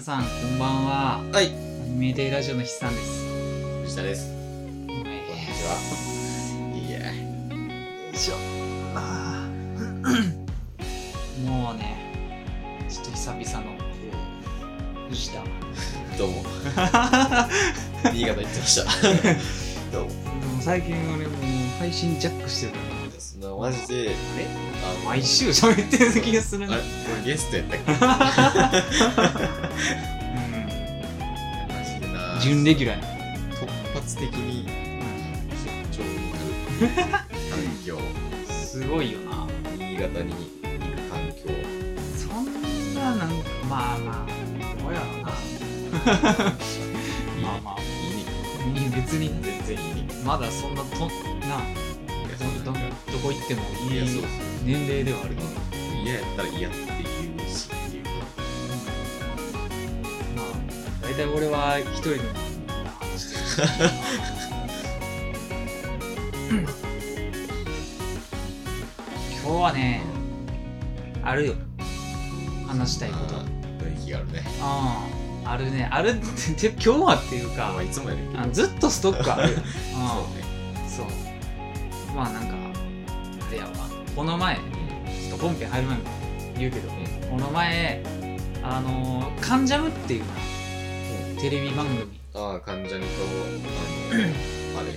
さんこんばんははいアニメーテイラジオの筆さんです藤田です。はいこんにちは。いや、よいしょあーもうねちょっと久々の藤田どうも。新潟行ってま した。どうも。最近俺もう配信ジャックしてるかそのマジで、らあれあの毎週喋ってる気がするあなれ、俺ゲストやったっけ。うマジでんな。準レギュラーに突発的に出張に行く環境、すごいよな新潟に行く環境。そんななんかまあまあどうやろうなまあまあいいね。いい別に全然いいね。まだそんなとなどんどんどこ行ってもいいや、いそうそう。年齢ではあるけど嫌やったら嫌って言うしっていうか。まあ大体俺は一人で話してる今日はねあるよ話したいことあー雰囲気があるね。うんあるねあるってて今日はっていうかまあいつもやるけど。あずっとストックあるよ、そうね。うん、そうまあなんかあれやわこの前ちょっと本編入る前に言うけどこの前あのー「関ジャム」っていうなテレビ番組ああ、患者にと、あの、あれ。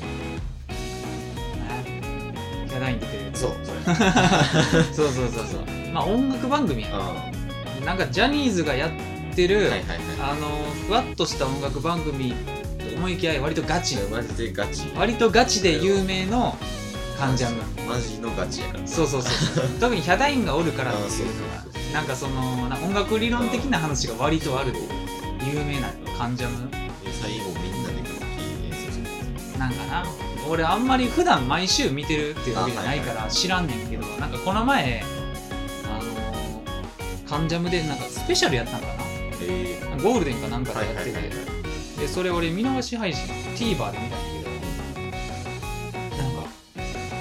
キャダイン出てるやつ そう、それ。そうそうそうそうまあ音楽番組やなあなんかジャニーズがやってる、あ、はいはいはあのーふわっとした音楽番組と思いきや割とガチい。マジでガチ。割とガチで有名の「関ジャム」マジのガチやから。そうそうそう特にヒャダインがおるからっああてそういうのがなんかそのな音楽理論的な話が割とあるで有名な関ジャムで最後みんなで楽器演奏してなんかな俺あんまり普段毎週見てるっていうわけじゃないから知らんねんけど、なんかこの前あのー関ジャムでなんかスペシャルやったんかえなゴールデンかなんかはでやいっはていて、はいはい。でそれ俺見逃し配信 TVer で見たんだけどなんか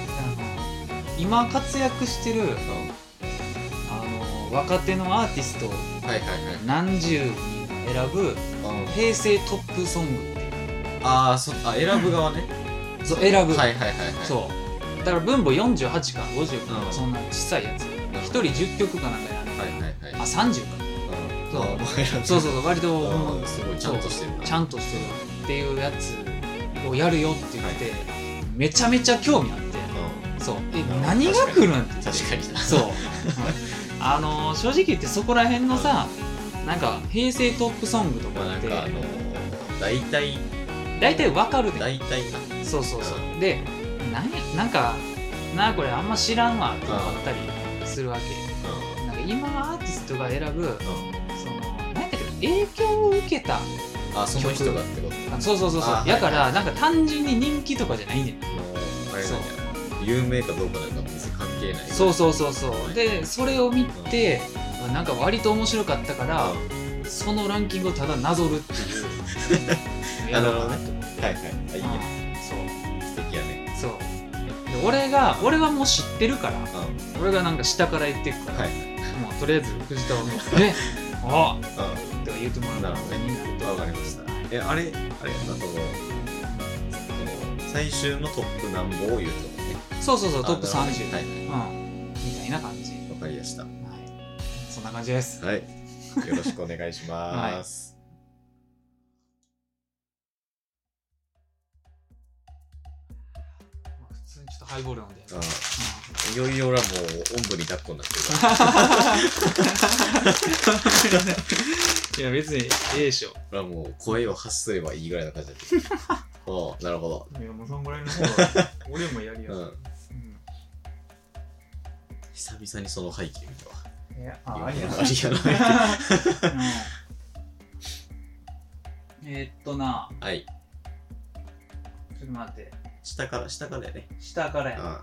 あの今活躍してるあの若手のアーティストはいはいはい。何十人選ぶ平成トップソングっていうああ、そあ、選ぶ側ね。そう選ぶはいはいはいはい。そうだから分母48か50か、うんそんな小さいやつな1るほ人ど10曲かなんかやる、はいはいあはい。 30かうんそうあもう選ぶ。そうそうそう割とうあんーすごい、ちゃんとしてるな。ちゃんとしてるっていうやつをやるよって言って、めちゃめちゃ興味あってうんそうえうん何が来るんって確かにな。そう うんあのー正直言ってそこら辺のさなんか平成トップソングとまあかなっんてか、あの、大体、大体わかるで大体な。そうそうそうでなんやなんかなあこれあんま知らんわってなったりするわけうなんか今アーティストが選ぶんうん。その何やったっけな影響を受けたあ、その人がってことあそうそうそうそうあやかはらいなんか単純に人気とかじゃないねんもうあれなんや有名かどうかなんか別に関係ないそうそそうそうそうでそれを見てあなんか割と面白かったからそのランキングをただなぞるって いうなるほやろどねうなと思ってはいはいあいいねうん素敵やねそうそうで俺が俺はもう知ってるからうん俺がなんか下から言ってくから、はいもうとりあえず藤田を見て「え あうとか言うてもらうことになるんとわかりましたえあれあれやなそのその最終のトップ何本を言うとねそうそうそうトップあなるほど30、はいうん、みたいな感じ、はい、わかりましたそんな感じですはいよろしくお願いします まあ普通にちょっとハイボール飲んで、うんうんいよいよ俺はもうおんぶに抱っこになってる いや別にええでしょ俺はもう声を発すればいいぐらいの感じだった おうなるほどいやもうそんぐらいの方が俺もやりやうすい、ん久々にその背景見たわうんいやああありりややなな うん えーっとなはいちょっと待って下から下からやね下からやなうん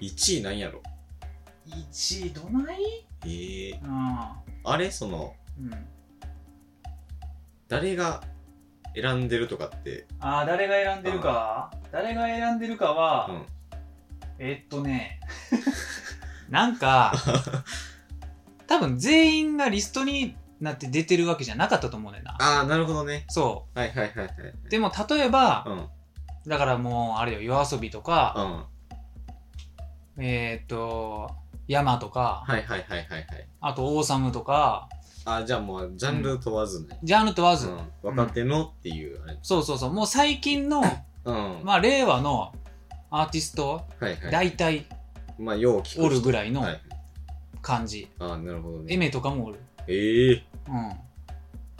1位なんやろ1位どないええうあれそのん、うん、誰が選んでるとかってあー誰が選んでるか誰が選んでるかは、うんえーっとね なんか多分全員がリストになって出てるわけじゃなかったと思うねんなああ、なるほどね。そはいはいはいはい。うでも例えば、うん。うん。だからもうあれよ夜遊びとか、えーっと山とか、はいはいはいはいはい。あとオーサムとかああ、じゃあもう、ジャンル問わずね。ジャンル問わうず、ん。若手のっていう、あれ。そうそうそうもう最近のうん。まあ令和のアーティストはいはい。大体まあ、よう聞く。おるぐらいのはい。感じ、ああ、なるほどエね。メとかもおるええうんー、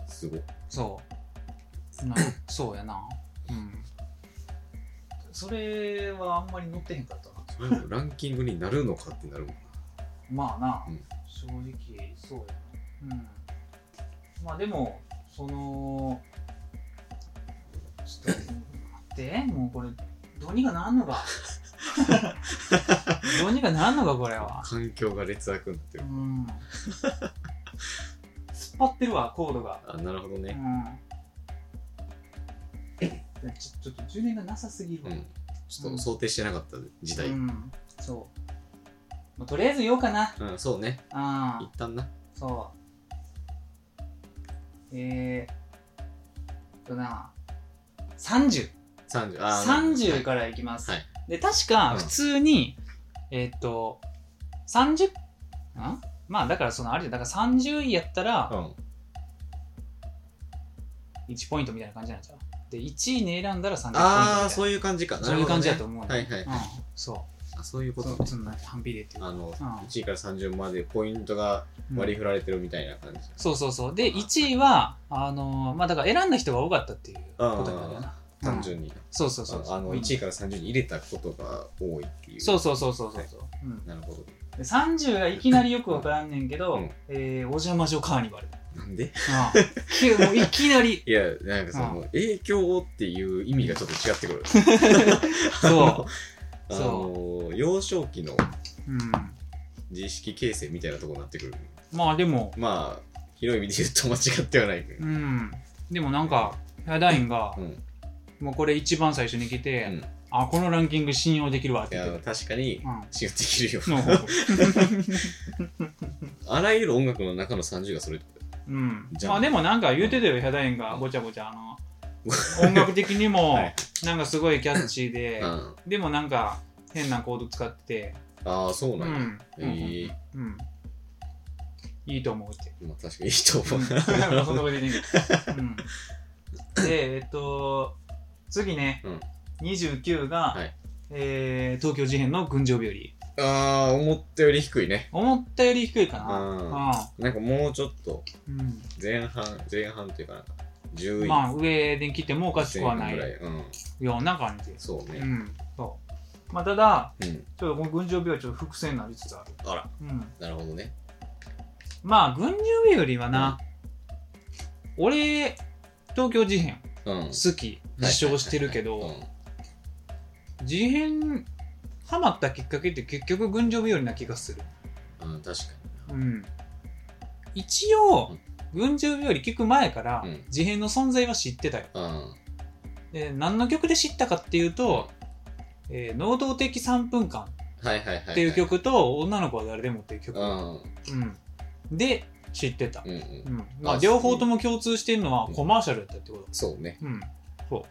すごい。そうな そうやなうんそれはあんまり乗ってへんかったなそれもランキングになるのかってなるもんな。まあな、うん正直そうやなうんまあでもそのちょっと待ってもうこれどうにかなんの かどうにかなんのかこれは環境が劣悪になってうる。ん突っ張ってるわコードがああ、なるほどうね。んいやちょちょっと充電がなさすぎるうわ、ん。ちょっと想定してなかった時代。うん、そう、まあ、とりあえず言おうかなうん、そうね。あ一旦な。あそうえー、っとな3030 30。ああ。 30からいきます、はいで確かうん普通に、えーっと30んまあだからそのあれだだから30位やったらうん。 1ポイントみたいな感じなんちゃうで1位に選んだら30ポイントみたいなああ、そういう感じか。そういう感じなだるとほど思うねね、はいはい。うん、そうあそういうことそねうそんな反比例っていうかあの、うん1位から30までポイントが割り振られてるみたいな感じ。そうそうそうで1位はあのーまあだから選んだ人が多かったっていうことになるよな単純に。そうそうそうそうああの、うん1位から30に入れたことが多いっていう。そうそうそうそうそうはいうんなるほど。で30がいきなりよくわからんねんけど、うんえーお邪魔女カーニバル、うん なんでけどもういきなり いや、なんかその、影響っていう意味がちょっと違ってくる。 そ あそうの、幼少期のう、うん、自意識形成みたいなところになってくる。まあでもまあ、広い意味で言うと間違ってはないけど。うんでもなんかヘアダインが、うん。もうこれ一番最初に来て、うんあこのランキング信用できるわっいて言ってや、確かにた、うん違ってきるよ。のあらゆる音楽の中の30がそれってことうんじゃあまあでもなんか言うてたよヒャダインがごちゃごちゃあの 音楽的にもはいなんかすごいキャッチーでうんでもなんか変なコード使っててああ、そううなんや。んえーうんいいと思うってまあ確かにいいとうん 思う。そんなこと言ってんけどうんでえっと次ねうん29がはいえー東京事変の群青日 ああ、思ったより低いね。和思ったより低いかうんななんかもうちょっとうん前半、前半っていうかなんか、う10ん位。まあ上で来てもおかしくはな前半ぐらいい。うん。ような感じですそううね。ん、そう。まあ、ただ、うん。ちょっとこの群青日和ちょっと伏線になりつつある。あら、うん。なるほどね。まあ、群青日和はな、俺、東京事変うん。好き、自称してるけはいはどい、はいはい事変ハマったきっかけって結局群青日和な気がする。うんうん、確かうん。一応、群青日和聞く前からうん、事変の存在は知ってたよ。にな。うん。で、何の曲で知ったかっていうと、えー能動的3分間はいはいはい。っていう。曲と、女の子は誰でもっていう曲うん。うんうん、で知ってた、う。うんんまあ、あ両方とも共通してるのはうんコマーシャルだったってこと、そうね。うん、そう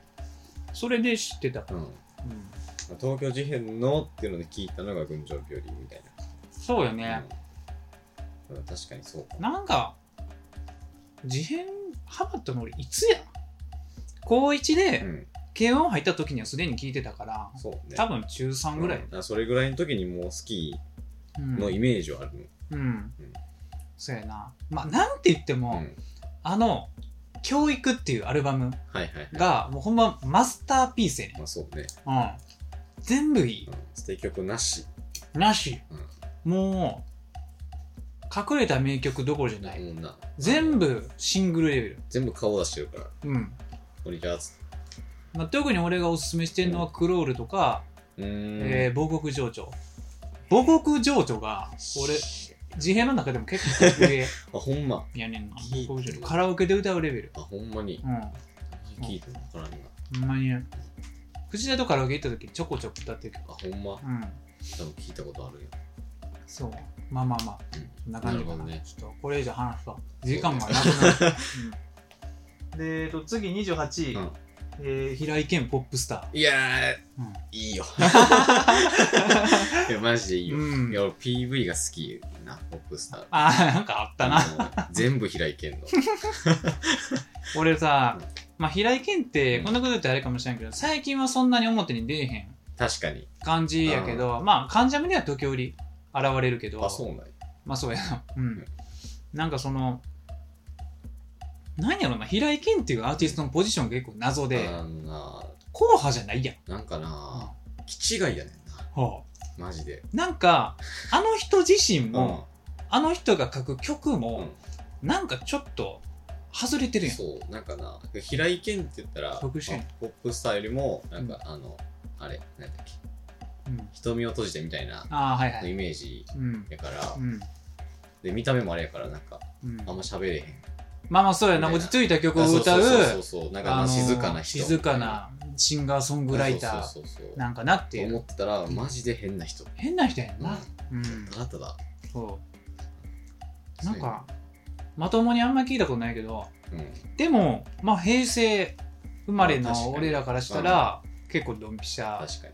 それで知ってた、うん。うん、東京事変のっていうので聞いたのが群青日和みたいそうよな。ね、うん。うん確かにそうかも。なんか事変ハマったの俺いつや高1うでん。軽音入った時にはすでに聞いてたからそうね。多分中3ぐらい、うんあそれぐらいの時にもう好きうんのイメージはあるの。うんそうやなまあなんて言ってうも、んあの「教育」っていうアルバムはいはいはい。がもうほんまマスターピースやね、まあそうね。うん、全部いいうん捨て曲なし。なし、もう隠れた名曲どころじゃない、もんな。全部。部シングルレベル、全部顔出してるから。うん俺がつ。まあ、特に俺がおすすめしてるのは「クロール」とかう「ーん。えー母国情緒」母国情緒が俺自閉の中でも結構上あ、ほんま。やねんな いい母国情緒カラオケで歌うレベルあ、ほんまに。うん聞いてもわからんな。ほんまに藤田とカラオケ行った時ちょこちょこ歌ってるけどあ、ほんま。うん多分聞いたことあるよ。そうまあまあまあうんそんな感じかなるなほどねちょっとこれ以上話すと時間がなく なる、うん、で、えっと、次28位、うんえー平井堅ポップスタいやー、うんいいよ。 いや、マジでいいー、よ。うんいや、俺 PV が好きな、ポップスター。あーなんかあったなな。全部開いけん の。俺さう、まあ、平井堅ってうんこんなこと言ったらあれかもしれんけど最近はそんなに表に出えへん確かに。感じやけど、まあ関ジャムでは時折現れるけどあ、そうなんや。まあそうやなうんなんかそのなんやろな平井堅っていうアーティストのポジションが結構謎であんな、硬派じゃないやん、なんかな、気違いやねんな。はマジで。あなんかあの人自身うも、あの人が書く曲も、なんかちょっと外れてるん。やんそう、なんかな、平井堅って言ったら、特殊やんまあポップスターよりも、なんか、あの、あれ、なんだっけ、うん、瞳を閉じてみたいな、ああはいはイいメージうんやから、うんで、見た目もあれやから、なんか、うんあんま喋れへん。まあまあそうやなみた落いなち着いた曲を歌うそうそうそうそうなんかまああの静かな人静かなシンガーソングライターそうそうそうそうなんかなってとい思うってたらマジで変な人変な人やんなうん、ただただそうなんかまともにあんま聞いたことないけどうんでもまあ平成生まれまあ確のかに俺らからしたら結構ドンピシャ確かに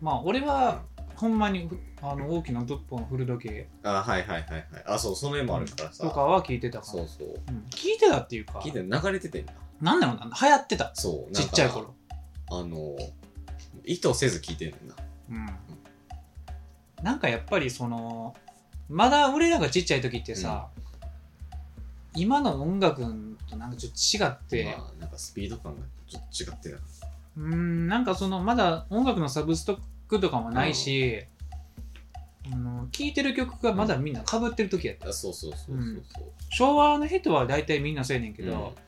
まあ俺はあほんまにふあの大きなドッポン振る時計あはいはいはいはいあそうその絵もあるからさとかは聞いてたかそら、うそううん、聞いてたっていうか聞いて流れててんななんだろうな流行ってたそうなちんっかちゃい頃あの意図せず聞いてんねんなうんなんかやっぱりそのまだ俺らがちっちゃい時ってさ、今の音楽となんかちょっと違って、まあなんかスピード感がちょっと違ってたうーんなんかそのまだ音楽のサブストックとかもないし、あの聴いてる曲がまだみんなかぶってる時やった、あそうそうそうそうそう昭和の人は大体みんなそうやねんけど、うん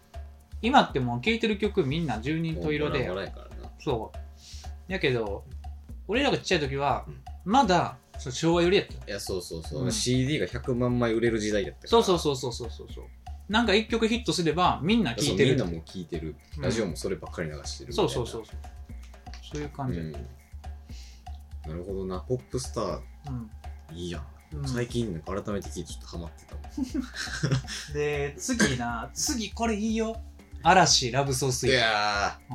今ってもう聴いてる曲みんな十人十色もうでボラボラやからなそうやけど俺らがちっちゃい時はうんまだそう昭和よりやったいやそうそうそううん CD が100万枚売れる時代だったからそうそうそうそうそうそうそうなんか一曲ヒットすればみんな聴いてそうみるんなもう聞いてるうんラジオもそればっかり流してるみそたいうなそうそうそうそういう感じ、うんうん、なるほどなポップスターいいやん、うん最近改めて聞いてちょっとハマってたもんで次な次これいいよ嵐ラブソースいイーやト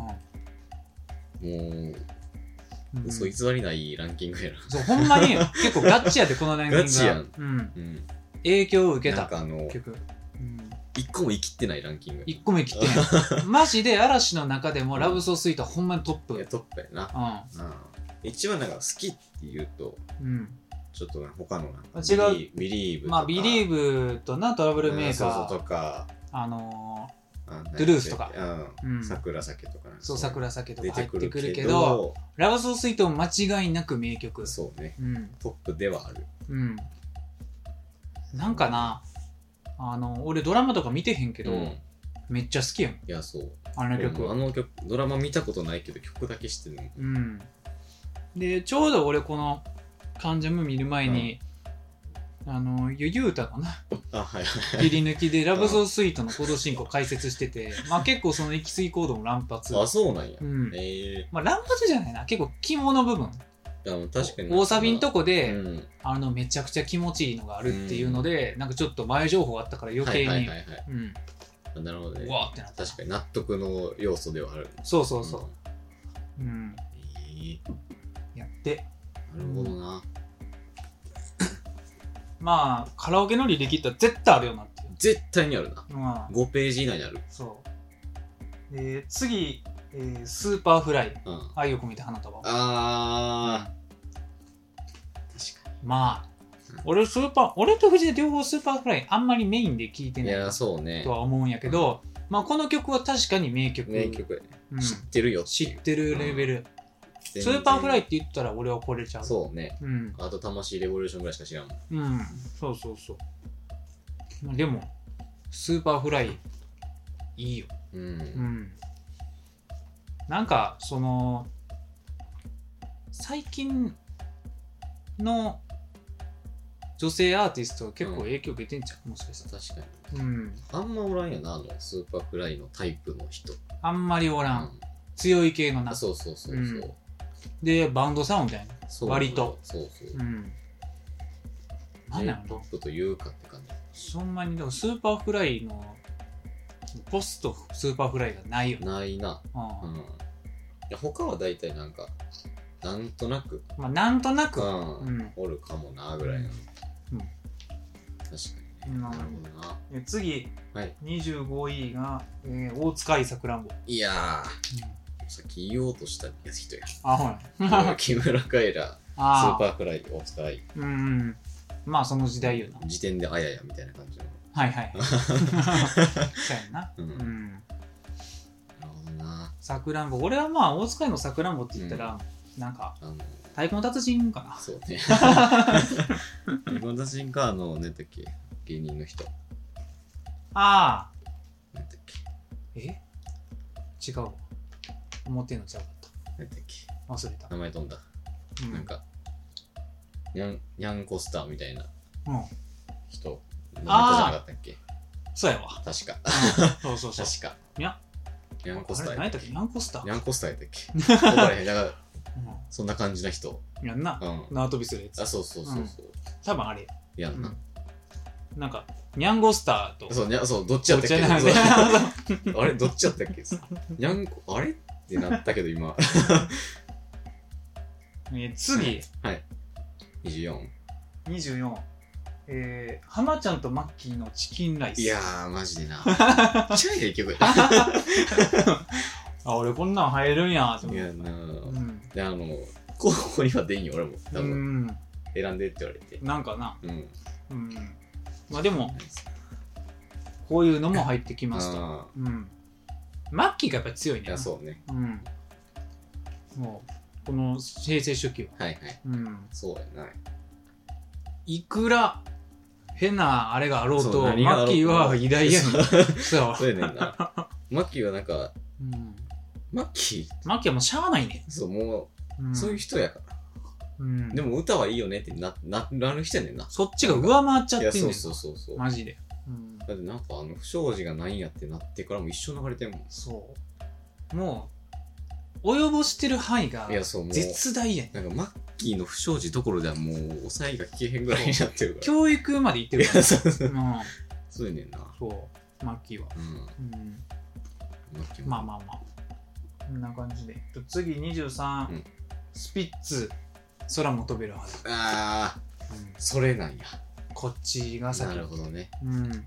ーもうんう嘘偽りないランキングやなそうほんまに結構ガチやでこのランキングがガチやんうん、うん影響を受けなたんかあの曲、うん、一個も生きってないランキング一個目切って ないマジで嵐の中でもラブソースイートはほんまにトップいやうトップやな、んうん、一番なんか好きっていうとうんちょっとな他のなんか違うビリーブまあビリーブブとなトラブとかルメーカー、うんそうそうとかあのドドゥルースとかうんうん桜酒とかなんーかそう桜酒と出か入てっくてるくるけけどどラブソースイートも間違いなく名曲そうねうんトップではあるうんなんかなあの俺ドラマとか見てへんけけど、めっちゃ好きやんいやそうあの曲もうあの曲ドラマ見たことないけど曲だけ知ってるのうんでちょうど俺この「関ジャム」見る前に、あのゆゆうたかなあはいはい切り抜きで「ラブソースイート」の行動進行解説しててまあ結構その行き過ぎ行動も乱発 あそうなんや、うんえまあ乱発じゃないな結構肝の部分えあの確かに大サビんとこでで、うん、あのめちゃくちゃ気持ちいいのがあるっていうので、なんかちょっと前情報あったから余計に、はいはいはいはいうんあなるほどうねわーってなった確かに納得の要素ではあるそうそうそう、んうん、えやってえなるほどな、まあカラオケの履歴って絶対あるよなっていう絶対にあるなまあ5ページ以内にあるそうで次、えースーパーフライうん愛を込めて花束あー確かまあうん俺スーパー俺と藤井両方スーパーフライあんまりメインで聴いてにいないやそうねとは思うんやけど、まあこの曲は確かに名曲名曲、うん知ってるよって知いうってるレベル、全ス然ーパーフライって言ったら俺はこれちゃうそうねうん、あと魂レボリューションぐらいしか知らんもんうん、そうそうそうまあでもスーパーフライいいようん、うん、なんかその最近の女性アーティストは結構影響受けてんちゃうもしかしたら、確かにうん、あんまおらんよな、あの、スーパーフライのタイプの人。あんまりおらん、うん強い系のなあそうそうそうそう。うんでバンドサウンドやねそう割と。そうそう。うんなんなんやろポップというかって感じ。そんなにでもスーパーフライのポストスーパーフライがないよね、ないな。ううんん。いや他は大体なんか、なんとなく、まあ、なんとなくうは、ん、うんおるかもな、ぐらいの。うん確かうんにね。なるほどな。え次、はい25位が、えー大塚愛さくらんぼ、いやー、さっき言おうとしたやつ 人や。あほら木村カエラ、スあーパーフライ、お使い。ーうんうんまあその時代よな時点であややみたいな感じの。はいはい そうやなう。うんなるんほどな。さくらんぼ俺はまあ大塚愛のさくらんぼって言ったら、なんかあの、太鼓の達人かなそう ね。 日本達人か、あの、何だっけ、芸人の人。ああ何だっけ、え違うわ思ってんのちゃうかっ何だっけ。た忘れた名前飛んだ。うんなんか、にゃん、にゃんこスターみたいなうん人。名前あーじゃなかったっけそうやわ確か。そうそうそう確か。にゃにゃんこスタあーれ何ややったったっっけけニャンコスターにゃんこスターやったっけわ からへん。だから、うそんな感じな人。んやんなうん。縄跳びするやつあ、そうそうそうそう。多分あれいやんな。うんなんかニャンゴスターとそう、にゃそう、どっちやったっけどっちや ったっそうあれ、どっちやったっけにゃんこ、あれってなったけど、今。えー次はい。24。 24えー、浜ちゃんとマッキーのチキンライスいやー、マジでな。ちゃい 結局。いあ俺こんなん入るんやと思ってやなうーんで、あの、候補には出んよ、俺も。多う分、ん選んでって言われて。なんかなうん。うんまあでもこういうのも入ってきますとあうんマッキーがやっぱり強いーねいや、そうね。うんもうこの平成初期ははいはい。うんそうやな。いくら変なあれがあろうそとう何があマろうッとキーは偉大やんそうそうそうやねんな。 マッキーはなんか、うんマッキー、マッキーはもうしゃあないねそう、もうんう、そういう人やから。うんでも、歌はいいよねってな、な、なる人やねんな。そっちが上回っちゃっいてんや、ねんそうそうそうそう。マジでうんだってなんかあの不祥事がないんやってなってからも一生流れてんもん。そうもう及ぼしてる範囲がいや、そう、もう。絶大やねんなんかマッキーの不祥事どころではもう抑えが効けへんぐらいになってるから。教育まで行っているやから、そうそううん、そうやねんな。そうマッキーは、うん。うん、マッキーもまあまあまあこんな感じでえっと次23、うんスピッツ空も飛べるはず、あうんー、それなんや。こっちがな先るほどね。うん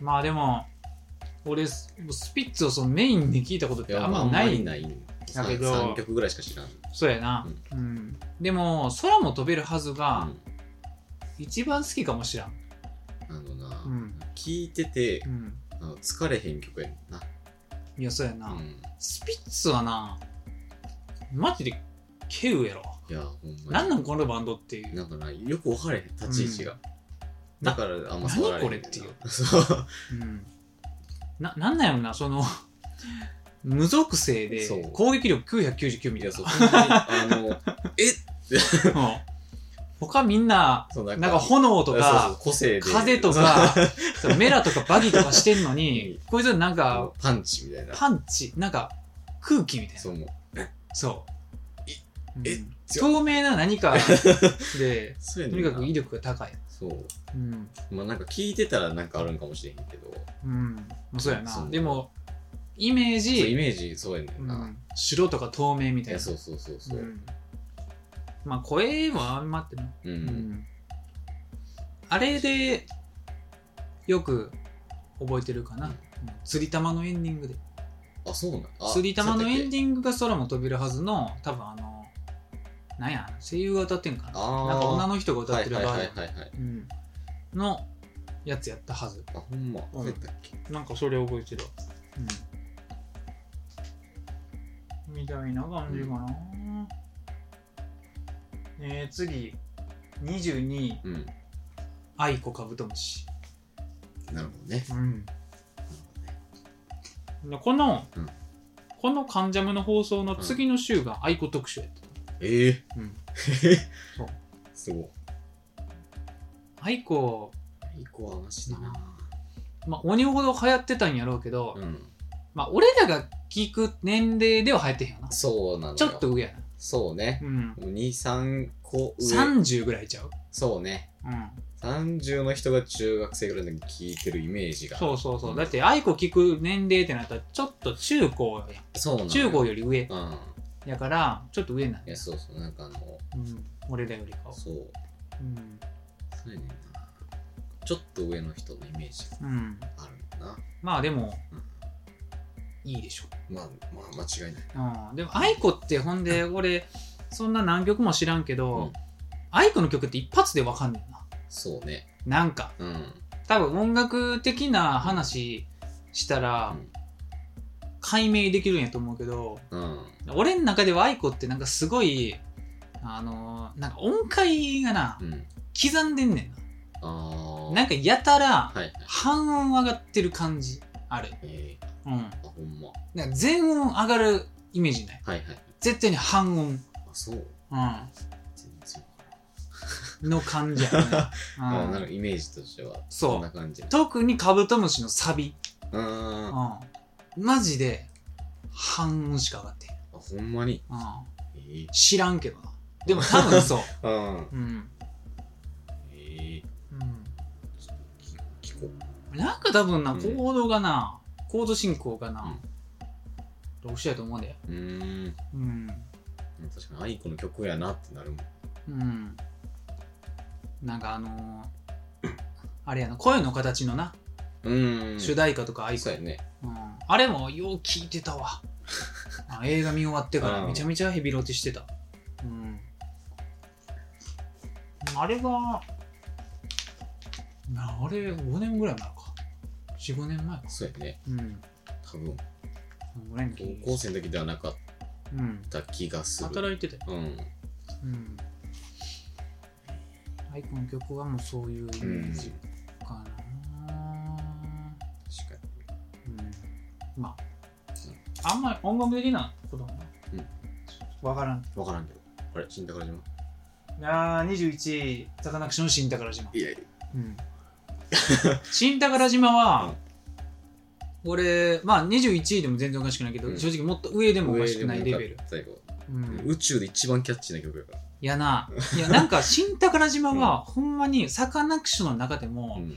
まあでも俺スピッツをそのメインで聞いたことっいてやあんまないんだない。だけど3曲ぐらいしか知らん。そうやな、うんでも空も飛べるはずがうん一番好きかもしらん、あのな、うん聞いててう、ん、あの疲れへん曲やねんな。いやそうやな、うん。スピッツはなマジでケウやろいや、ほんまに。なんなんこのバンドっていうなんかな、よく分かれへん、立ち位置が。んだから、あんま触られへんねんな何これっていそう。うん、ななんなんやろなその無属性でそう攻撃力999みいたいなや、そう、ほんまに、あの、うえん 他みんなそうなんか炎とかそうそう個性で風とかそうメラとかバギーとかしてんの にこいつなんそかうパンチみたいなパンチなんか空気みたいなそうもうそうえうんえ透明な何か でそうやとにねんなかく威力が高いそううんまあなんか聞いてたらなんかあるんかもしれへんけどうん、もうそうやそなうでもイメーそうイジ、メージそうやねんうな、ん、白とか透明みいたいやなそうそうそうそううんまあ声はあんまってな、うん、うんあれでよく覚えてるかな、うん釣り玉のエンディングであそうなんあ釣り玉のエンディディングが空も飛べるはずの多分あのなんや声優が歌ってんかなあーなんか女の人が歌はっいてるはバいはーいはジョいンはいうんのやつやったはずあほんまうんそうやったっけなんかそれ覚えてるわ。うん。みたいな感じかな。えー、次、22位、うんあいこカブトムシ。なるほどねうん。この、うんこの関ジャムの放送の次の週があいこ特集やった。ええうん そうすごいあいこ、いい子はマジでなまあ、鬼ほど流行ってたんやろうけど、うんまあ、俺らが聞く年齢では流行ってへんよな。そうなのよちょっと上やな。そうね。うん、 2、3個上。 30ぐらいちゃう、そうね。うん、 30の人が中学生ぐらいの時聞いてるイメージが。そうそうそうだって愛子聞く年齢ってなったらちょっと中高やそうなんの。中高より上うん。やからちょっと上なんいだや、そうそう。なんかあの、うん、俺らよりかはそう。うん、そうやねんな。ちょっと上の人のイメージうん、があるな。まあでもうんいいでしょまあ、まあ、間違いない。うん、でも愛子ってほん で俺そんな何曲も知らんけうどん愛子、の曲って一発でわかんねんなそうね。なんかうん。多分音楽的な話したらうん解明できるんやと思うけどうん。俺の中では愛子ってなんかすごいあのーなんか音階がなうん。刻んでんねんああ。ななんかやたらはいはい。半音上がってる感じあるえー、うんあ、ほんま。はなんか全音上がるイメージないいはい。絶対に半音、あ、そう。う全然わからんん、の感 じやね、うんあーなんかイメージとしてはそうこんな感じ特にカブトムシのサビ、うーんうん、あマジで半音しか上がってへん、ほんまにうん、えー、知らんけどなでも多分 そう、うんうんえー、うちょっと聞聞こん、なんか多分なうん行動がな、コード進行がな、どうしやと思うんだよううーんうん確かにアイコの曲やなってなるもんうんなんかあのーあれやな声の形のな、うーん主題歌とかアイコそうンやねうんあれもよう聞いてた わあ映画見終わってからうんめちゃめちゃヘビロテしてたうんあれがなあれ5年ぐらい前か45年前かそうやねうん多分5年高校生の時ではなかっうんた気がする働いてたようんうんアイコンの曲はもうそういうイうメんージかな確かうんまああんまり音楽的なこともなうんわからんにわからんけどあれ死んだからじまいやー21位、サカナクション新宝島。いやいやうん、 新宝島は、俺、まあ21位でも全然おかしくないけど、うん正直もっと上でもおかしくないレベル。最後、うん、宇宙で一番キャッチーな曲やからいやな、いやなんか新宝島は、ほんまにサカナクションの中でも、んいも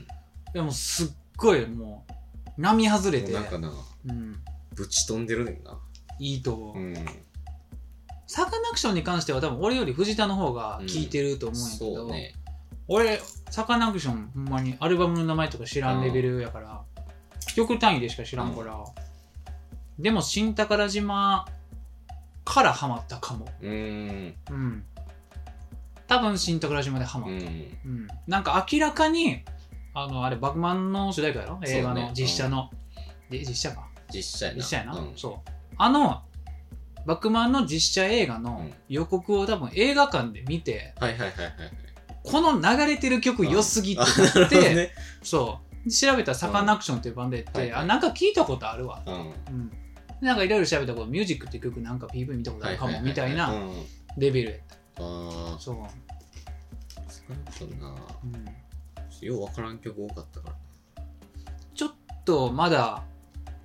やもうすっごいもう、波外れうて、なんかなうん、ぶち飛んでるねんないいと思う。んサカナクションに関しては多分俺より藤田の方が聞いてると思うんやけど、そうね俺サカナクションほんまにアルバムの名前とか知らんレベルやから曲単位でしか知らんから、でも新宝島からハマったかもうーんうん多分新宝島でハマうった、んうんなんか明らかにあのあれバクマンの主題歌やろそうね映画の実写の、で実写か実写やな実写やな、うん、そうあのバクマンの実写映画の予告を多分映画館で見て、はいはいはいはいはいこの流れてる曲良すぎってななっるほどて、ねそう。調べたらサカナクションっていうバンドやって、うんはいはいあ、なんか聞いたことあるわ。うんうん。でなんかいろいろ調べたこと、ミュージックっていう曲なんか PV 見たことあるかもみたいなうんレベルやった。ああそう。少なくともなうん、ようわからん曲多かったから、ちょっとまだ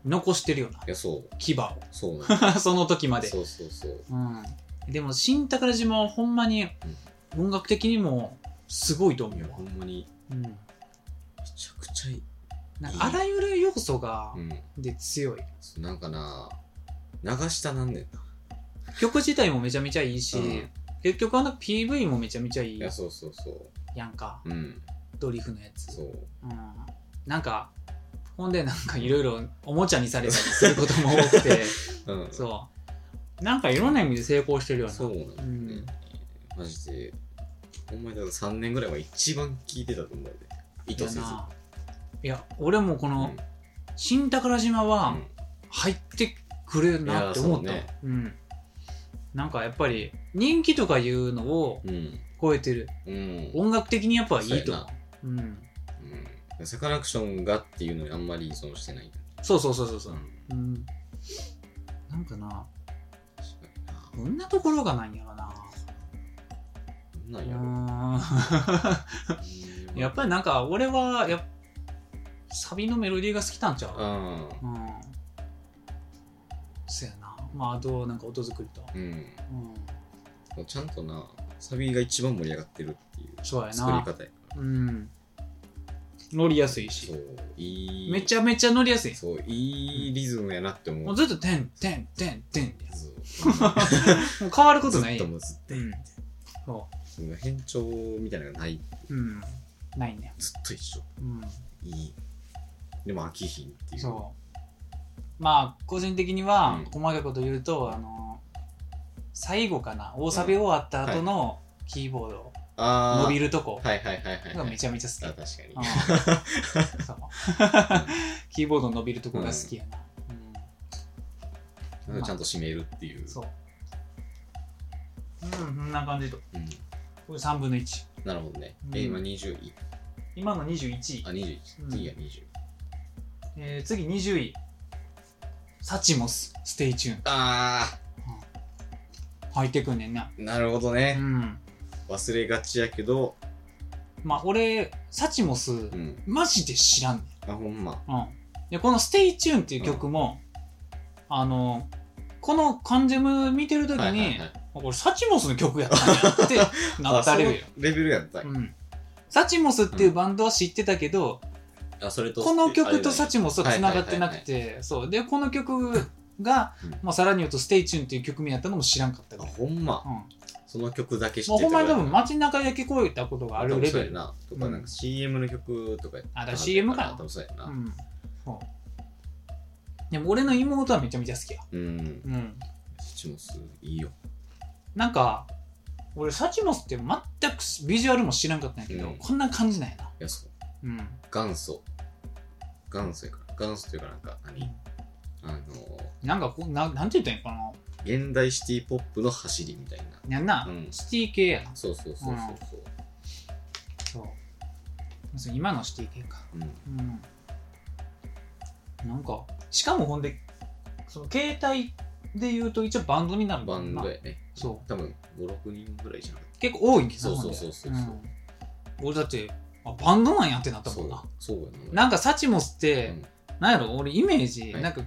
残してるよないやそう牙を。 そうなん だその時まで。そうそうそううん。でも、新宝島はほんまに音楽的にもすごいと思いうやわほん。まにうん。めちゃくちゃいいなんかあらゆる要素がうんで強い。そうなんかな流したなんねんな曲自体もめちゃめちゃいいし、うん結局あの PV もめちゃめちゃいいいやそうそうそやんかううんドリフのやつ、そううん、なんかほんでなんかいろいろおもちゃにされたりすることも多く てうんそうなんかいろんな意味で成功してるよなそううなんだよね、マジでほんまにだから3年ぐらいは一番聴いてたと思うで意図やせずないや俺もこうのん「新宝島」はうん入ってくれるなって思ったいやうんなんかやっぱり人気とかいうのをうん超えてるうん音楽的にやっぱいいとそう思やなううんうんサカナクションがっていうのにあんまりそのしてないそうそうそうそうそううんうん、なんかな確かになどんなところがないんやろなどんなんやろうーんやっぱりなんか俺はやっサビのメロディーが好きなんちゃううんうんそやなまああとなんか音作りとうんうんちゃんとな、サビが一番盛り上がってるっていうそうやな作り方やから。うん乗りやすいそしう、いい。めちゃめちゃ乗りやすいそう、いいリズムやなって思う。もうずっと「てんてんてんてん」って そうもう変わることずないっやとんもうずっうんそともう変調みたいなのがない。ううんないねずっと一緒。うんいい。でも飽きひんっていう。そうまあ個人的にはうん細かいこと言うと、あの最後かな大サビ終わった後のキーボード、あー伸びるとこはいはいはいはい、がはい。めちゃめちゃ好き、あ確かに。うん そう キーボードの伸びるとこが好きやな、なんかちゃんと締めるっていう。うんそううんこんな感じとこうん。れ3分の1なるほどね。うんえ、今21。今の21位あ、21。うん次は20。えー次20位サチモスステイチューンあ入ってくんねんなー、なるほどうね。ん忘れがちやけど、まあ俺サチモス、うん。マジで知らんねんあ、ほんま。うん、でこの「Stay Tuned」っていう曲も、あのこのカンジェム見てる時に、はいはいはい、あこれサチモスの曲やったんやって なったレベルよあ。そのレベルやった。うん、サチモスっていうバンドは知ってたけど、あ、それと、この曲とサさチモスはつながってなくてそうでこの曲が、うんまあ、さらに言うと「Stay Tuned」っていう曲名やったのも知らんかったあ、から、ほんまう。ん、その曲だけ知もっうてほんまに多ぐ分らい街中で聞こえたことがあ多る分レベそうやル、な。とか、なんうんか CM の曲とかやったあだからはず CM かな多分そうやうな。ん、そうでも俺の妹はめちゃめちゃ好きや、うん。うん、サチモス、いいよ。なんか俺サチモスって全くビジュアルも知らんかったんやけど、うんこんな感じなんやな、いや、そう。うん、元祖。元祖やから。元祖というか、なんか、何あの、なんかこうななんて言ったんやか現代シティポップの走りみたいな。なやんな、うんシティ系やなそうそうそうそうそう。そうそう今のシティ系かうん。うんなんかしかもほんでその携帯で言うと一応バンドになるもバんンなドやね。そう多分、5、6人ぐらいじゃなかっ結構多いんです、そうそうそうそうそうん。俺だってあバンドなんやってなったたもんなそうそうやな。なんかサチモスって、うんなんやろ俺イメージ、はいなんか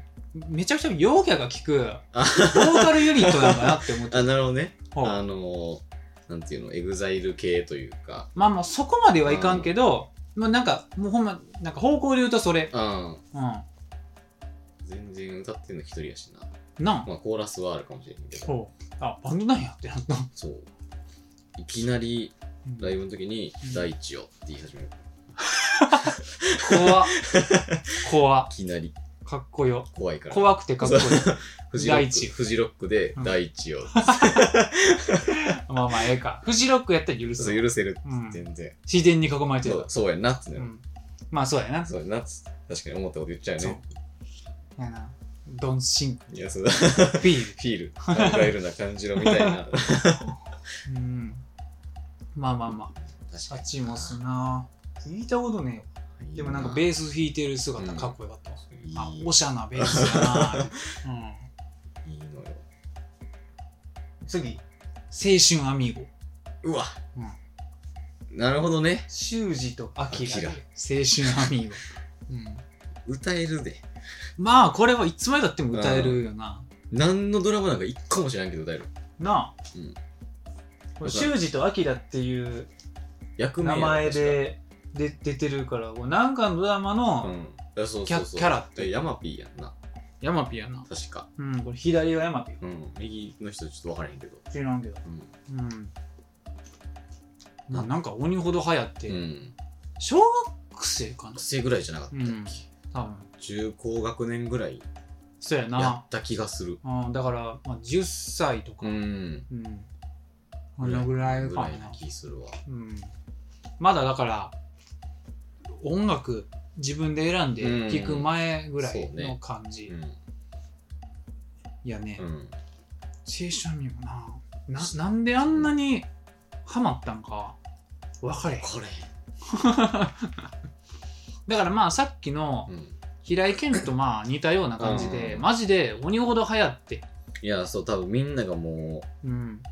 めちゃくちゃ陽キャが聞くボあーカルユニットなんだなって思って あ、なるほどね。ほうあのー、なんていうの、エグザイル系というか、まあまあそこまではいかんけど、まあ、なんかもうほんまなんか方向で言うとそれううん、ん全然歌ってんの一人やしな。なんまあ、コーラスはあるかもしれんけど、ほうあバンドなんやってなったそう。いきなりライブの時にうん、第一をって言い始める。 怖っ怖っいきなり、かっこよ怖いから。怖くてかっこいいフジロ第ッ一ク。フジロックでうん、第 一を。まあまあええかフジロックやったら許すそう、許せる。うん全然。自然に囲まれてるそうかそうやんなってなら、うる。ん、まあそうやなそうやんなって、確かに思ったこと言っちゃうよね。やなドンシンクいや、そうビールフィール、考えるな感じのみた いな。確うんまあまあまあサチモスな聞いたことねえよでもなんかベーース弾いてる姿かっこよかった、いいあおしゃなベースだな って、いいのよ。うん、次青春アミーゴうわ、なるほどね。修二とアキラ青春アアミーゴ、うん、歌えるで。まあこれはいつまでたっても歌えるよな、何のドラマなんか一個も知らんけど歌える。なあ、うんこれ修二とアキラっていう役名名やろ前。でで出てるからこれなんかのドラマ確かうのん。あそうそうそうキャキャラってえヤマピーやんな。ヤマピやな、確か。うん、これ左はヤマピうん。右の人ちょっと分からへんけど。知らんけどうん。うんまあなんか鬼ほど流行って、うん。小学生かな学生ぐらいじゃなかったっけ、うん多分中高学年ぐらいそうややなった気がする。うんだから、まあ、10歳とかううん、ん。このぐらいぐからいなな、気するわ。うん、まだだから音楽自分で選んでうん聴く前ぐらいそのうね感うじん。やね、うん。青春にもなななんであんなにハマったんか分かれへんこれ。だからまあさっきの、うん。平井堅とまあ似たような感じで、うんマジで鬼ほど流行って、いや、そう、多分みんながもうん、う、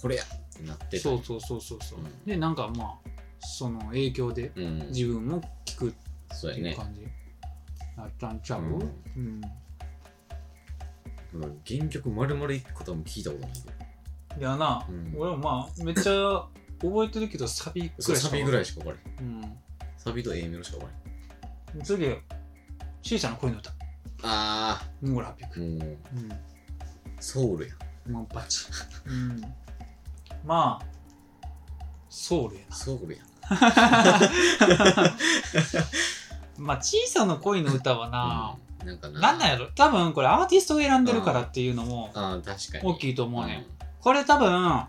これやってなってた。そうそうそうそうそう、うんでなんかまあその影響でうん。自分も聞くっそうてやいうね。感じだったんちゃう、ううんん原曲丸々一個多分聞いたことないけど。いやな、うん俺もまあめっちゃ覚えてるけどサビくそうらいしかサビぐらいしか分かれへんうサビと A メロしか分かれへんん次シーシャの恋の歌あもうラピュあもううんソウルやんもうバチ。うん。まあ、ソウルやな。ソウルやんまあ、小さな恋の歌はな、うんなんかななんなんやろ多分これアーティストが選んでるからっていうのもああ確かに大いきいと思うねん。これ多分、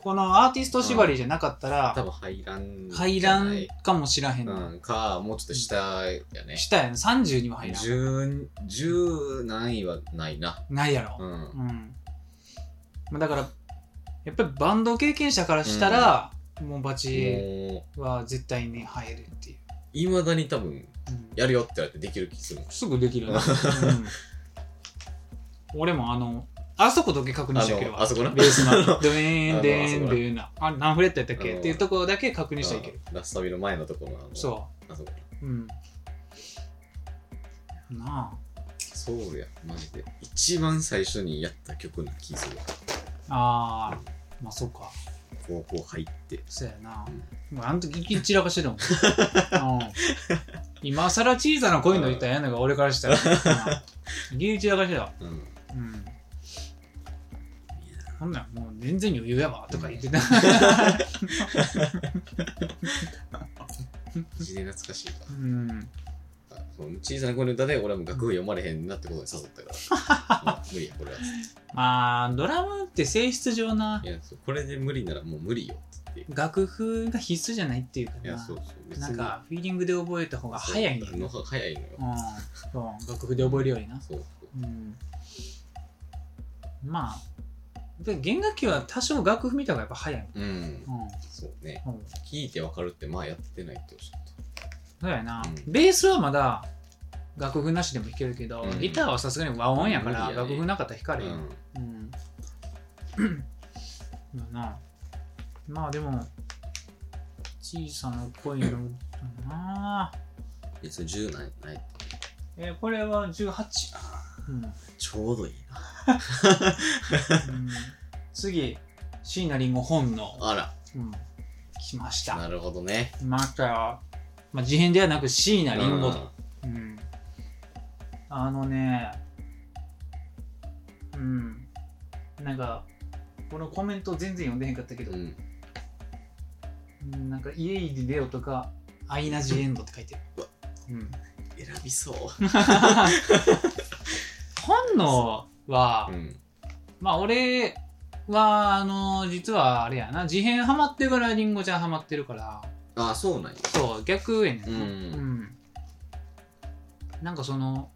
このアーティスト縛りじゃなかった多ら、分入らん入らじんゃかもしらへん。ないうんかもうちょっと下やね下やな。30には入らん。十十何位はないなないやろ。うんうん。まあ、だから、やっぱりバンド経験者からしたら、もうバチもうは絶対に入るっていう。いまだに多分うんやるよって言われてできる気するもんすぐできるな、うん俺もあのあそこだけ確認あしとけのあばそこなベース あののドゥーンドゥーンあのあそこなドゥーンなあれ何フレットやったっあけのっていうところだけ確認していけるラスサビの前のところのあのそあそこううんなソウルやマジで一番最初にやった曲の気するわあああまあそうか高校入ってそうやなうん、もうあの時一気に散らかしてるもん、 うん、今更小さな恋の歌やんのが俺から したら、うん、一気に散らかしてたうんうんほんならもう全然余裕やわとか言ってた、 マジで懐かしいわうんあその小さな声の歌で俺はもう楽譜読まれへんなってことに誘った から、もう無理やこれはまあドラムって性質上ないやそうこれで無理ならもう無理よって言って楽譜が必須じゃないっていうかいやそうなそう別なんかフィーリングで覚えた方が早いんだよのが早いのようんそう楽譜で覚えるよりなそううんまあやっぱり弦楽器は多少楽譜見た方がやっぱ早いうんうんそうねうん聞いてわかるってまあやってないっておっしゃったそうやなうんベースはまだ楽譜なしでも弾けるけどうんギターはさすがに和音やか無ら理やね楽譜なかったら弾かれへんうんうん だなまあでも小さな恋の歌なえそれ10なんやないえーこれは18、うんうんちょうどいいな次椎名林檎本能、あらうん、来ましたなるほどねまた、まあ、事変ではなく椎名林檎とう、うん、あのねうんなんかこのコメント全然読んでへんかったけどんう、んうんなんか「家入りレオ」とか「アイナ・ジ・エンド」って書いてるうわ、うん、選びそう本能は、うんまあ俺はあの実はあれやな事変ハマってからリンゴちゃんハマってるからあそうなんやそう逆やねんなううんんなんかその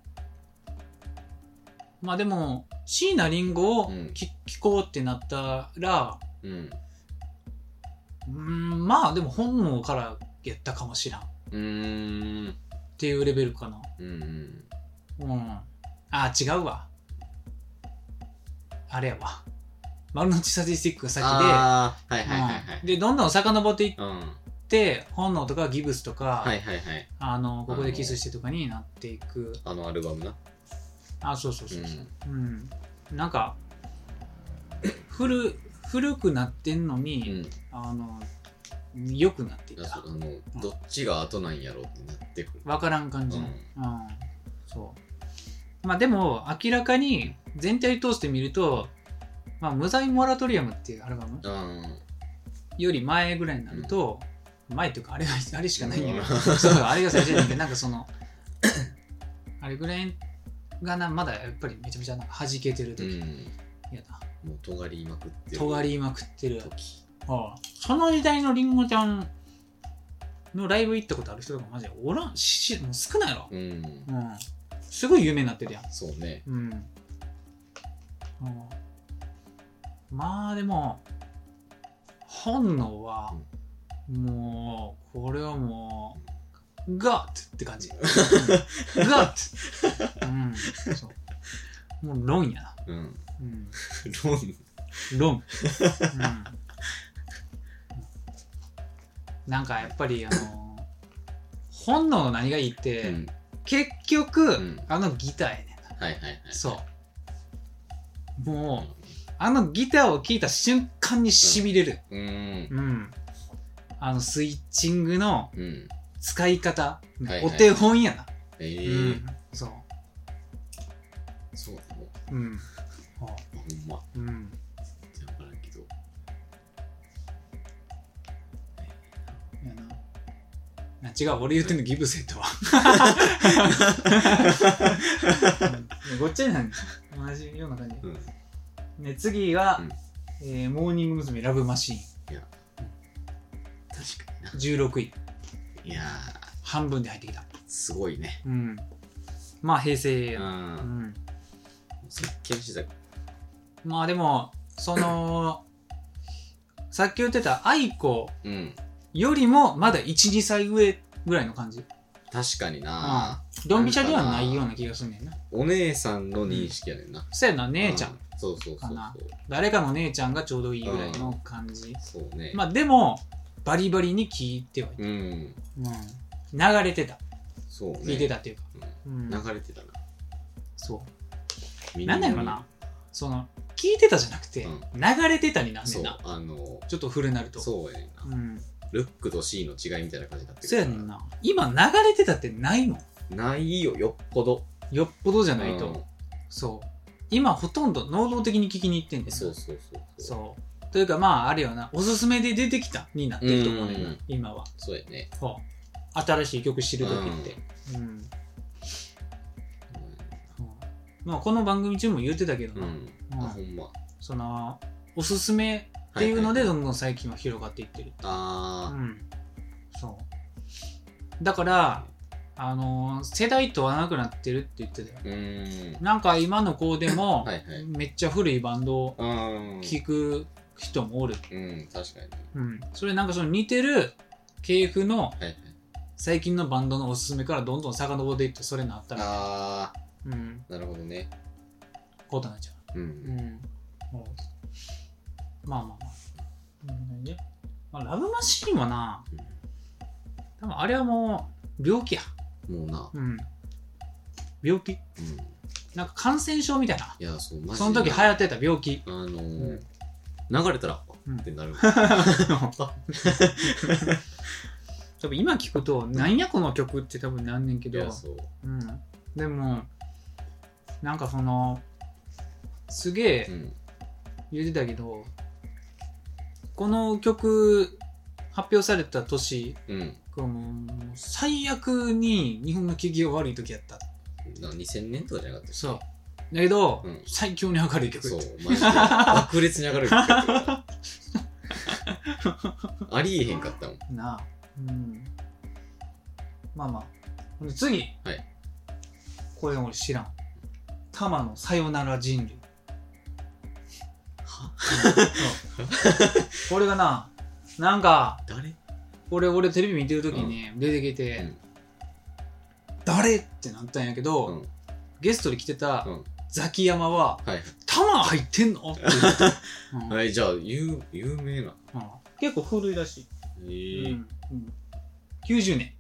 まあでも椎名林檎をうんき聞こうってなったらうんうーんまあでも本能からやったかもしらんっうーんていうレベルかなうんうんうん。あ、違うわ。あれやわ。マルノチサティスティックが先であーはいはいはいはうん、いで、どんどん遡っていっうんて、本能とかギブスとか、はいはいはいあの、ここでキスしてとかになっていく。あのアルバムなあ、そうそうそうそう。うん。なんか、古、古くなってんのうに、んあの、良くなっていあたそう。あのどっちが後なんやろうってなってくるわからん感じの。ううん。そう。まあでも、明らかに全体通して見ると、まあ、無罪モラトリアムっていうアルバムうんより前ぐらいになると、前というか、あれが、あれしかないんやけど、うんそう、あれが最初やねんけど、なんかその、 あれぐらいがな、まだやっぱりめちゃめちゃなんか弾けてるう時、んやな。もう尖りまくってる尖りまくってる。時ああその時代のりんごちゃんのライブ行ったことある人とかマジでおらんし、もう少ないやろ。うんうん。すごい有名になってるやん。そうねうん。まあでも、本能は、もう、これはもう、ガッって感じ。うんガッうん。そう。もう論やな。うんうん。ロン論。うん。なんかやっぱり、あの、本能の何がいいって、うん結局、んあのギターやねんな。はいはいはいそう。もう、あのギターを聴いた瞬間にしびれる、うーん。うん、あのスイッチングのうん。使い方、いはいお手本やな、ええうーん、そうそうだね。うんほんま。うん全然わからんけど。やなあ違う俺言ってんのギブセット はうんごっちゃになんですよ同じような感じ、うん。ね、次は、うんえーモーニング娘。ラブマシーン確かにな。 16位いや半分で入ってきた、ー、すごいね。うん、まあ平成う。やな、うんん、接見してた。まあでもその さっき言ってた愛子うん。よりもまだ12歳上ぐらいの感じ確かにな。ドンピシャではないような気がすんねんなお姉さんの認識やねんな。そうやな姉ちゃん、う。そうそうそかうな誰かの姉ちゃんがちょうどいいぐらいの感じ、そう。そうね。まあでもバリバリに聞いてはいた、うん。うん、流れてたそうね。聞いてたっていうか、うん流れてたな。そみうなんだろうなその聞いてたじゃなくて、うん流れてたになんねそんうな、あの、ちょっと古なるとそうやねんな。うん、ルックと C の違いみたいな感じになってそうやねんな今流れてたってないもんないよ、よっぽど。よっぽどじゃないと、うんそう今ほとんど能動的に聞きに行ってんだよなそうそうそう。そうそうというかまああれよなおすすめで出てきたになってると思うねんうなん今はそうやね。ほう新しい曲知る時ってうん、ほうまあこの番組中も言ってたけどうん。うな、んあ、うんほんま。そのおすすめっていうのでどんどん最近は広がっていってる、あうんそうだからあのー世代問わなくなってるって言ってたよー。うーん。なんか今の子でもはいはいめっちゃ古いバンドをうん。聴く人もおる、うん、確かに。うん、それなんかその似てる系譜のはいはい。最近のバンドのおすすめからどんどん遡っていってそれのあったら、あうん、ー、なるほどね。ことになっちゃう。う。うんん。もうまあまあまあ。うんでまあ、ラブマシーンはな、多分あれはもう病気や。もうな。うん。病気うん。なんか感染症みたいな。いや、そう、マジで。その時流行ってた病 気。あのうーん、流れたら、うんってなる。多分今聞くと、なんやこの曲って多分なんねんけいど、や、そう。うん。でも、なんかその、すげえ、うん。言ってたけどこの曲発表された年うん。がもう最悪に日本の景気が悪い時やったな2000年とかじゃなかったっけそうだけど、うん最強に明るい曲そう、マジで。爆裂に上がる曲やったからありえへんかったもん。なあ、うん、まあまあほんで次、はいこれ俺知らん「タマのさよなら人類」そうこれがななんか誰俺俺テレビ見てる時に出てきて、うん誰ってなったんやけど、うんゲストで来てたうんザキヤマははい。 「玉入ってんの?」って言 ってた、うんはい、じゃあ、有有名な。うん結構古いらしえい、ーうんうん90年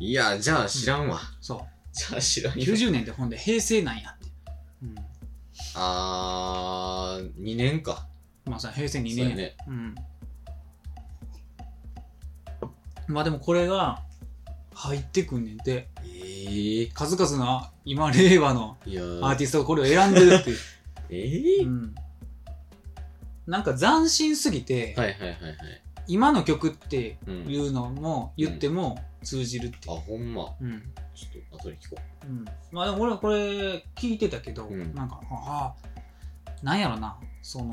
いや、じゃあ知らんわ。そじゃあ知らんうよ。 90年ってほんで平成なんやって、うんあー、2年か。まあさ平成2年そうややね。うん、まあでもこれが入ってくんねんてえー、数々の今令和のいやアーー、ティストがこれを選んでるって いうえうー、んなんか斬新すぎて、はいはいはいはい。今の曲ってういん。うのも言っても通じるっていあ、う、ほんま。うんちょっと後で聞こうんまあでも俺はこれ聞いてたけど、うんなんかああなんやろなその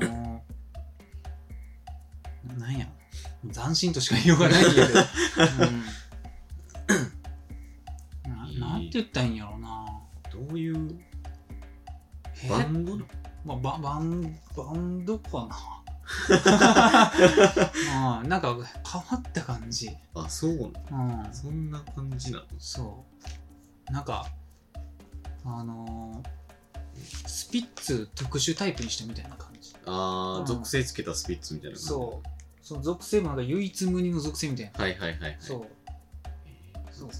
なんやろ斬新としか言いようがないんやけど、 うん、ななんて言ったらいいんやろなう。どういうえバンドのまあ、ババンバンドか な、うん、なんか変わった感じ、あ、そうなのうん、そんな感じなのそうなんかあのースピッツ特殊タイプにしたみたいな感じあー、うん属性つけたスピッツみたいな感じ。そうその属性もなんか唯一無二の属性みたいな、う。はいはいはいはい。そう、えー。そう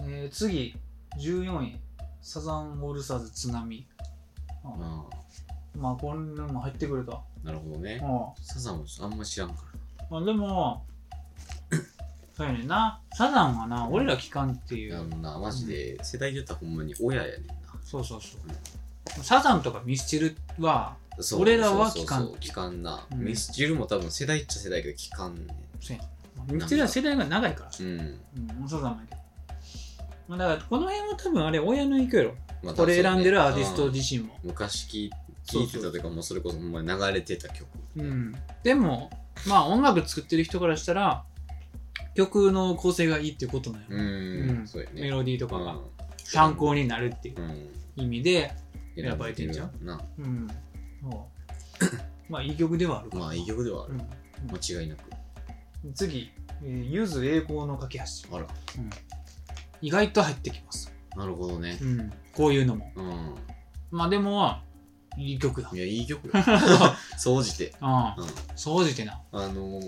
えー次14位サザンオールスターズ津波、うんあまあこんなのも入ってくると、なるほどうんね。サザンもあんま知らんから。まあ、でもそうやねんなサザンはな俺ら聞かんっていいう、や、な、マジで、世代で言ったらほんまに親やねんな。そうそうそうサザンとかミスチルはそう俺らはそうそう聞かんそう聞かんな。うんミスチルも多分世代っちゃ世代やけど聞かんねミスチルは世代が長いからん。うん。うん、サザンもやけどまあだからこの辺は多分あれ親の影響やろまあこれ選んでるアーティスト多分そうね自身もうん昔聞いそう聞そういてたというか、もうそれこそほんまに流れてた曲。うん、でもまあ音楽作ってる人からしたら曲の構成がいいっていうことなんや、ううんん。そうやね。メロディーとかがうん参考になるっていううん。意味で、選選ばばれれててんんじゃじゃんんなそうまあいい曲ではあるからまあいい曲ではある、間違いなくうん、次、えーゆず栄光の架け橋あら意外と入ってきます、なるほどねうん、こういうのもうんまあでもいい曲だいやいい曲よ 総じてあうん総じてな、あの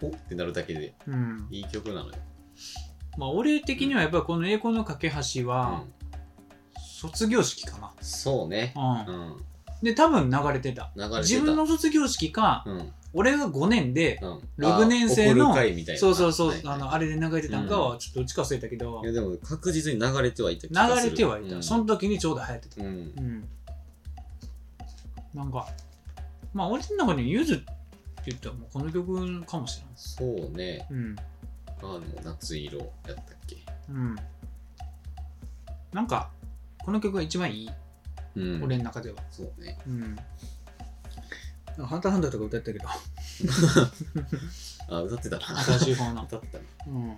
おってなるだけでうん、いい曲なのよまあ俺的にはやっぱりこの栄光の架け橋うはん卒業式かそうねな、うんうんで多分流れてた流れてた自分の卒業式か、うん俺が5年で、うん六年生のあ送る会みたいなそうそうそう、はいはいあのあれで流れてたんかはちょっとどっちか忘れたけど、いやでも確実に流れてはいた気がす流るれてはいた、うん、その時にちょうど流行ってたうんうんなんかまあ俺の中でゆずって言ったらもうこの曲かもしれないそうねうんあでも夏色やったっけうんなんかこの曲が一番いい、うん俺の中ではそうねうんハンターハンターとか歌ったけどあ歌ってたな新しい方の 歌ってたなうん。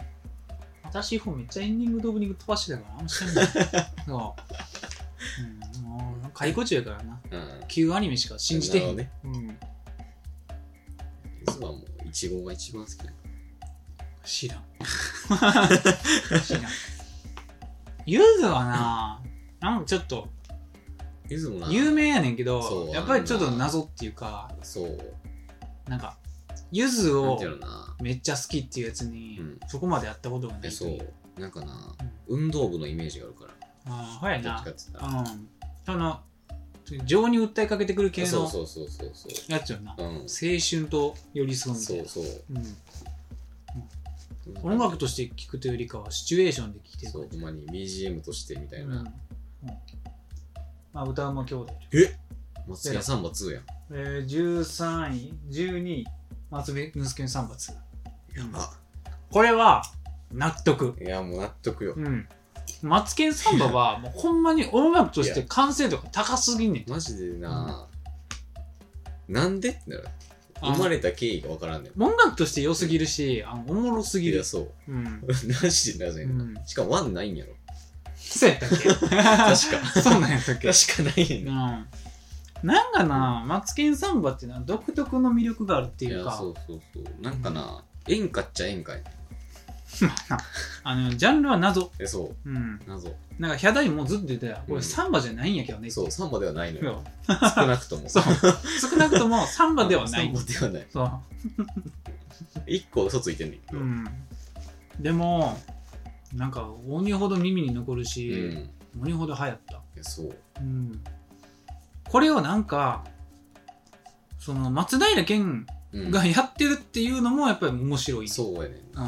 私、ほんめっちゃエンディングとオープニング飛ばしてたから、あんま知 らない。そう。うん、もう、解雇中やからな。うん旧アニメしか信じてへなるん。ほどねうん。実はもういちごが一番好きなの知 らん。知らん。ゆずはな、なんかちょっと、ゆずもな有名やねんけそど、うやっぱりちょっと謎っていうか、そうなんか、ゆずなんをていうのなめっちゃ好きっていうやつに、うんそこまでやったことがなえいそという。うなんかなうん運動部のイメージがあるからああ、ほやどっなちか。って言ったらうん。その、情に訴えかけてくる系そうのそうそうそうそうやつよな。うんそ青春と寄り添うみたいなうそううん、音楽として聴くというよりかはシチュエーションで聴いてるそうほんまに BGM としてみたいうんなうんまあ、歌うま兄弟、松屋サンバ2やんえー、13位12位松部之助三抜やばこれは納得いやもう納得ようんマツケンサンバはもうほんまに音楽として完成度が高すぎんねんマジでななんでってなる生まれた経緯がわからんねん音楽として良すぎるし、あのおもろすぎいやる、そう うん、マジでなぜうなんしかもワンないんやろそうやったっけ確 確か かそうなんやったっけ確かないねんなうん、なんかな、マツケンサンバっていうのは独特の魅力があるっていいやうか、 そうそうそうなんかな演歌っちゃ演歌やねんあのジャンルは謎。えそうん。う謎なんか、ヒャダインもずっと言ってたよ。こうれんサンバじゃないんやけどね。そうサンバではないのそうよ少なく ともそう少なくともサンバではないサン。バではないそう。一個嘘ついてんねんけど、うん。でも、なんか、鬼ほど耳に残るうんし、い鬼ほど流行った。やそううん。これをなんか、その、松平健うんがやってるっていうのもやっぱり面白い。そうやねんな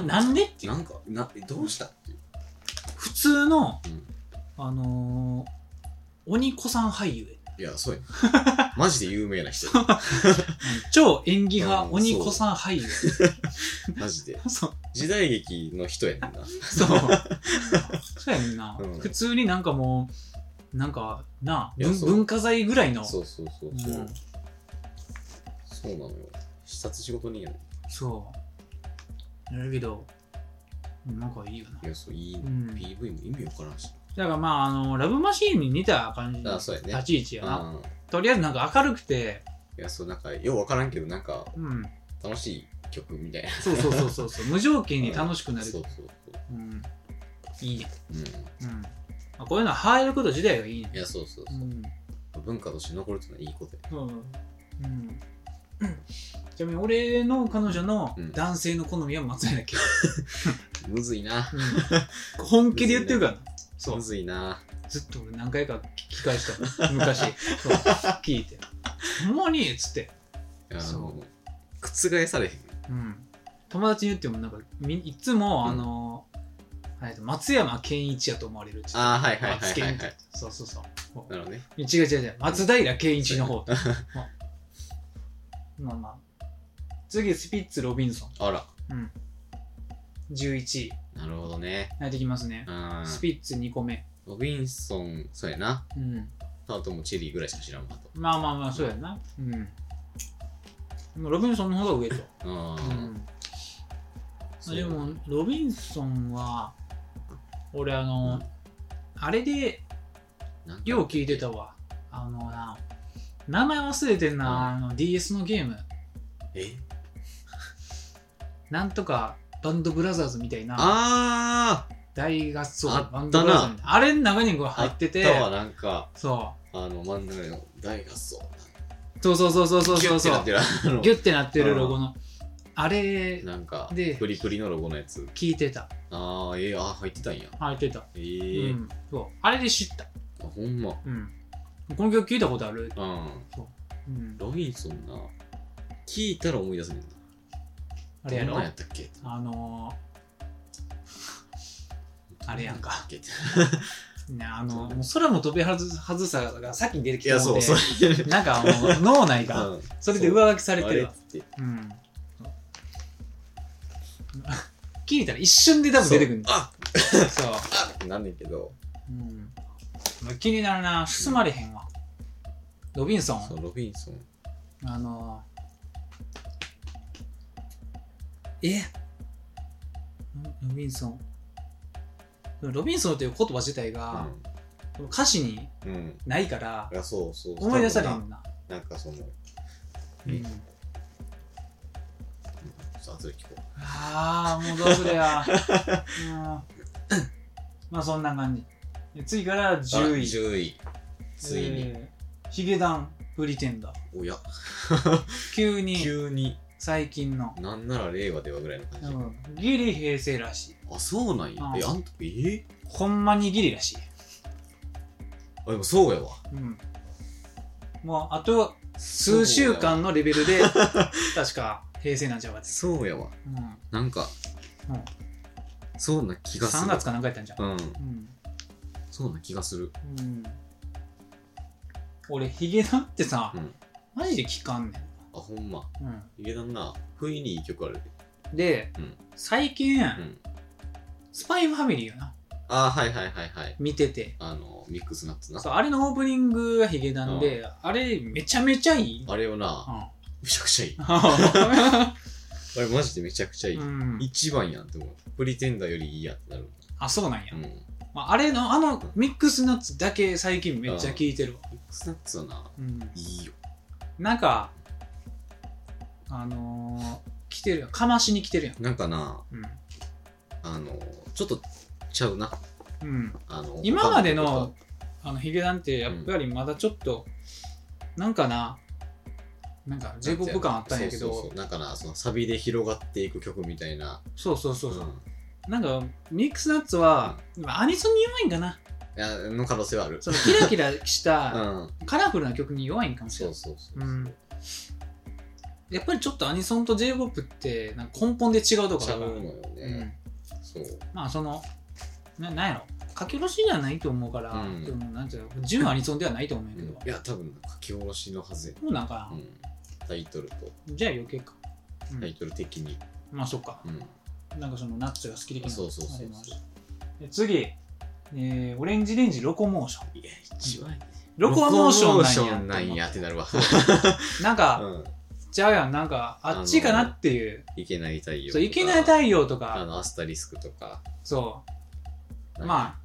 うん。ななんでっていうなんかなえどうしたっていう普通の、うんあのー、鬼子さん俳優やいやそうやね んマジで有名な人超演技派、うん鬼子さん俳優マジでやそう時代劇の人やねんなそう そうやねんな、うん普通になんかもうなんかなあいや文そう文化財ぐらいのそうそうそうそう、うんそうなのよ視察仕事人やねそうやるけどなんかいいよなんいやそういい、うん PV も意味わからんしだからまああのラブマシーンに似た感じなのあそうやね立ち位置やな、うんとりあえずなんか明るくていやそうなんかようわからんけどなんかうん楽しい曲みたいなそうそうそうそう そう無条件に楽しくなるそうそうそううん、いいね、うんうんまあ、こういうのは入ること自体がいいねいやそうそううそう、ん文化として残るってのはいいことやうん、うん、ちなみに俺の彼女のうん男性の好みは松 平健、むずいなうん、本気で言ってるからなそうむずいなずっと俺何回か聞き返したの昔そう聞い て「ほんまに?」っつって、いやそうあの覆されへんうん、友達に言ってもなんかみいつも、あのあれ松山ケンイチやと思われるっつってああはいはいはい松はい、は健いって、そうそうそうなるほどね違う違う違う松平健一の方 まあまあ次スピッツ・ロビンソンあら11位なるほどね泣いてきますねう、スんピッツ2個目ロビンソンそうやなうんタートもチェリーぐらいしか知らんわとまあまあまあそうやなうんでもロビンソンの方が上と、あうーんそうでもロビンソンは俺あの、あれでなんかよう聞いてたわあのな名前忘れてんな、あの DS のゲームえなんとかバンドブラザーズみたいなあー大合奏あったなバンドブラザーズみたいなあれの中にこう入っててあったわなんかそあの真ん中の大合奏うそうそうそうそうそうそうそうギュッてなってるあのギュッてなってるロゴのあれなんかでプリプリのロゴのやつ聞いてたああええあー入ってたんや入ってたええうん、そうあれで知った、あほんまうん、この曲聞いたことある、うんうん、ロビンソンな聞いたら思い出すねんなあれやどんろなんやったっけあの ー、あれやんか、どんなんやったっね、あのもう空も飛びはずはずさがさっき出てけきたいやのそでうそれなんかもう脳内 がうんそれで上書きされあてれるっわつってうん聞いたら一瞬で多分出てくるんだあそうあってなんねんけどうん、気になるな進まれへんわロビンソンそうロビンソンあのー、えロビンソンロビンソンという言葉自体が、歌詞にうんうんないからいやそうそう思い出されへ多分んな、ななんかそのううんん、さあそれ聞こうああもうどうすりゃうんまあそんな感じで次から10位10位ついにえーヒゲダンプリテンダーおや急に急に最近の、なんなら令和ではぐらいの感じうん、ギリ平成らしいあそうなんやうんえあんとえほんまにギリらしいあでもそうやわうん。もう、あと数週間のレベルで、確か平成なんちゃうかって。そうやうわん。なんかうんそうな気がする3月かなんかやったんじゃん。うんうん。そうな気がするうん。俺、ヒゲダンってさ、うんマジで聞かんねあほんまん。ヒゲダンな不意にいい曲あるうでん。で、うん最近、んスパイファミリーよな。あーはいはいはいはい見てて。あのミックスナッツなそう、あれのオープニングがヒゲダンで、あれめちゃめちゃいい。あれをなうめちゃくちゃいいあれマジでめちゃくち ゃいいん。うん一番やんって思うプリテンダーよりいいやってなるあ、そうなんや。うんミまあ、あれのあのミックスナッツだけ最近めっちゃ聞いてるわ、ックスナッツはなうん、いいよなんかあのー、来てるやんかましに来てるやんなんかなう、あのちょっとちゃうなうんん、あの今まで他曲のあのヒゲダンってやっぱりまだちょっと、なんかななんかと J−POP 感あったんやけどそうそうそうなんかなそのサビで広がっていく曲みたいなそうそうそううんなんかミックスナッツは、まあアニソンに弱いんかないやの可能性はあるそのキラキラし うたんカラフルな曲に弱いんかもしれそなういそうそううんやっぱりちょっとアニソンと J−POP ってなんか根本で違うとこちゃだうからのよねそうまあそのななんやろ書き下ろしじゃないと思うから、うんでもなんていうの純アニソンではないと思うんやうけんど、いや多分書き下ろしのはずやもうなんかう、んタイトルとじゃあ余計か、うんタイトル的にまあそっかうんなんかそのナッツが好き的なそうそうそうそうあれもあるしで次、えーオレンジレンジロコモーションいや一番ロコモーショロンコモーなんやショってなるわなんか、うんちゃうやんなんかあっちかなっていう、いけない太陽とかそういけない太陽とあかのアスタリスクとかそうなんかま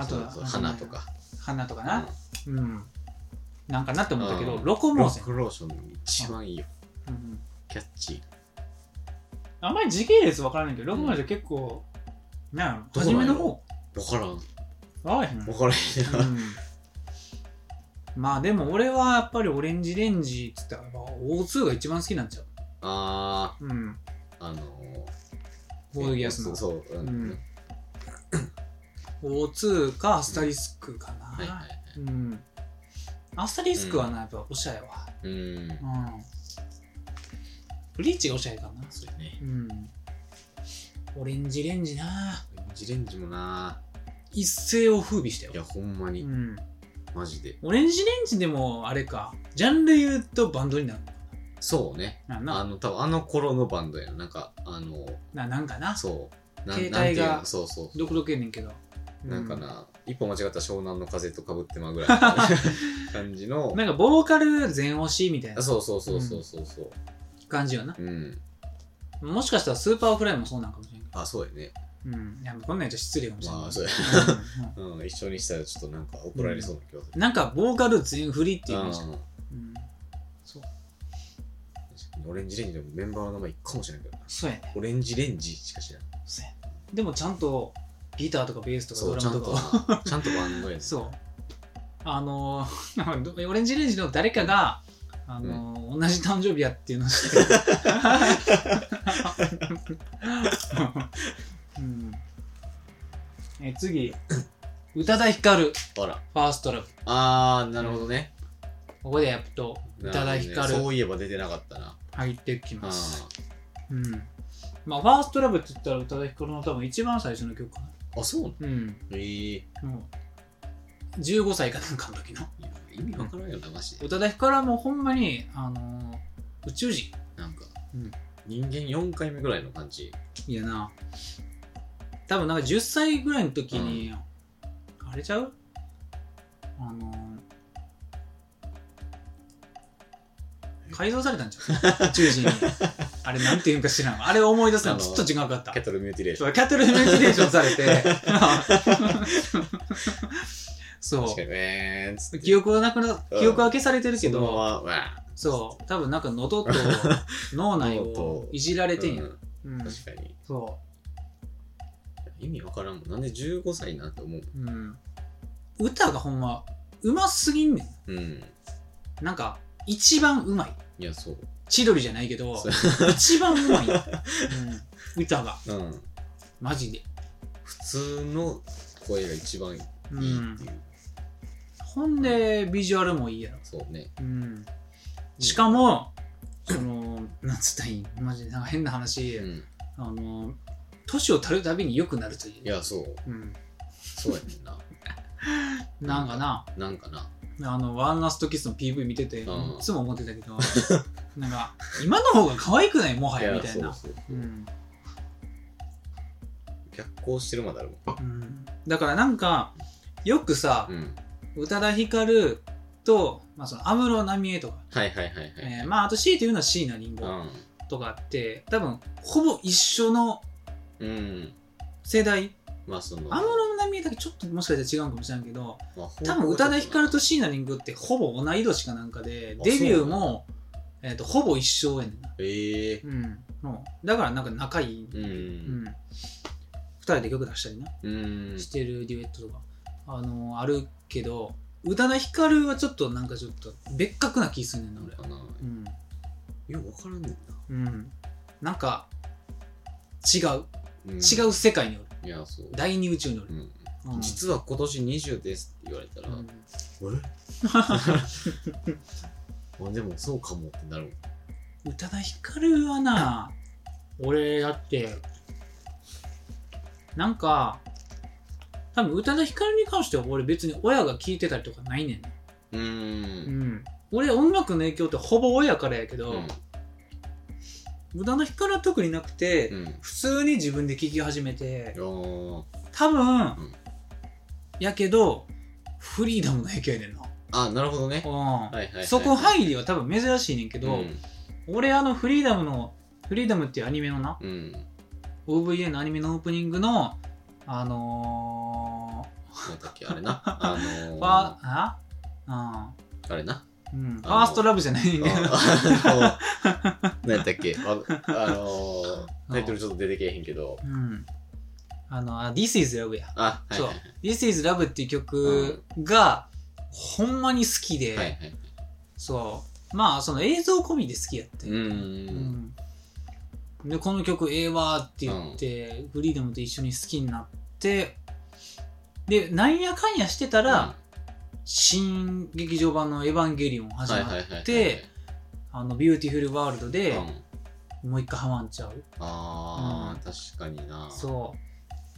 あそうあとそうあと花とかあ花とかうんなうん、なんかなって思ったけど、うんロコモーショロン、コモーション一番いいようんキャッチーあんまり時系列わからないけど、ロコモーション結構、ね、どう初なめんやろの方分からんわかへんない分からへんなまあでも俺はやっぱりオレンジレンジっつったら O2 が一番好きなんちゃうあうんーあのーボードギアスのそう、うんうん O2 かアスタリスクかな、はいはいはいうんアスタリスクはなやっぱおしゃれはうーうんんブリーチがおしゃれかなそうやねうんオレンジレンジなオレンジレンジもな一世を風靡したよいやほんまうにんマジでオレンジレンジでもあれかジャンル言うとバンドになるそうねなあなの多分あの頃のバンドやななんかあのななんかなそうな携帯なんていうのがそうそうそう独特やねんけどなんか、な、一歩間違った湘南の風とかぶってまうぐ らいの感じうの ん、なんかボーカル全押しみたいあなそうそうそうそうそうそう感じよなうん、もしかしたらスーパーフライもそうなんかもしれんけあそうやねどうんいやもうこんなんやったら失礼かもしれない、まあそうやうんうんうん一緒にしたらちょっとなんか怒られそうな気がする、なんかボーカル全振りっていうあ感ーじ確うんそうかにオレンジレンジでもメンバーの名前一個も知らんけどなそうやねオレンジレンジしか知らんそうやねでもちゃんとギターとかベースとかそドうラちゃムんととかなちゃんとバンドやね そうあのー オレンジレンジの誰かが、あのー同じ誕生日やっていうのを知ってる うんえ次宇多田ヒカルフあらァーストラブあーなるほどねここでやっと宇多田ヒカなるほどねルそういえば出てなかったな入ってきあます、うーんまあ、ファーストラブって言ったら宇多田ヒカルの多分一番最初の曲かなあそうなのうんえーもう15歳かなんかの時のいや意味わからんよなマジで宇多田ヒカルはもうほんまに、あのー宇宙人なんか、うん人間4回目ぐらいの感じいやな多分なんか10歳ぐらいの時に、あれちゃうあのー改造されたんちゃう宇宙 人にあれなんていうんか知らんわあれ思い出すのあのちょっと時間かかったキャトルミューティレーションそうキャトルメンテレーションされ て そ確かにねーっつってう記憶はなくな記憶は消されてるけど、そのままうわそう多分なんか 喉と脳内脳をといじられてんや、うんうん確かにそ意味わからんもんなんで15歳なんて思うう、うん、歌がほんまうますぎんねうんんなんか一番うまいいやそう千鳥じゃないけどそ一番う まい、うん、歌がうんマジで、普通の声が一番いいっうんていう、ほんでビジュアルもいいやろ、そうねうん、しかも、そのなんつったらいいマジでなんか変な話、うんあの年を取るたびに良くなるとい、いうやそううん、そうやねんな なんかななんかなあの、ワンラストキスの PV 見てて、いうんつも思ってたけ ど、なんか、今の方が可愛くないもはや、みたいな。そうそううそうん逆行してるまであるもんうんだからなんか、よくさう、ん宇多田ヒカルと、まあその、安室奈美恵とか、はいはいはいはい、えーまああと C というのは椎名林檎とかあって、多分、ほぼ一緒のうん、うん、世代、まあその安室奈美恵だけちょっともしかしたら違うかもしれんけど、まあ多分宇多田ヒカルと椎名林檎ってほぼ同い年かなんかで、あデビューそうなんだも、えっと、ほぼ一緒やねんな。ええうん、もうだからなんか仲いい、ううんん、2人で曲出したりな、うんしてるデュエットとか、あのあるけど宇多田ヒカルはちょっとなんかちょっと別格な気すんねんななん俺かなうん、よくわからんねんなうん、なんか違ううん違う世界におる、いやそう第二宇宙におるう、んうん実は今年20ですって言われたら、 うんえあでもそうかもってなるもん宇多田ヒカルはな俺だってなんか多分宇多田ヒカルに関しては俺別に親が聞いてたりとかないねんねううんん俺音楽の影響ってほぼ親からやけど、うん宇多田ヒカルは特になくて、うん普通に自分で聴き始めてあ多分、んやけどフリーダムの影響やねんな、あなるほどねうんはいはいはいそこい入りは多分珍しいねんけど、俺あのフリーダムのフリーダムっていうアニメのなうん、うん、 OVA のアニメのオープニングのあのなんだっけあれなあー、のファあああれ なうん、ファーストラブじゃないあんだけどあのなんだっけわあのタイトルちょっと出てけえへんけどうんあのあ This is Love やあはいそうはい「This is Love」っていう曲がほんまに好きで、はいはいはいそうまあその映像込みで好きやって、うんうんでこの曲ええわーって言って、フリーダムと一緒に好きになってでなんやかんやしてたら、新劇場版の「エヴァンゲリオン」うん始はまっいはいはいはいてあのビューティフルワールドうでんもう一回ハマっちゃう、あー確かになそ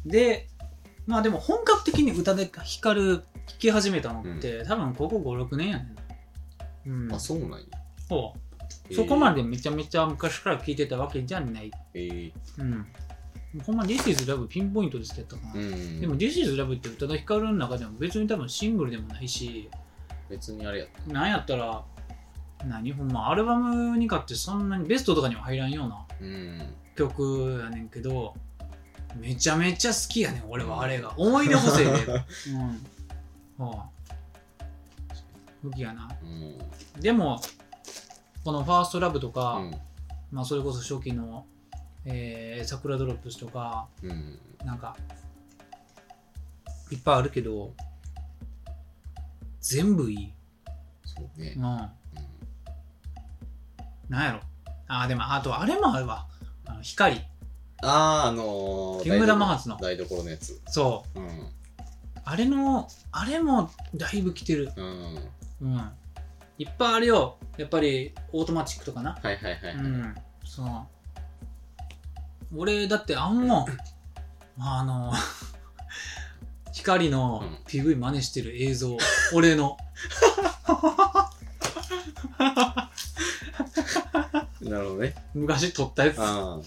うでまあでも本格的に歌で光る聴き始めたのって、多分ここ56年やねんな、うあん、そそうなんやうそこまでめちゃめちゃ昔から聴いてたわけじゃない、えーうん、ほんま This is Love ピンポイントですけどかな、えーうんでも This is Love って宇多田ヒカルの中でも別に多分シングルでもないし別にあれやったなんやったら何ほんまアルバムにかってそんなにベストとかには入らんようなうん曲やねんけどめちゃめちゃ好きやねん俺はあれが思い出補 正でうんはあ武器やなうんでもこの「ファーストラブとか、うんまあ、それこそ初期の「えー、桜ドロップス」とかうんなんかいっぱいあるけど全部いい、そうねうん、なんやろあーでもあとあれもあるわあの光あああのーキングダムハーツの台所のやつそうんうあれのあれもだいぶ来てるうんうんいっぱいあるよやっぱりオートマチックとかなはいはいはいうはいんそう俺だってあんもんまああの 光のうん PV 真似してる映像、俺のなるほどね昔撮ったやつあ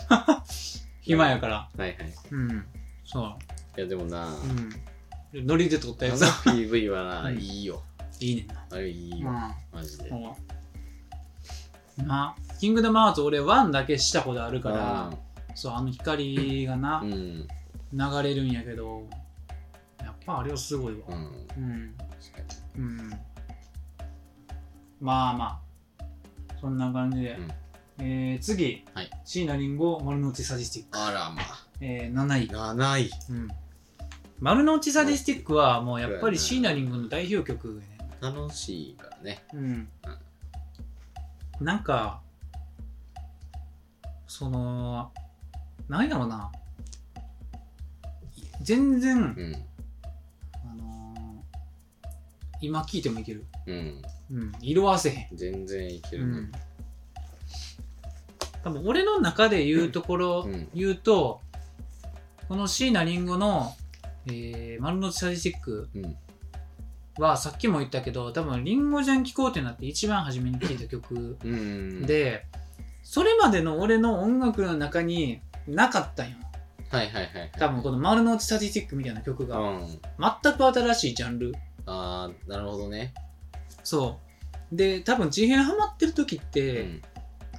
暇やからあはいはいうんそういやでもな、うんでノリで撮ったあやのつ PV はな、うんいいよいいねんなあれいいよ、うんマジでそうまあキングダムハーツ俺ワンだけしたことあるからそうあの光がなう、ん流れるんやけどやっぱあれはすごいわうんうん確かうにんまあまあそんな感じで、うんえー次、はい椎名林檎丸の内サディスティック、あらまあえー、7位、 7位うん、丸の内サディスティックはもうやっぱりそう椎やな名林檎の代表曲やね楽しいからねうんなんかそのなんやろな全然、うんあのー今聴いてもいける、うんうん、色あせへ全然いけん、うるねん、多分俺の中で言うところ、うん、言うとこの椎名林檎の、えー、丸の内サディスティックうんはさっきも言ったけど多分「リンゴちゃん聴こう」ってなって一番初めに聴いた曲うん、で、それまでの俺の音楽の中になかったんよはいはいはいはい多分この「丸の内サディスティック」みたいな曲がうん全く新しいジャンルああなるほどねそうで多分地平ハマってる時って、うん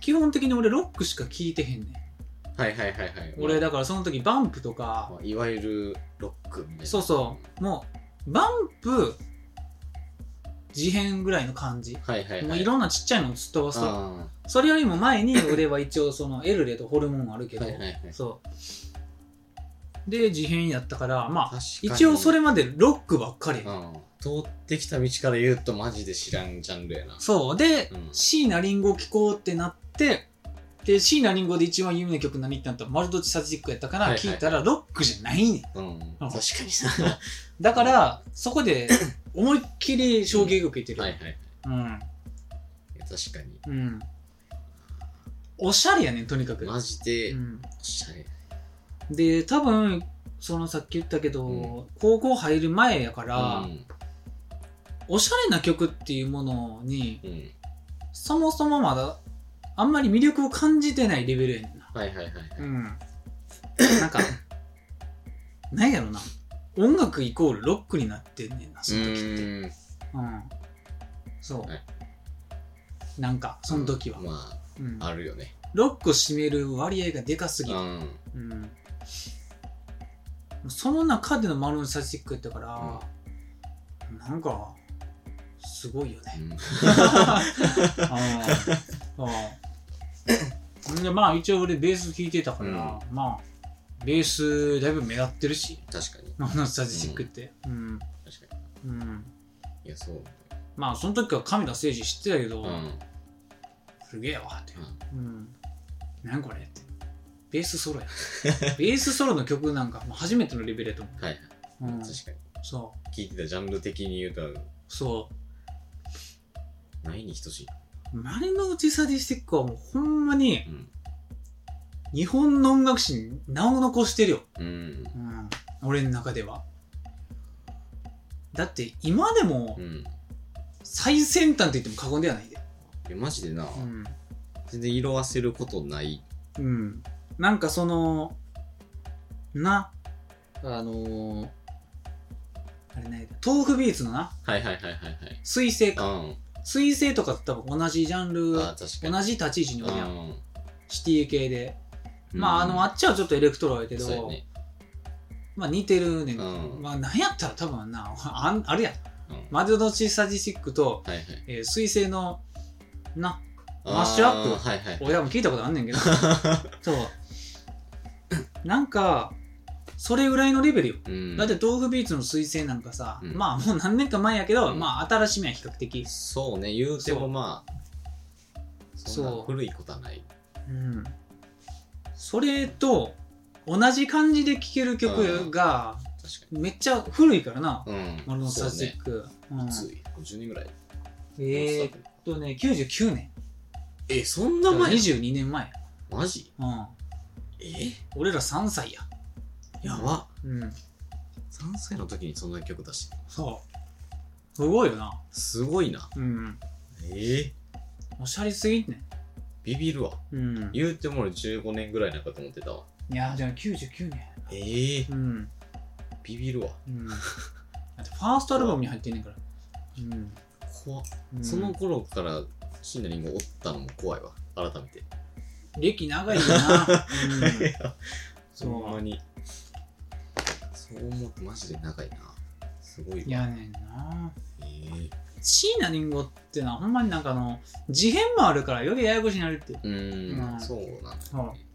基本的に俺ロックしか聴いてへんねはいはいはいはいん俺だからその時バンプとか、まあいわゆるロックみたいなそうそうもうバンプ事変ぐらいの感じ、はいはいはいもういろんなちっちゃいのをずっと忘れあそれよりも前に俺は一応そのエルレとホルモンあるけーど、はいはいはいそうで事変やったからま確あかに一応それまでロックばっかりやん、うん通ってきた道から言うとマジで知らんジャンルやなそうでうん椎名林檎聴こうってなってで椎名林檎で一番有名な曲何ってなったらマルドチサジックやったかはいらはい聞いたらロックじゃないねん、うん確かに なだからそこ で思いっきり衝撃を受けてる、はいはいはいうん確かにうんおしゃれやねんとにかく、マジでうん、おしゃれで多分そのさっき言ったけど、う高校入る前やから、うんおしゃれな曲っていうものにうんそもそもまだあんまり魅力を感じてないレベルやねんな。はいはいはいはいうん。なんか、なんやろな。音楽イコールロックになってんねんな、その時って。うーんうん。そう。はいなんか、その時は、まうんああるよねロックを占める割合がでかすうぎる。んうん。その中でのマルーンサチックやったから、なんか、すごいよね。うんうんうんでまあ一応俺ベース弾いてたから、まあベースだいぶ目立ってるし 確かにあのスタジシックってうん、確かうんにいやそうまあその時は神田誠司知ってたけど、うんすげえわって、うん、何これってベースソロやベースソロの曲なんかもう初めてのレベルやと思、はいはいううん確かにそ聞いてたジャンル的に言うとうそないに等しい。う丸の内サディスティックはもうほんまにうん。日本の音楽史に名を残してるよ、うん。うん、俺の中ではだって今でもうん。最先端と言っても過言ではないでいやマジでな、うん、全然色あせることない。うん、なんかそのなあのーあれね豆腐ビーツのなはいはいはいはい水星かはい。水星とかと多分同じジャンうん。ルああ、確かに。同じ立ち位置におるやんうんシティ系でまああのあっちはちょっとエレクトロやけどそうやね。まあ似てるねん、うんまあなんやったら多分なあんあれやんうん。窓のチサディスティックと、はいはい。えー、水星のなあーマッシュアップはいはい。俺はもう聞いたことあんねん けどそうなんかそれぐらいのレベルようん。だって豆腐ビーツの彗星なんかさ、うんまあもう何年か前やけど、うんまあ新しめは比較的、そうね、言うてそもうまあ、そんなそう古いことはない。うん、それと同じ感じで聴ける曲が確めっちゃ古いからな、かに。うマルん。ノそサうジねッ。ク、うんつい50年ぐらい。えー、っとね99年え、そんな前22年前、マジうん、え俺ら3歳や、やば。うん、 3歳の時にそんな曲出してるそうすごいよな、すごいな。うん、ええおしゃれすぎんねビビるわ。うん、言うても俺15年ぐらいなんかと思ってたわ。いやじゃあ99年ええうんビビるわ。うん、だってファーストアルバムに入ってんねんから、うん怖っうん、その頃から椎名林檎おったのも怖いわ。改めて。歴長いよな、うん、 そうほんまに。そう思ってマジで長いな。すごいわ。いやねんなええ椎名林檎ってのはほんまになんかあの事変もあるからよりややこしになるってうー、うんんそうなんだよね。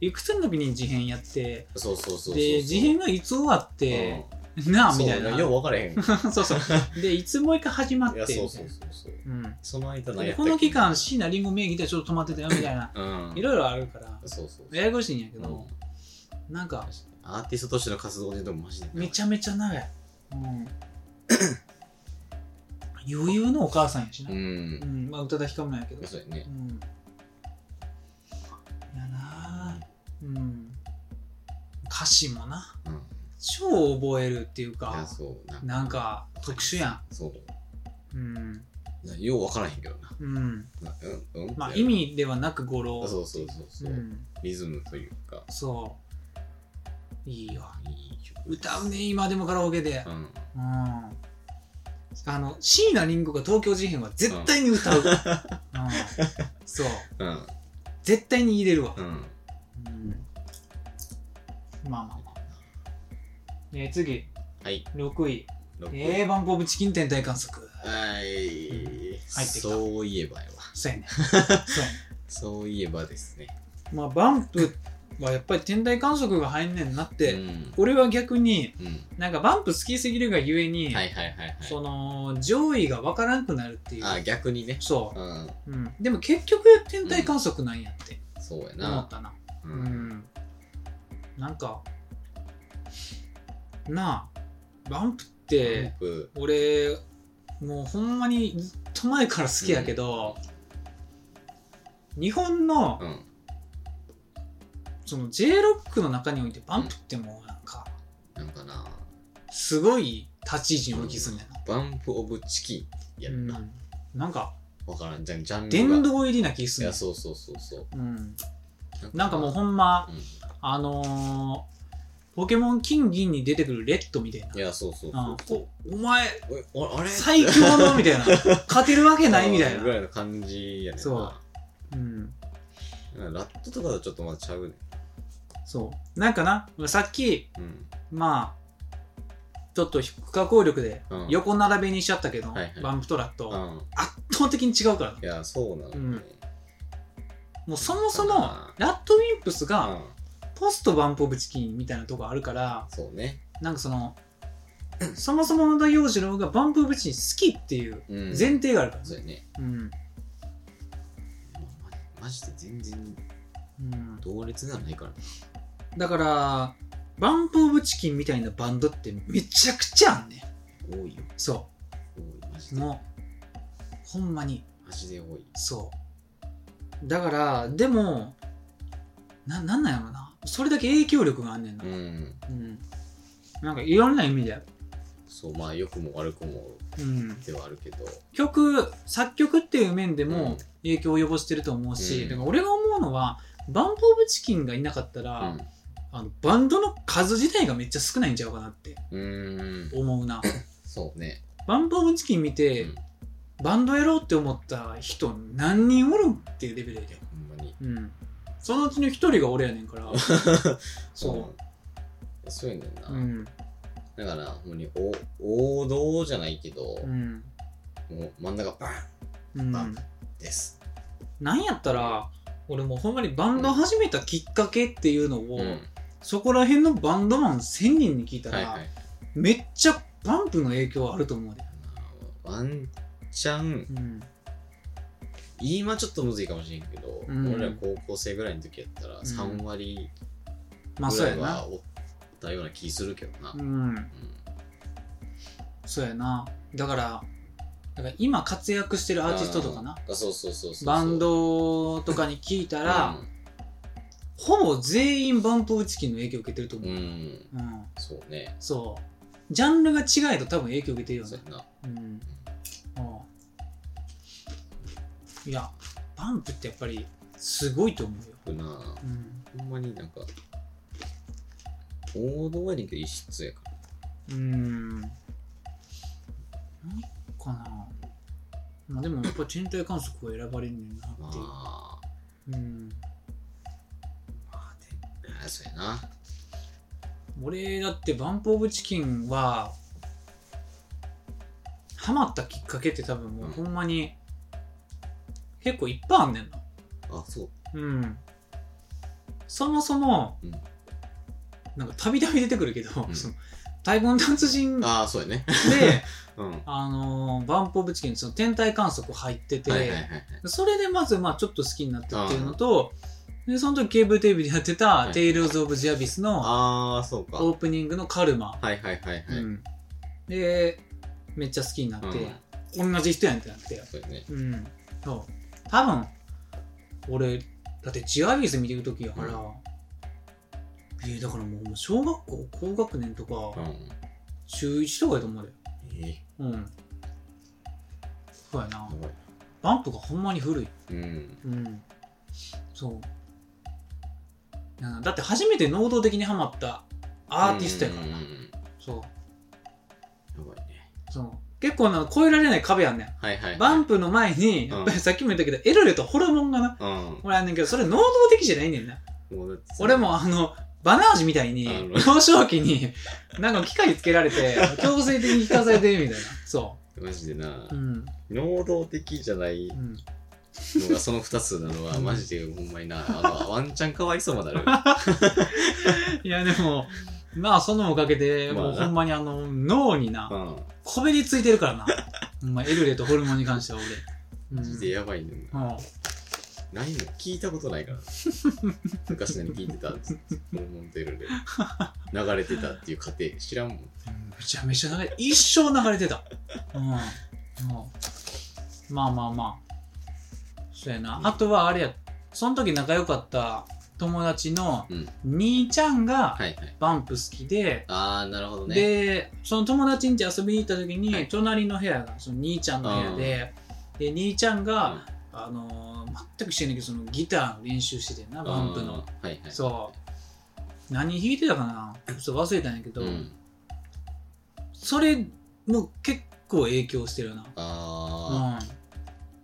いくつの時に事変やってそうそうそうそう。で事変がいつ終わっうんて、なあそうみた いなよう分からへん。いそうそうでいつもう一回始まってや、みたいそうなそうそうそう。うんその間何やでったこっけの期間、椎名林檎名義でちょっと止まってたよみたいなうんい。ろいろあるからそうそうそう。ややこしいんやけうんど、なんかアーティストとしての活動ででもマジで。めちゃめちゃ長い、 うん、余裕のお母さんやしな、ううんん。まあ宇多田ヒカルなんやけど、そうやねう。ん、やなあうん歌詞もなうん。い超覚えるっていうかや、そう。なんか、なんか特殊やそう。んうん、なよう分からへんけどな。うん、なうん、うん。まあ意味ではなく語呂あ。そうそうそうそうう。ん、リズムというか、そういいよいい曲。歌うね今でもカラオケで、うん。うんあの椎名林檎が東京事変は絶対に歌う、うんそううん。絶対に入れるわ、うん。うんまあまあまあ、えー次はい。 6位六えー、バンプ・オブ・チキン天体観測はい。入ってきたそういえばやわ。そうやねそうやねそういえばですね。まあバンプはやっぱり天体観測が入んねんなって、うん。俺は逆にうん。なんかバンプ好きすぎるがゆえに、はいはいはいはい。その上位が分からんくなるっていうあ、逆にね。そううん。うん、でも結局天体観測なんやってそうや思なっ。たな、ううん。なんかなあバンプってバンプ俺もうほんまにずっと前から好きやけど、日本のうん。その j ロックの中においてバンプってもうなんかなんかな。すごい立ち位置に置きすんねんな、バンプオブチキンやうんんな。なんかわからん。じゃん、ジャンルが。殿堂入りな気すいんねや、んそうそうそうそう。うん、なんかもうほんま、うん、あのー、ポケモン金銀に出てくるレッドみたいな。いや、そうそううんそうそう。おお前、えああれ最強のみたいな。勝てるわけないみたいな ぐ。らいの感じやねんな。そうん。なんかラットとかとちょっとまたちゃうね。そう。なんかな、さっき、うん。まあ、ちょっと不可抗力でうん横並べにしちゃったけど、はいはいバンプトラット、うん。圧倒的に違うからないや、そうなのね。もうそもそそうもだな、ラッドウィンプスうがん。ポストバンプオブチキンみたいなとこあるから、そうね。なんかその、 そもそも野田洋次郎がバンプオブチキン好きっていううん。前提があるからねそうやね。うん。まマジで全然うん同列ではないからね。だからバンプ・オブ・チキンみたいなバンドってめちゃくちゃあんねん多いよそ多いマジうでもうほんまにマジで多いそうだからでもななんなんやろなそれだけ影響力があんねんなうんうん、なんかいろんな意味で、そうまあ良くも悪くもうん、ではあるけど曲作曲っていう面でうんも影響を及ぼしてると思うし、うんだから俺が思うのはバンプ・オブ・チキンがいなかったら、うんあのバンドの数自体がめっちゃ少ないんちゃうかなってうーん思う なそうねバンプ・オブ・チキン見て、うんバンドやろうって思った人何人おるんっていうレベルやで、ほんまにうん、そのうちの一人が俺やねんから そうんそうやねんな、ううんだからほんまにお王道じゃないけど、うんもう真ん中バンうんまあです。なんやったら俺もうほんまにバンド始めたきっかけっていうのを、うんそこら辺のバンドマン1000人に聞いたら、はいはいめっちゃバンプの影響あると思うで、ワンチャンうん、今ちょっとむずいかもしれんけど、うん俺ら高校生ぐらいの時やったらん3割まあぐそうらやいなはおったような気するけどな、ううんんそうやなだからだから今活躍してるアーティストとかなあそうそうそうそうバンドとかに聞いたら、ほぼ全員バンプ打ちキンの影響を受けてるとうん、思う、うんうんそうねそうジャンルが違えと多分影響を受けてるよねそうやなうんああいやバンプってやっぱりすごいと思うよ、僕なうんほんまになんか王道やねんけど異質やからうーん。なんかな。まあでもやっぱ賃貸観測は選ばれんねんなまっていう。あうん。まあであそうやな俺だってバンプオブチキンは、ハマったきっかけって多分もうほんまに、結構いっぱいあんねんな。あそううん。そもそも、うんなんかたびたび出てくるけど、うんその太鼓の達人で、あそうやねうんは あのーバンプオブチキン、その天体観測入ってて、いはいはいはいそれでまずまあちょっと好きになったっていうのと、でその時ケーブルテレビでやってたは「い Tales of the Abyss」のああそうかオープニングの「カルマはいはいはいはい」うんでめっちゃ好きになって、同じ人やんってなってそうやねうんそう多分俺だってジアビーズ見てる時やから、えだからもう小学校高学年とうかん中1とかやと思うでえうんそうやなーやばいバンプがほんまに古いうんうんそうなだって初めて能動的にハマったアーティストやからなうんうんそうんやばいねうそう結構な越えられない壁やんねはいはいはいんバンプの前にんやっぱ りさっきも言ったけど、エロレとホルモンがなうんこれあんねんけどそれ能動的じゃないねんなもうだってさ俺もあのバナージみたいにあの幼少期になんか機械つけられて強制的に聞かされてるみたいなそマジでなううん能動的じゃないうんのがその2つなのはうんマジでほんまになあのワンチャンかわいそうまなるいやでもまあそのおかげでもうほんまにあの脳になうんこべりついてるからな。ほんまエルレとホルモンに関しては俺。うマんジでやばいねうんないの聞いたことないから 昔何聞いてたっつってホルモン出るで流れてたっていう過程知らんもんめちゃめちゃ流れ、一生流れてた。うん。うんまあまあまあ。そうやな。あとはあれや、その時仲良かった友達のうん兄ちゃんがはいはいバンプ好きで、ああなるほどねで、その友達ん家遊びに行った時はに、い隣の部屋が、その兄ちゃんの部屋で、で、兄ちゃんうがん、あのー全く知らないけど、そのギターの練習しててんな、バンプの。あーはいはいそう何弾いてたかなちょっと忘れたんやけど、うんそれも結構影響してるなあうん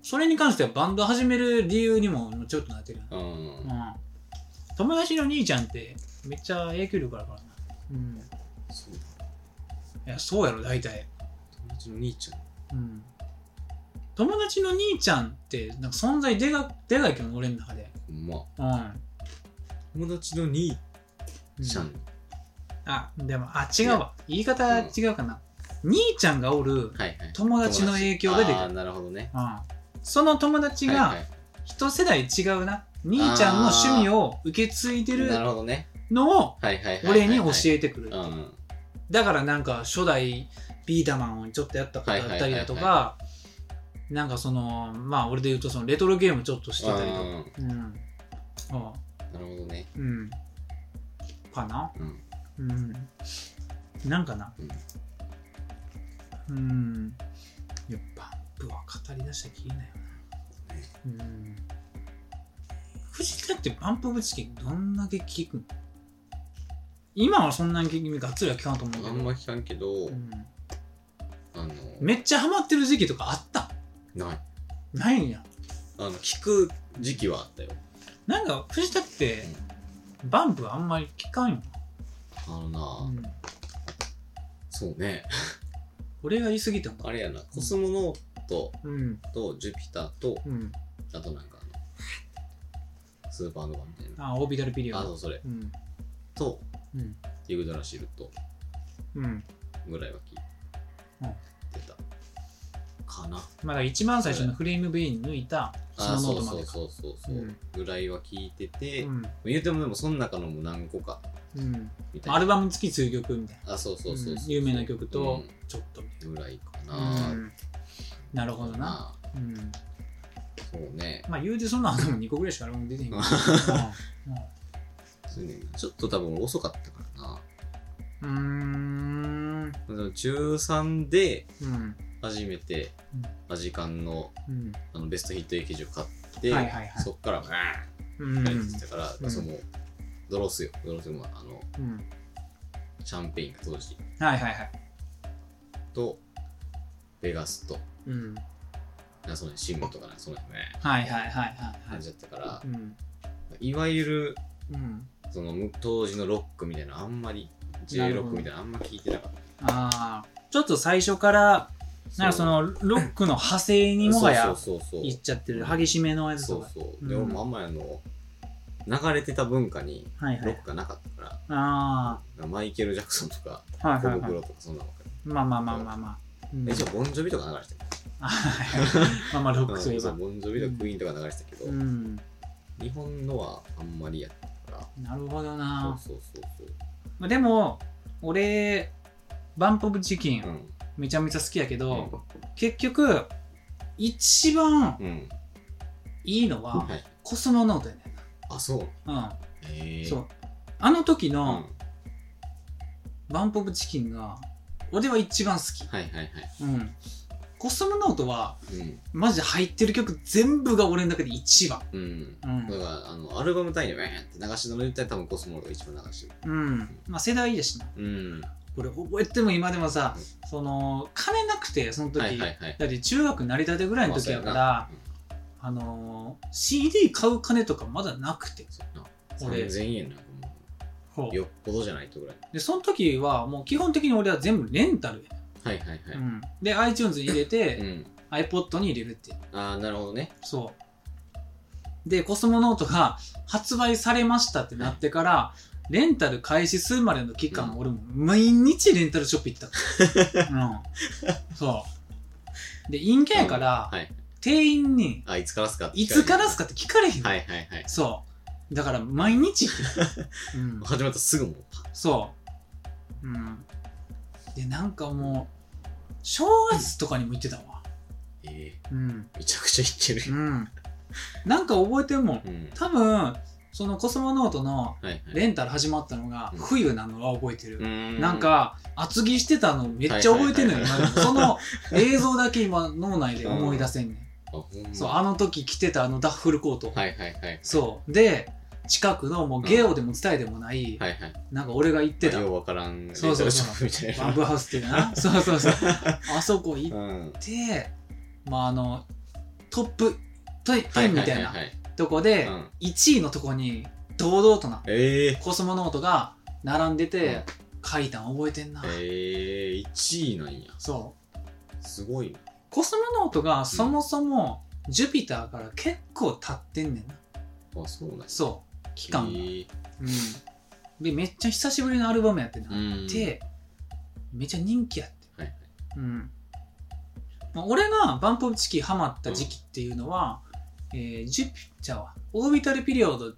それに関してはバンド始める理由にもちょっとなってるあな、うんうん、友達の兄ちゃんってめっちゃ影響力あるからなうんそういやそうやろ大体友達の兄ちゃんうん友達の兄ちゃんってなんか存在でかでかいけど俺の中でほんまうん、友達の兄うんちゃん、あでもあ違うわ言い方違うかな、兄ちゃんがおるはいはい友達の影響が出てくるああーなるほどねうん、その友達はいはがい一世代違うな、兄ちゃんの趣味を受け継いでるなるほどねのをはいはいはいはい、俺に教ええてくるうんうんだからなんか初代ビーダマンをちょっとやったことあったりだとはいはいかはなんかそのまあ俺で言うとそのレトロゲームちょっとしてたりとかうんあなるほどねうんかなうんうんなんかなうん、やっぱ部は語り出したら消えないよなうん藤田ってパンプオブチキンどんだけ聞くの今はそんなに君がっつりは聞かんと思うけどあんま聞かんけど、うんあのめっちゃハマってる時期とかあったないないんやあの聞く時期はあったよなんか藤田ってバンプあんまり聞かんよあのなな、、うんそうね俺が言い過ぎたんかあれやなコスモノートうんとジュピターとうんあとなんかあのスーパーノバみたいなあオービタルピリオあドとそれうんとうんイグドラシルとうんぐらいは聞いてた、かなまあだから一番最初のフレームベイン抜いたシあノノーーそトうまそでうかそうそうそう、うんぐらいは聞いてて、うん言うてもでもその中のも何個かうんみたいなアルバム付き数曲みたいあそうそうそうそう、うん有名な曲となちょっとみうんぐらいかたいな、な、うん、なるほどな、うん、そうねまあ言うてそんなのも2個ぐらいしかアルバム出てへんけど、そうねちょっと多分俺遅かったからなうん、うんうーんでも中3でうん初めてうんアジカンのうんあのベストヒット駅を買って、はいはいはいそっからバーうんンってやってたから、うんそのドロスよドロスもあのうんシャンペインが当時はいはいはいとベガスとうんなんかそのシムとかなんかその辺ねはいはいはいはいは感いじだったからう、んいわゆるうんその当時のロックみたいなあんまり J ロックみたいなあんま聞いてなかったああちょっと最初からなんかそのロックの派生にもはやそうそうそういっちゃってるうん激しめのやつそとうかそうでうん俺もあんまりあの流れてた文化にはいはロッいクがなかったから、あマイケル・ジャクソンとかあはいコはいブ・はクいロとかそんなのばっかりまあまあまあまあまあうん一応ボンジョビとか流れてたあはいはい まあまあロックといえそばうボンジョビとかクイーンとか流れてたけど、うん日本のはあんまりやったかなるほどらなそうそうそうまあでも俺バンプ・オブ・チキそううンんめちゃめちゃ好きやけうどん結局一番うんいいのははいコスモノートやねんあそうなへうんえそうあの時うんのはバンプ・オブ・チキンが俺は一番好いはいはいきうんコスモノートはうんマジで入ってる曲全部が俺の中で一番うんうんだからあのアルバム単位でウェーンって流しのの言ったら多分コスモのが一番流してうんまあ世代やしなるうんこれ覚えても今でもさ、その金なくてその時、はいはいはいだって中学成り立てぐらいの時やから、あのー CD 買う金とかまだなくて俺3000円なんかもほううよっぽどじゃないとぐらいでその時はもう基本的に俺は全部レンタルや、はいはいはういん、で iTunes に入れて、うん iPod に入れるっていうああなるほどねそうでコスモノートが発売されましたってなってから、レンタル開始するまでの期間、うん俺も毎日レンタルショップ行ってた うんそうで陰キャやから、うんはい店員にあいつからっすかってい聞れるつからっすかって聞かれへん、はいはいはいそうだから毎 日行ってた、うん、始まったらすぐもうパッそううんでなんかもう正月とかにも行ってたわえうんーめちゃくちゃいってうるんなんか覚えてんもんうん多分そのコスモノートのはいはいレンタル始まったのがうん冬なのは覚えてる、ななん、か厚着してたのめっちゃ覚えてるのよ、はい今はでもその映像だけ今脳内で思い出せんねん、あほんまそうあの時着てたあのダッフルコート、はいはいはい。そうで近くのもうゲオでも伝えでもない、はいはい。なんか俺が行ってたようわからん。そうそうそうレンタルショップみ たバいンブハウスっていうなそうそうそうあそこ行っな。うん。てまああのトップ10みたいなはいとこはいではい。うん1位のとこに堂々となええ。コスモノートが並んでうんて書いたん覚えてんな、ええ、1位なんや。そうすごいな。コスモノートがそもそもジュピターから結構経ってんねんなあ、そうなんや。そう期間が、ええうん、でめっちゃ久しぶりのアルバムやってな、うん。でめっちゃ人気やってはいはい。うん、まあ、俺がバンプオブチキンハマった時期っていうのは、えージュピターはオービタルピリオド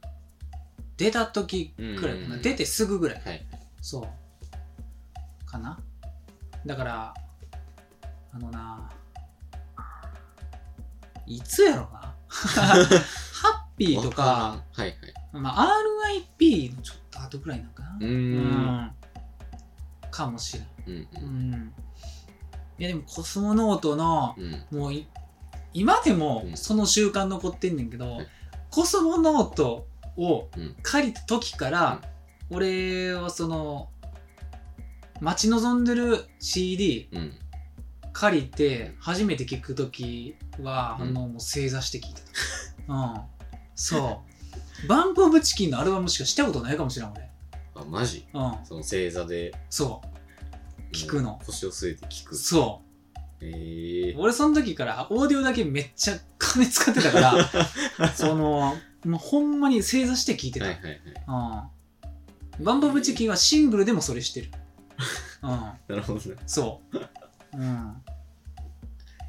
出た時くらいかな、うん出てすぐぐらい、はいそうかなだからあのないつやろな ハッピーとか、はいはい。まあ、RIP のちょっと後くらいなんかなうー。うんかもしれないうんううんんいやでもコスモノートのうん。もうい今でもうんその習慣残ってんねんけど、はいコスモノートをうん借りた時から、俺はその待ち望んでる CD うん。借りて初めて聴く時は、うんあのもう正座して聴いてた うんそうバンプオブチキンのアルバムしかしたことないかもしれん俺あ、マジうんその正座で。そ聞くの腰を据えて聞うく。そうえー。俺その時からオーディオだけめっちゃ金使ってたから そのもうほんまに正座して聞いてた、はいはいはい。うん、バンボブチキンはシングルでもそれして るうんなるほどね。そううん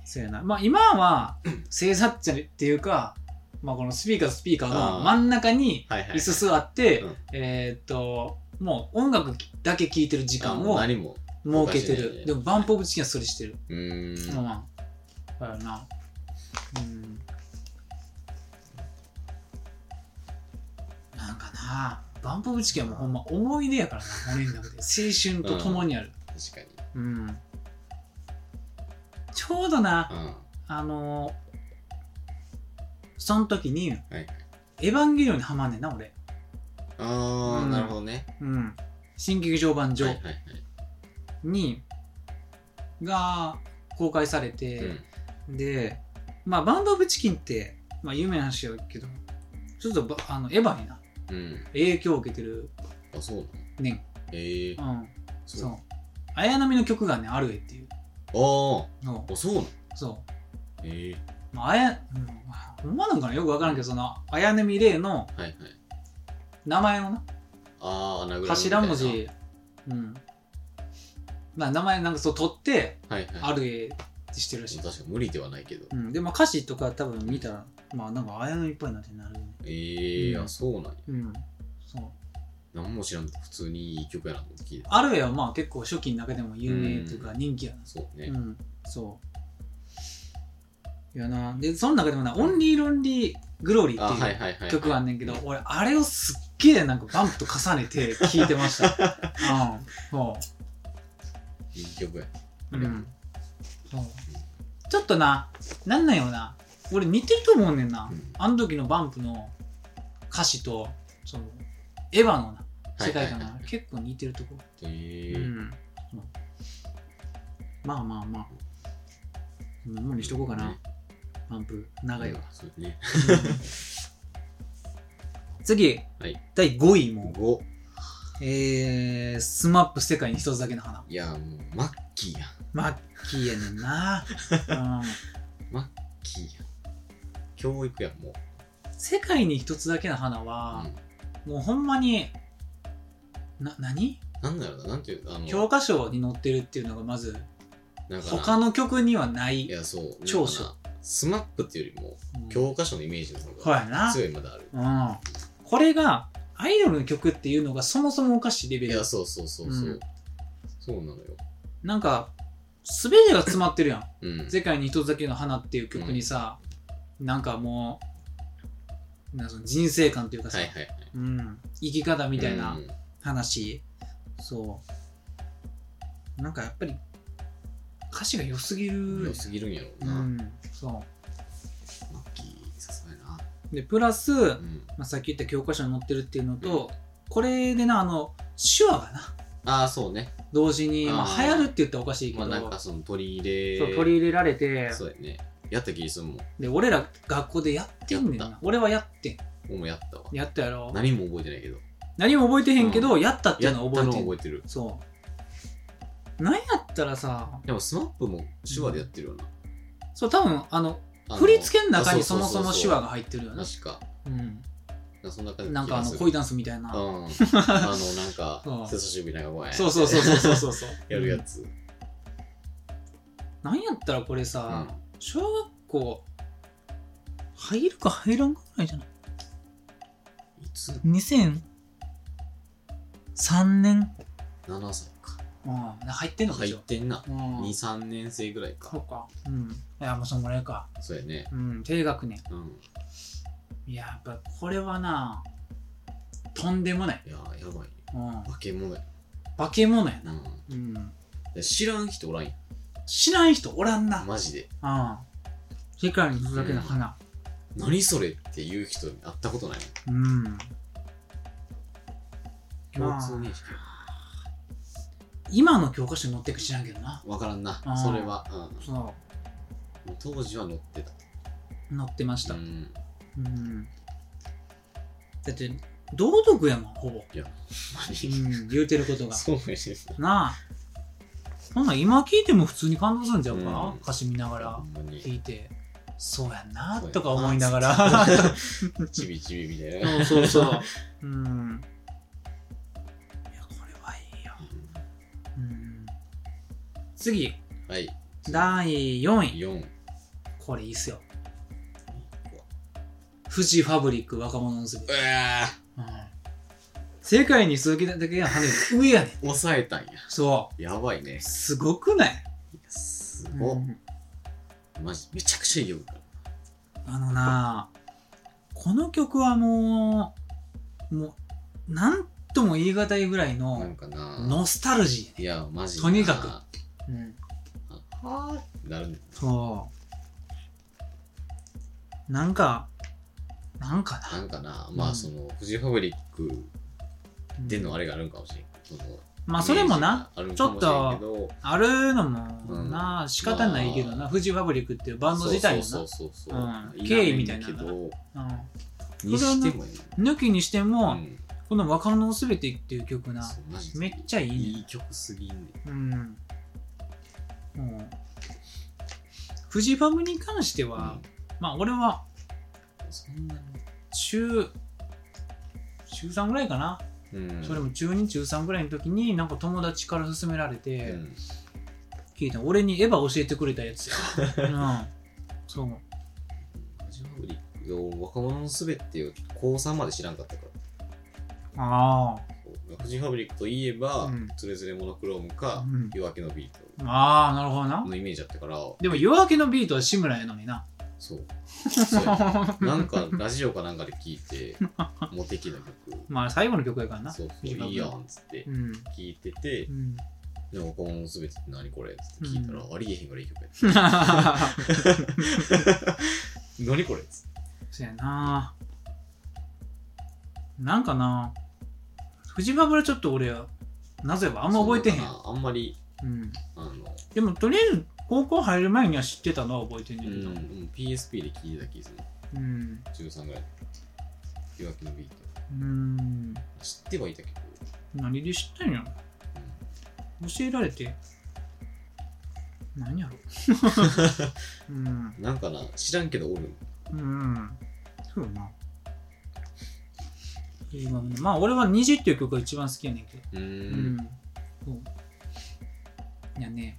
そうやなまあ今は正座っちゃっていうか、まあ、このスピーカーとスピーカーの真ん中にはいはい。椅子座って、うんえーっともう音楽だけ聴いてる時あ間もうを何も。設けておかしいねるでもバンポブチキンはそれしてるうー。うんん。だよな。うん。なんかな、バンプオブチキンはもうほんま思い出やからな、俺の中で。青春と共にある。確かに。うん。ちょうどな、うん。はあのその時に、いはい。エヴァンゲリオンにハマんねんな、俺。あうー、んなるほどね。うん。新劇場版はい上はいはい。に、が公開されて、うん。で、まあ、バンド・オブ・チキンって、まあ、有名な話だけど、ちょっとばあのエヴァになうん。影響を受けてるあ、そうなのねん。えーう。ん、そそう。綾波の曲がね、あるえっていうあのー、あ、そうなのそう。えー。まあ、あや、うん、ほんまなんかなよくわからんけど、その、綾波レイのはいはい。名前のな、あー、穴蔵頭文み字、うん。まあ、名前なんかそう取って、たいな。はいはい。あるえってしてるらしい確。かに無理ではないけど。うん、で、まあ、歌詞とか多分見たら、まあ、なんか綾波っぽいなってなるよね。えー、うんあ、そうなんや。うん、そう。何も知らんと普通にいい曲やなと思って聞いた。アルエはまあ結構初期の中でも有名というか人気やな。そううね。ん、そう。いやな。で、その中でもな、オンリーロンリーグローリーあ、ってはいいうはいはい。曲はあんねんけど、俺、あれをすっげえなんかバンプと重ねて聴いてました。 うん、そいい曲や。う。うん。そう。ちょっとな、なんなんよな。俺似てると思うねんな。うんあの時のバンプの歌詞と、その、エヴァのな、世界観はいはいがはい結構似てるとこえうー、んまあまあまあ。こんなもんにしとこうかなね。アンプ、長いわ。そうね。次、はい第5位も、 5。えー、スマップ世界に一つだけの花。いや、もう、マッキーやん。マッキーやねんな、うマッキーやん。教育やん、もう。ん。世界に一つだけの花は、もうほんまに、な、何なんだろうな、なんていう、あの、教科書に載ってるっていうのがまず、なんかな他の曲にはないい。や、そう。長なん所かなスマップっていうよりも、うん教科書のイメージの方そうがやな。強いまだある。うん、これがアイドルの曲っていうのがそもそもおかしいレベいルや、そうそうそうそう。うんそうなのよ。なんか全てが詰まってるやんう「ん。世界に一つだけの花」っていう曲にさ、なんかもうなんかその人生観というかさ、はいはいはい。うん、生き方みたいなうん話、そうなんかやっぱり歌詞が良すぎ良るすぎるんやろううな。ん、そマッキー、さすがやな。うでプラス、うまん。あ、さっき言った教科書に載ってるっていうのと、これでなあの手話がなああ、そうね。同時に、まああ、ー流行るって言ったらおかしいけまど、あなんかその取り入れ。そう取り入れられてそうやね。やった気にするもん。で俺ら学校でやってんねんやな俺はやってん俺もやったわ。やったやろ何も覚えてないけど。何も覚えてへんけど、うやったっていやうっのたは覚えのてん覚えてる。そうなんやったらさでもスマップも手話でやってるよな。そう多分あのあの振り付けの中にあそうもうそうもう手話が入ってるよね、確か。うん、そんな感じなんかあの恋ダンスみたいな、うん。あの、な んかうん、久しぶり長声。そうそうそうそうそうそう やるやつ。なんやったらこれうさ、ん小学校入るか入らんかぐらいじゃないいつ2003年 ?7 歳か。ああ入ってんのか入一っ応てんな。うん2、3年生ぐらいそかう。かうんいやもうそんぐらいかそうやね。うん低学年うん。いややっぱこれはなとんでもない、いやー、やばいよ。うん、化け物や。化け物やな、ううんん、で。知らん人おらんや知らん人おらんな、ん。マジで。うん、世界に一つだけの花何それっていう人に会ったことないうん、もん。ま共あ通認識。今の教科書に載ってるか知らんけどなわからんなあ。ーそれは。うんそもう当時は乗ってうた。載ってました、ううんん。だって道徳やもんほぼ、う何ん、言うてることがそうやねなあこんなん今聞いても普通に感動するんちゃうかな、うん歌詞見ながらほんまに。聞いてそうやんなそうやなとか思いながら ちびちびみたいな。そうそう そううんいやこれはいいよ、ううん、次んはい。第4位4。これいいっすよ富士ファブリック若者のすうわうん、世界に数機だけが跳ねる上やねんー抑えたんや。そやばいねう。すごくない、すごっう。んマジ、めちゃくちゃいいよ。あのなあこの曲はもうもうなんとも言い難いぐらいなんのかな。ノスタルジいや、マジ。とにかー、うん、く。はーなるね。そうなんかなんかななんかな。うまんあ、その、フジファブリックうんでのあれがあるんかもしれん。そのまあそれもな、イメージがあるんかもしれんけどあるのもな、仕方ないけどまなフジファブリックっていうバンド自体もなそうそうそううんそう。経緯みたいなけのがど、うにしてもやん、抜きにしても、な。うん。この「若者のすべて」っていう曲なそうマジでめっちゃいいねいい曲すぎんね。うんもうフジファムに関しては、まあ俺はうんそんなに。中中3ぐらいかな、うんそれも中2中3ぐらいの時になんか友達から勧められうて、ん聞いた俺にエヴァ教えてくれたや つや、うん、そうマジファブリックを若者のすべてを高3まで知らんかったから。あフジファブリックといえば、うんつれづれモノクロームあ、うか、ん、夜明けのビートああなるほどなのイメージだったから、でも夜明けのビートは志村やのになそう。そうやなんか、ラジオかなんかで聞い て、モテキな曲、まあ最後の曲やからなそうそう、いいやんっつってうん聞いててう、ん でも、このすべてって何これっつって聞いたら、ありえへんからいい曲やっそた。何これっつって。やななんかなフジファブラちょっと俺はなぜかあんま覚えてへんそうなんかなあんまり、うん、あの、でもとりあえず高校入る前には知ってたのは覚えてんうねんんけど、 PSP で聞いてた気がする。うん13ぐらい。夜明けのビート。うん知ってはいた けど、何で知ったんや教えられて何やろうんうんなんかな、知らんけどおる。うんそうやなフジファブラまあ俺は「虹」っていう曲が一番好きやねんけどうー。うんんそういやね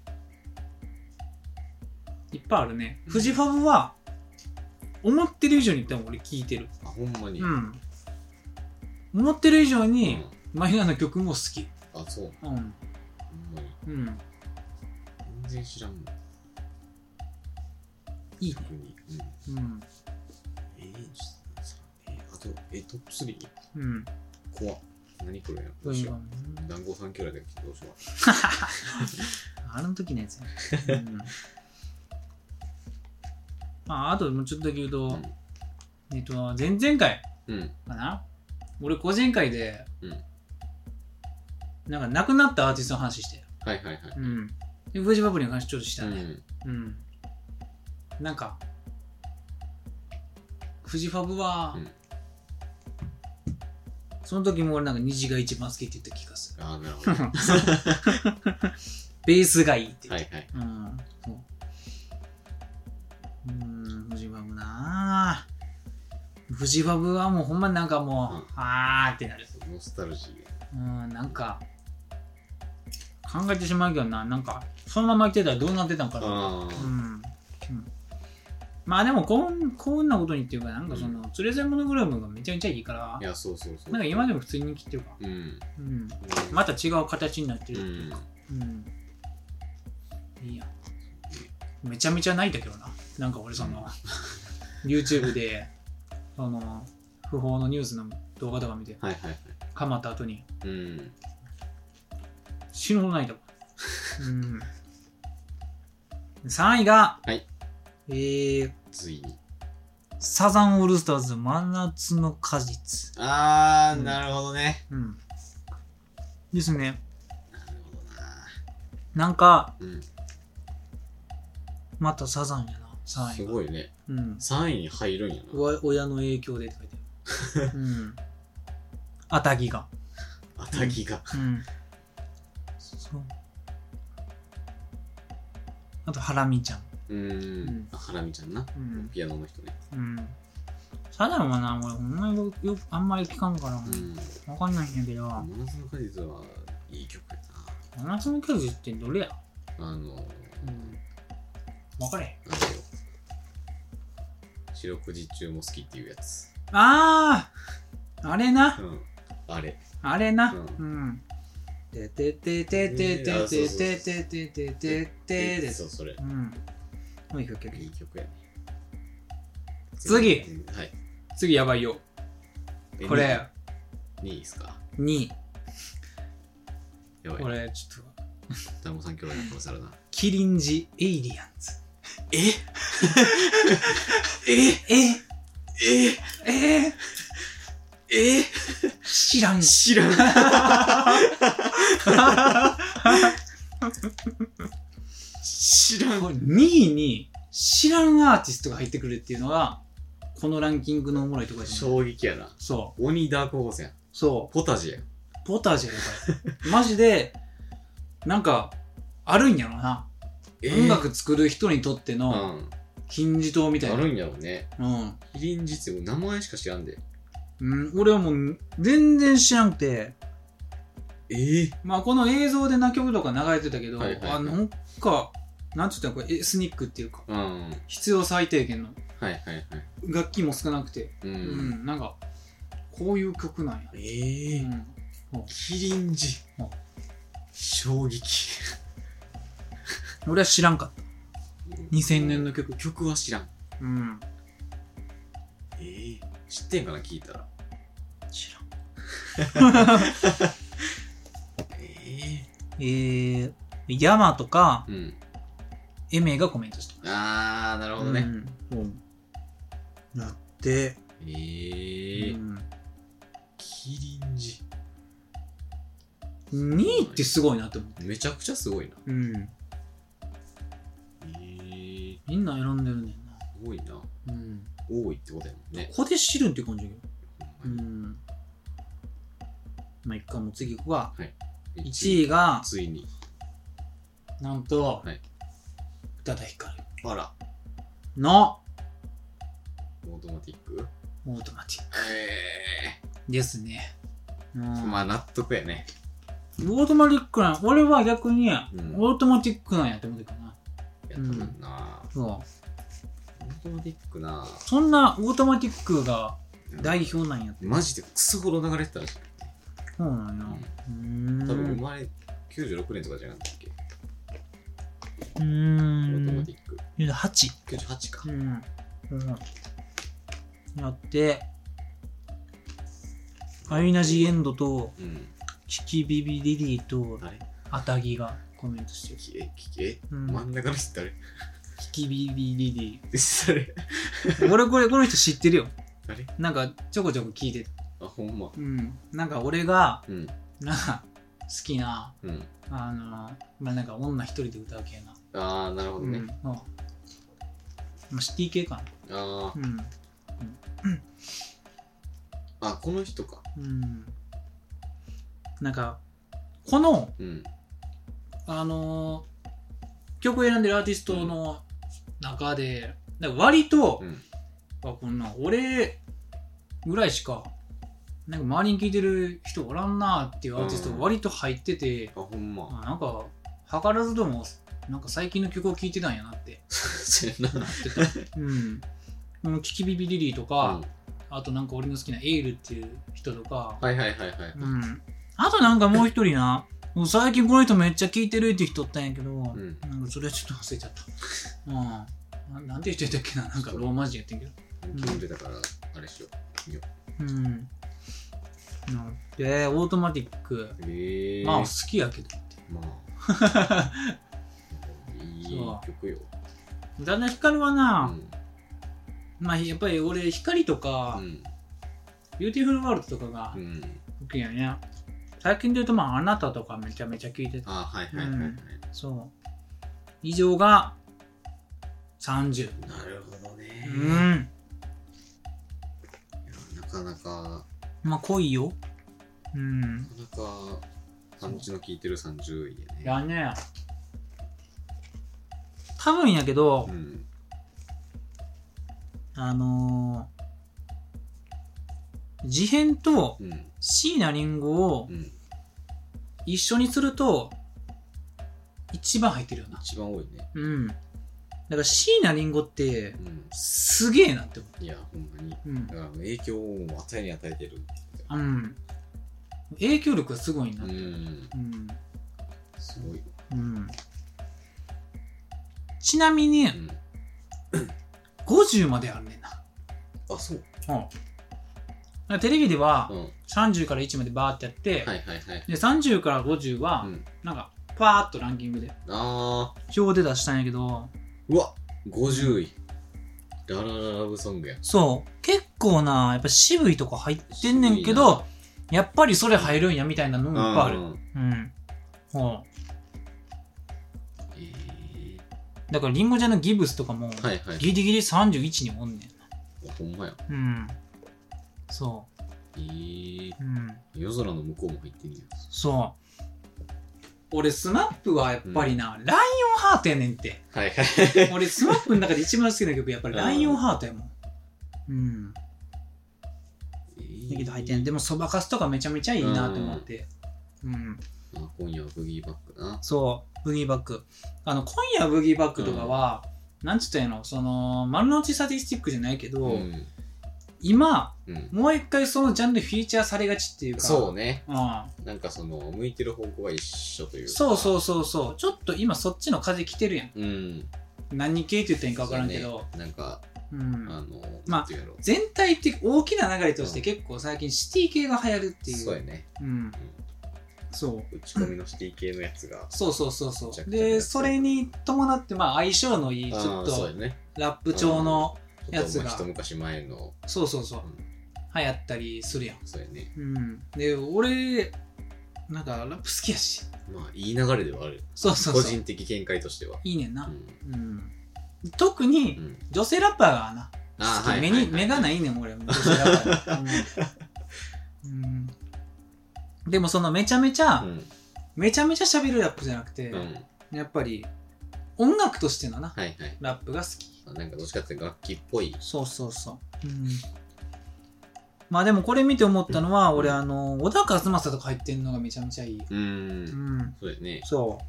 いっぱいあるねうんフジファブは思ってる以上に多分俺聞いてるあ、ほんまに。うん思ってる以上うにんマヒナの曲も好きあ、そう。うんほんまに。うん全然知らんもん。いいね特に。うん。うんえー、ちょっとさえー、あと、えー、トップ3うん怖っ。何これどフうしジよファう。ブね団子3兄弟が来てどうしよう。あの時のやつや、うん、まああともうちょっとだけ言うと、えっと前々回うん。うん。かな俺個人会で、うんなんか亡くなったアーティストの話してはいはいはい。うんでフジバブリの話ちょっとしたうねん。うん、なんかフジファブは、うんその時も俺なんか虹が一番好きって言った気がするあー、なるほど。はベースがいいってい言はって、い。うんそううんフジファブなあフジファブはもうほんまなんかもう、うんあーってなるノスタルジーや。うんなんか考えてしまうけどななんかそのまま来てたらどうなってたんかなあうん、うん、まあでも幸運幸運なことにっていうかなんかその「連れ添いモノグラム」がめちゃめちゃいいからいやそうそうそうなんか今でも普通に生きてるから、うんうん、また違う形になってうるっていんうか、うんいいやんめちゃめちゃ泣いたけどななんか俺その YouTube でその不法のニュースの動画とか見てはいはいはいかまった後にうん死ぬほど泣いたわ うん3位が、はいえー、ついにサザンオールスターズ真夏の果実。あー、うんなるほどねうん。ですね。なるほどななんか、うんまたサザンやな、3位すが。ごいねうん。 3位に入るんやなわ親の影響でって書い てある。うん。あたぎが。あたぎがうん。そう。あと、ハラミちゃん。うーんあハラミちゃんなうん。ピアノの人ねうん。サザンはな、俺、ほんまによよくあんまり聞かんから、うんわかんないんやけど、 「真夏の果実」はいい曲や真夏の果実ってどれやなあうのん。わかれへん。なんだよ四六時中も好きっていうやつあああれなうんあれあれなうんうん。てててててててててててててでそす。うそれうん。もういい曲いい曲やね次はい次やばいよ。えこれ2位ですか2位。やばいこれちょっと。ダンボさん兄弟が殺されるなキリンジエイリアンズ。えええええええ知らんし。 知らん知らんこれ2位に知らんアーティストが入ってくるっていうのが、このランキングのおもろいところですね。衝撃やなそ鬼ダークホースやんう。そう。ポタジェやんポタージュやでこれマジでなんかあるんやろな、え音楽作る人にとってうのん金字塔みたいあな、るんやろうねうんキリン実も名前しか知らんでうん、俺はもう全然知らんくて、ええまあ、この映像でな曲とか流れてたけど、はいはいはいあなんかなんつったらこれエスニックっていうかうんはい必要最低限のはいはい楽器も少なくて、ううんんなんかこういう曲なんや、ええうんキリンジうん衝撃俺は知らんかった2000年の曲、曲は知らんうん、ええ知ってんかな聞いたら知らんええー、ヤマとかえうんエメがコメントしたあーなるほどね、うん、なって、ええうんキリンジ2位ってすごいなって思う、めちゃくちゃすごいなうん、ええみんな選んでるねん多いなな、うん、多いってことやもんねここで知るんって感じだけうど、うんん、まあ一回もう次行くわ一1位がついになんとはい宇多田ヒカルあらのオートマティックオートマティッえクですね、うんえまあ納得やねオートマティックなん俺は逆にオんートマティックなんやって思ってるからな、いや多分な、そうオートマティックなそんなオートマティックが代表なんやって、マジでクソほど流れてたらしいそうなんやうーん多分生まれ96年とかじゃなかったっけ、うーオートマんティック8 98か、うん、うん、やってアイナ・ジ・エンドとうんキキビビリリーと誰アタギがコメントしてる、きえきえうん真ん中の人誰キキビビリリ誰ー俺これこの人知ってるよ誰なんかちょこちょこ聞いてたあほんまうんなんか俺がうんなんか好きなうんあのまあなんか女一人で歌う系な、ああなるほどうんね、まあまあシティ系かなあーうんあこの人かうんなんかこの、うんあのー曲選んでるアーティストの中で、なんか割とう、んあこんなん俺ぐらいしかなんか周りに聴いてる人おらんなっていうアーティストが割と入ってて、あほんまあなんか図らずともなんか最近の曲を聴いてたんやな ってそうやななってたうんこの「キキビビリリー」とうかん、あとなんか俺の好きなエールっていう人とか、はいはいはいはい、うんあとなんかもう一人なもう最近この人めっちゃ聴いてるって人おったんやけど、うんなんかそれはちょっと忘れちゃった。うん。ななんて言ってたっけな、なんかローマ字やってんけど。昨日出たからあれしようん。うんで、オートマティック、うへえまあまあ好きやけど。 いい曲よだんだん光はうな、んまあやっぱり俺、光とかう、んビューティフルワールドとかがうん好きやね。最近で言うと、まあ、あなたとかめちゃめちゃ聴いてた。あはいはいはいはいそう。以上が30。なるほどねういやん。なかなかまあ、濃いよ。うん。なかなかパンチの効いてる30位やねやね。多分やけど、うんあのー、事変とうん椎名林檎をうん一緒にすると、一番入ってるよな。一番多いねうん。だから椎名林檎って、うんすげえなって思いやほんまにう。うんだ。から影響を与えに与えてるうん。影響力がすごいな。ううん。んうん。すごいちなみにう、ん50まであるねんな。あそううん。だからテレビではう、んは30から1までバーってやって、いはいはいで、30から50は、うんなんか、パーっとランキングであー表で出したんやけど、うわ50位ララララブソングやそう、結構な、やっぱ渋いとこ入ってんねんけど、やっぱりそれ入るんやみたいなのもいっぱいある。うんうん。ほえう。だから、リンゴちゃんのギブスとかも、ーはいはいギリギリ31におんねほんまやん。うん。そえーう。うん。夜空の向こうも入ってんねやそう。俺、スマップはやっぱりな、ライオンハートやねんって。はいはい俺、スマップの中で一番好きな曲、やっぱりライオンハートやもん。うん。だけど入ってない。でも、そばかすとかめちゃめちゃいいなと思って。うんあ今夜はブギーバックなそう、ブギーバック。あの、今夜ブギーバックとかは、なんつったんやろ、その、丸の内サティスティックじゃないけど、うん今、うんもう一回そのジャンルフィーチャーされがちっていうか、そうねう。なんかその向いてる方向が一緒というんかそうそうそうそう、ちょっと今そっちの風来てるやん。うん何系って言ったらいいんか分からんけど、そうねなんかうあん。のまあなんていうやろ全体的、大きな流れとしてうん結構最近シティ系が流行るっていう。そうやねうん。そう。打ち込みのシティ系のやつがそうそうそうそめちゃう。くちゃ流行ってで、るそれに伴って、まあ相性のいい、ちょっあーそうとやねラップ調の、ちょやっつとがまあ一昔前のそうそうそううん。流行ったりするやん。そうやねうん。で、俺、なんかラップ好きやし。まあいい流れではあるそうそう個そう。人的見解としてはいいねんうな。んうん。特うに、ん女性ラッパーがな、あー好はきい目はに、いはい目がないねん、俺。女性ラッパーにうん。うんでもそのめちゃめちゃ、うんめちゃめちゃ喋るラップじゃなくて、うんはいやっぱり、音楽としてのな、はいラップが好き。なんかどっちかっていうと楽器っぽいそうそうそう。うん。まあでもこれ見て思ったのは、うん俺あの、小田和正とか入ってんのがめちゃめちゃいい。うーうんん。そうやねそう。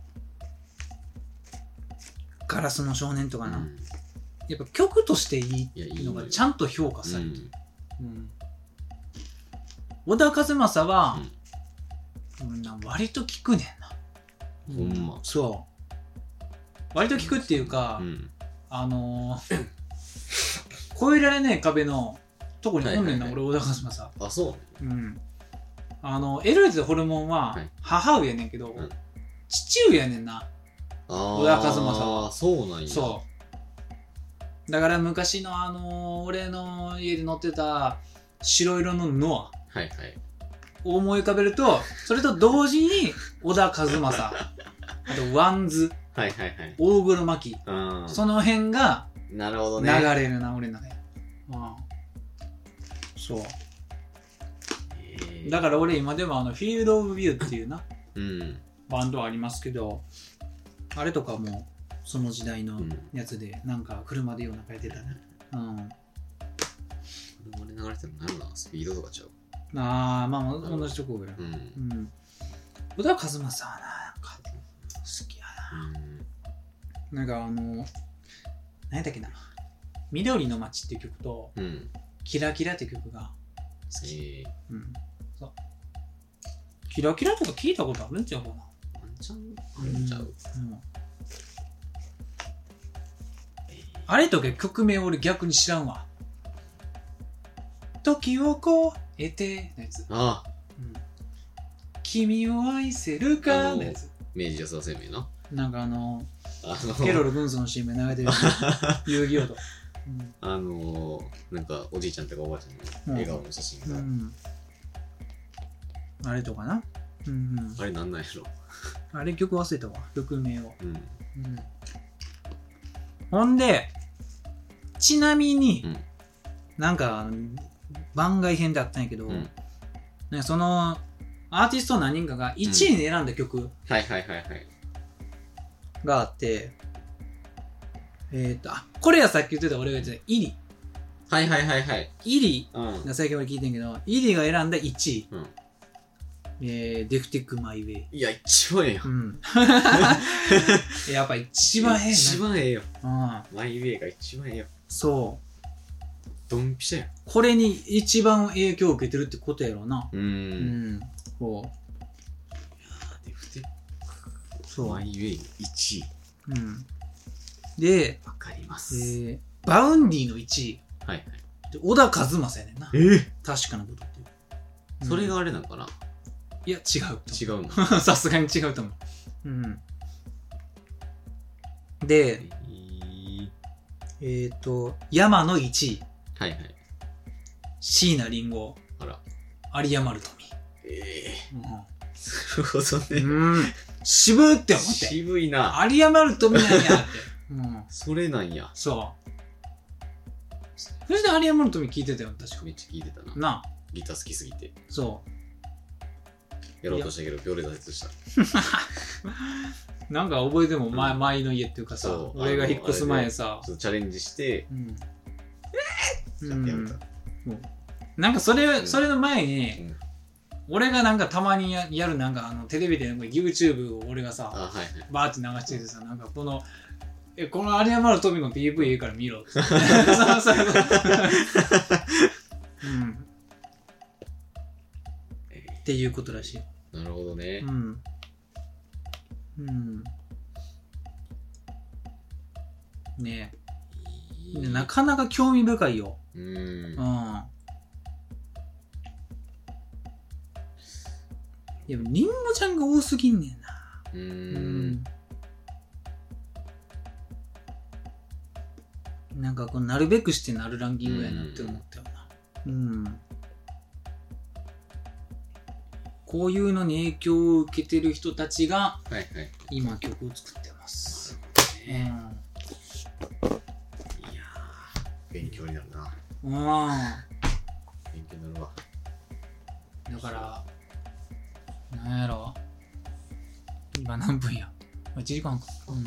ガラスの少年とかな。うんやっぱ曲としていいやいいいののがよちゃんと評価うされる。んうん小田和正は、うんな割と聞くねんな。ほんまそう。割と聞くっていうか、うんあの ー、超えられない壁のとこにおんねんな、はいはいはい俺、小田和正。あそううん。あの、エロイズホルモンははい母上やねんけど、うん父上やねんな。小小田和正はそうなんやそう。だから昔のあのー俺の家で乗ってた白色のノアはいはいを思い浮かべると、それと同時に小田和正、あとワンズ、はいはいはい大黒摩季、あその辺がーなるほど流ねれるな、俺の中で。うんそう。だかから俺今でもあの、フィールド・オブ・ビューっていうな、らうんバンドありますけど、あれとかもその時代のうんやつで、なんか車で夜中やってたね。うん。これ流れてるのなんだスピードとかちゃうああまあうん同じとこぐらい、うんうん、小田和正はななんか好きやなうんなんかあの何だっけな「緑の街」っていう曲とうん。 「キラキラ」っていう曲が好えき、ー、うんそうキラキラとか聞いたことあるんちゃうかなワンチャンあるんちゃううんあれとか曲名俺逆に知らんわ時を超えてのやつ、ああ、うん君を愛せるかのやつ明治安田生命な。なんかあのあの、ケロロ軍曹の CM 流れてる 遊戯王と、うんあのー、なんかおじいちゃんとかおばあちゃんの笑顔の写真うが、ん、あれとかな、うんあれなんなんやろ、うん、あれ曲忘れたわ曲名を、ううん、ん、ほんでちなみに、うんなんか番外編であったんやけど、うんなんかそのアーティスト何人かが1位に選んだ曲はいはいはいはいがあって、えっとあこれはさっき言ってた俺が言ってたイリはいはいはいはいイリうんが最近俺聞いてんけどイリが選んだ1位、うんえーデフティックマイウェイいや一番ええやん うん、やっぱ一番変一番ええよな、うん、マイウェイが一番ええよそうドンピシャやんこれに一番影響を受けてるってことやろうなううんんこデフテうそう、マイウェイ1位うん、で、わかりまえす、ーバウンディの1位はいはいで小田和正やねんなえ確かなことっていう、うんそれがあれなのかな、いや違うと違うの思う さすがに違うと思ううんでえっ、と山の1位はいはい椎名林檎あら有山るとええみ、うん なるほどね、うん、渋って思って。渋いな有り余ると見ないやって。うん、それなんやそう。それで有り余ると見聞いてたよ、確かめっちゃ聞いてたななあ、ギター好きすぎてそやろうとしたけど秒で挫折したう。なんか覚えても前、うん前の家っていうかさそ、う俺が引っ越す前さ。ちょっとチャレンジしてうん。やってやめた、うんなんかそれ、それの前に、うん俺がなんかたまにややるなんかあのテレビでなんか YouTube を俺がさ、あはいはいバーって流しててさ、なんかこの、え、この有山の富の PV いいから見ろ って。そうそうそう。うん。っていうことらしい。なるほどね、うん。うん。ねえ。なかなか興味深いよ。うーんうん。いや、りんごちゃんが多すぎんねんな。ううーんんなんかこうなるべくしてなるランキングやなって思ったよなうんこういうのに影響を受けてる人たちがはいはい今曲を作ってます、いやー勉強になるなうんうんだ勉強になるわからなんやろ今何分や1時間かうん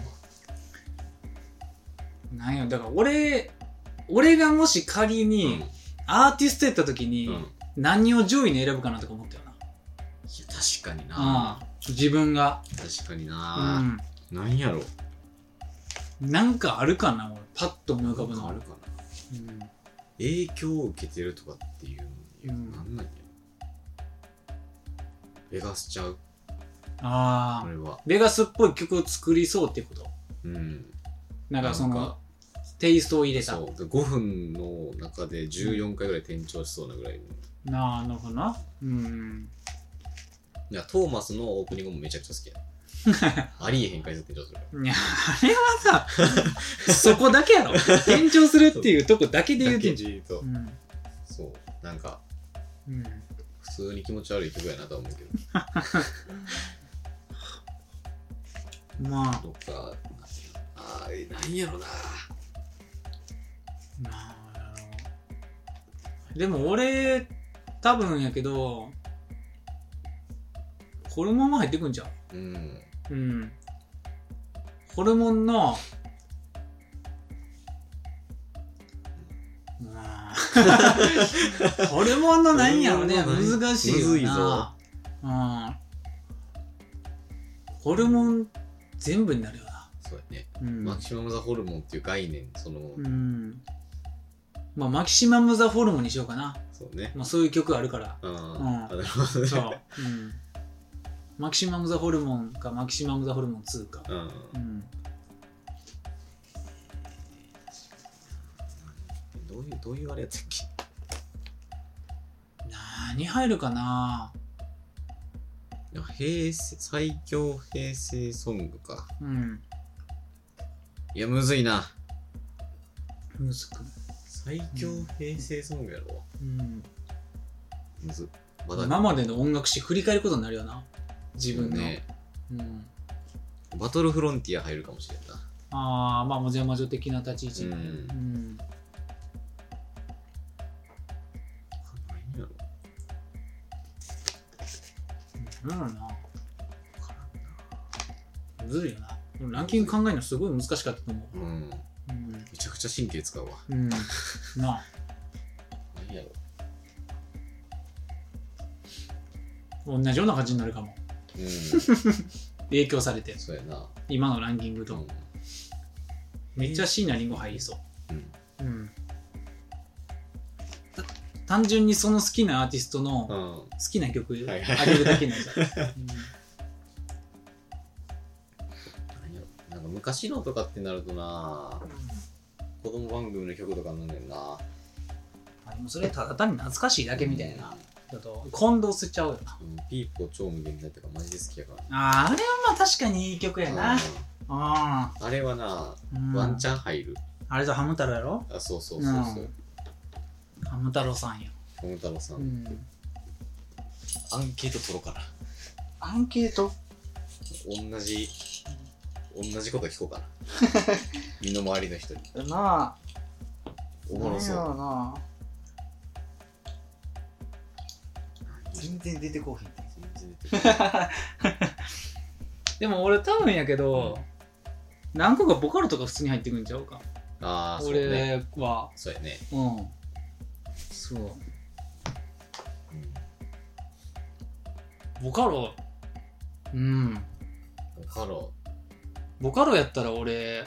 なんやだから俺俺がもし仮うにん、アーティストやった時うん、いやに何を上位に選ぶかなとか思ったよな、確かになああ自分が、確かにうな、ん、なんやろなんかあるかな俺パッと思い浮かぶなんのかあるかな影響を受けてるとかっていうのうんなんなんやベガスちゃうあこあれはベガスっぽい曲を作りそうってことうんなんかそなんのかテイストを入れたそう5分の中で14回ぐらい転調しそうなぐらいのなあなるほどなうんいやトーマスのオープニングもめちゃくちゃ好きや ありえへん回数転調するからいやあれはさ そこだけやろ転調するっていうとこだけで言うてんじじとゃんうんそうなんかうん普通に気持ち悪い曲やなとは思うけどまあどっかあーなんやろななあでも俺多分やけどホルモンも入ってくんじゃんうんうんホルモンのうん ホルモンの何やろねホルモンの何難しいよなむずいぞうん、ホルモン全部になるよなそそうやね、うんマキシマム・ザ・ホルモンっていう概念その、うんまあマキシマム・ザ・ホルモンにしようかな、そうねまあ、そういう曲あるからうん、んあなるほどねそう、うん、マキシマム・ザ・ホルモンかマキシマム・ザ・ホルモン2か、 ううんん、どういうどういうあれやったっけ何入るかなでも平成最強平成ソングかうんいやむずいなむずく、最強平成ソングやろ、うん、むずまだ今までの音楽史振り返ることになるよな自分の、ねうん、バトルフロンティア入るかもしれんなああまあもじゃ魔女的な立ち位置、うんうんうん、何やろなんだろうなむずいよなでもランキング考えるのすごい難しかったと思ううんめうん、ちゃくちゃ神経使うわ うん、なあ何やろ同じような感じになるかもうん影響されてそうや な今のランキングと、うんめっちゃ椎名林檎入りそううんうん、た単純にその好きなアーティストのう好んきな曲あはいはいげるだけ なんじゃん、何やろなんか昔のとかってなるとな子供番組の曲とかなんねんなあでもそれただ単に懐かしいだけみたいな、だと混同しちゃうよなうんピーポ超無限大とかマジで好きやからあーあれはまあ確かにいい曲やなあうんあれはなーうんワンチャン入るあれとハム太郎やろあそうそうそうそうハム太郎さんや、小太郎さん、うん、アンケート取ろうかなアンケート同じ同じこと聞こうか な身の回りの人になあおもろそうな全然出てこ へん全然出てこないでも俺多分やけど、何個かボカロとか普通に入ってくんちゃうかああそうね俺はそうやね、うんそうボカロうんうん、カロボカロやったら俺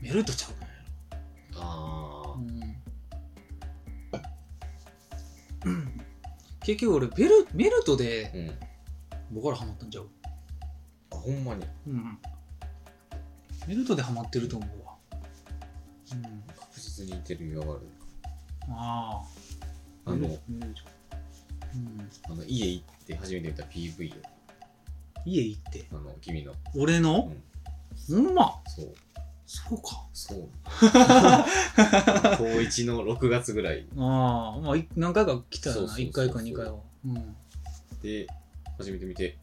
メルトちゃうかあうーん結局俺ベルメルトでうん、ボカロハマったんちゃうあほんまにうんメルトでハマってると思うわうん確実に似てる意味があるあああの、メルトうん、あの家行って初めて見た PV よ家行ってあの君の俺の、ほんまそうそうかそう 高一の6月ぐらいああまあい何回か来たそうよそうなそう1回か2回はうんで初めて見て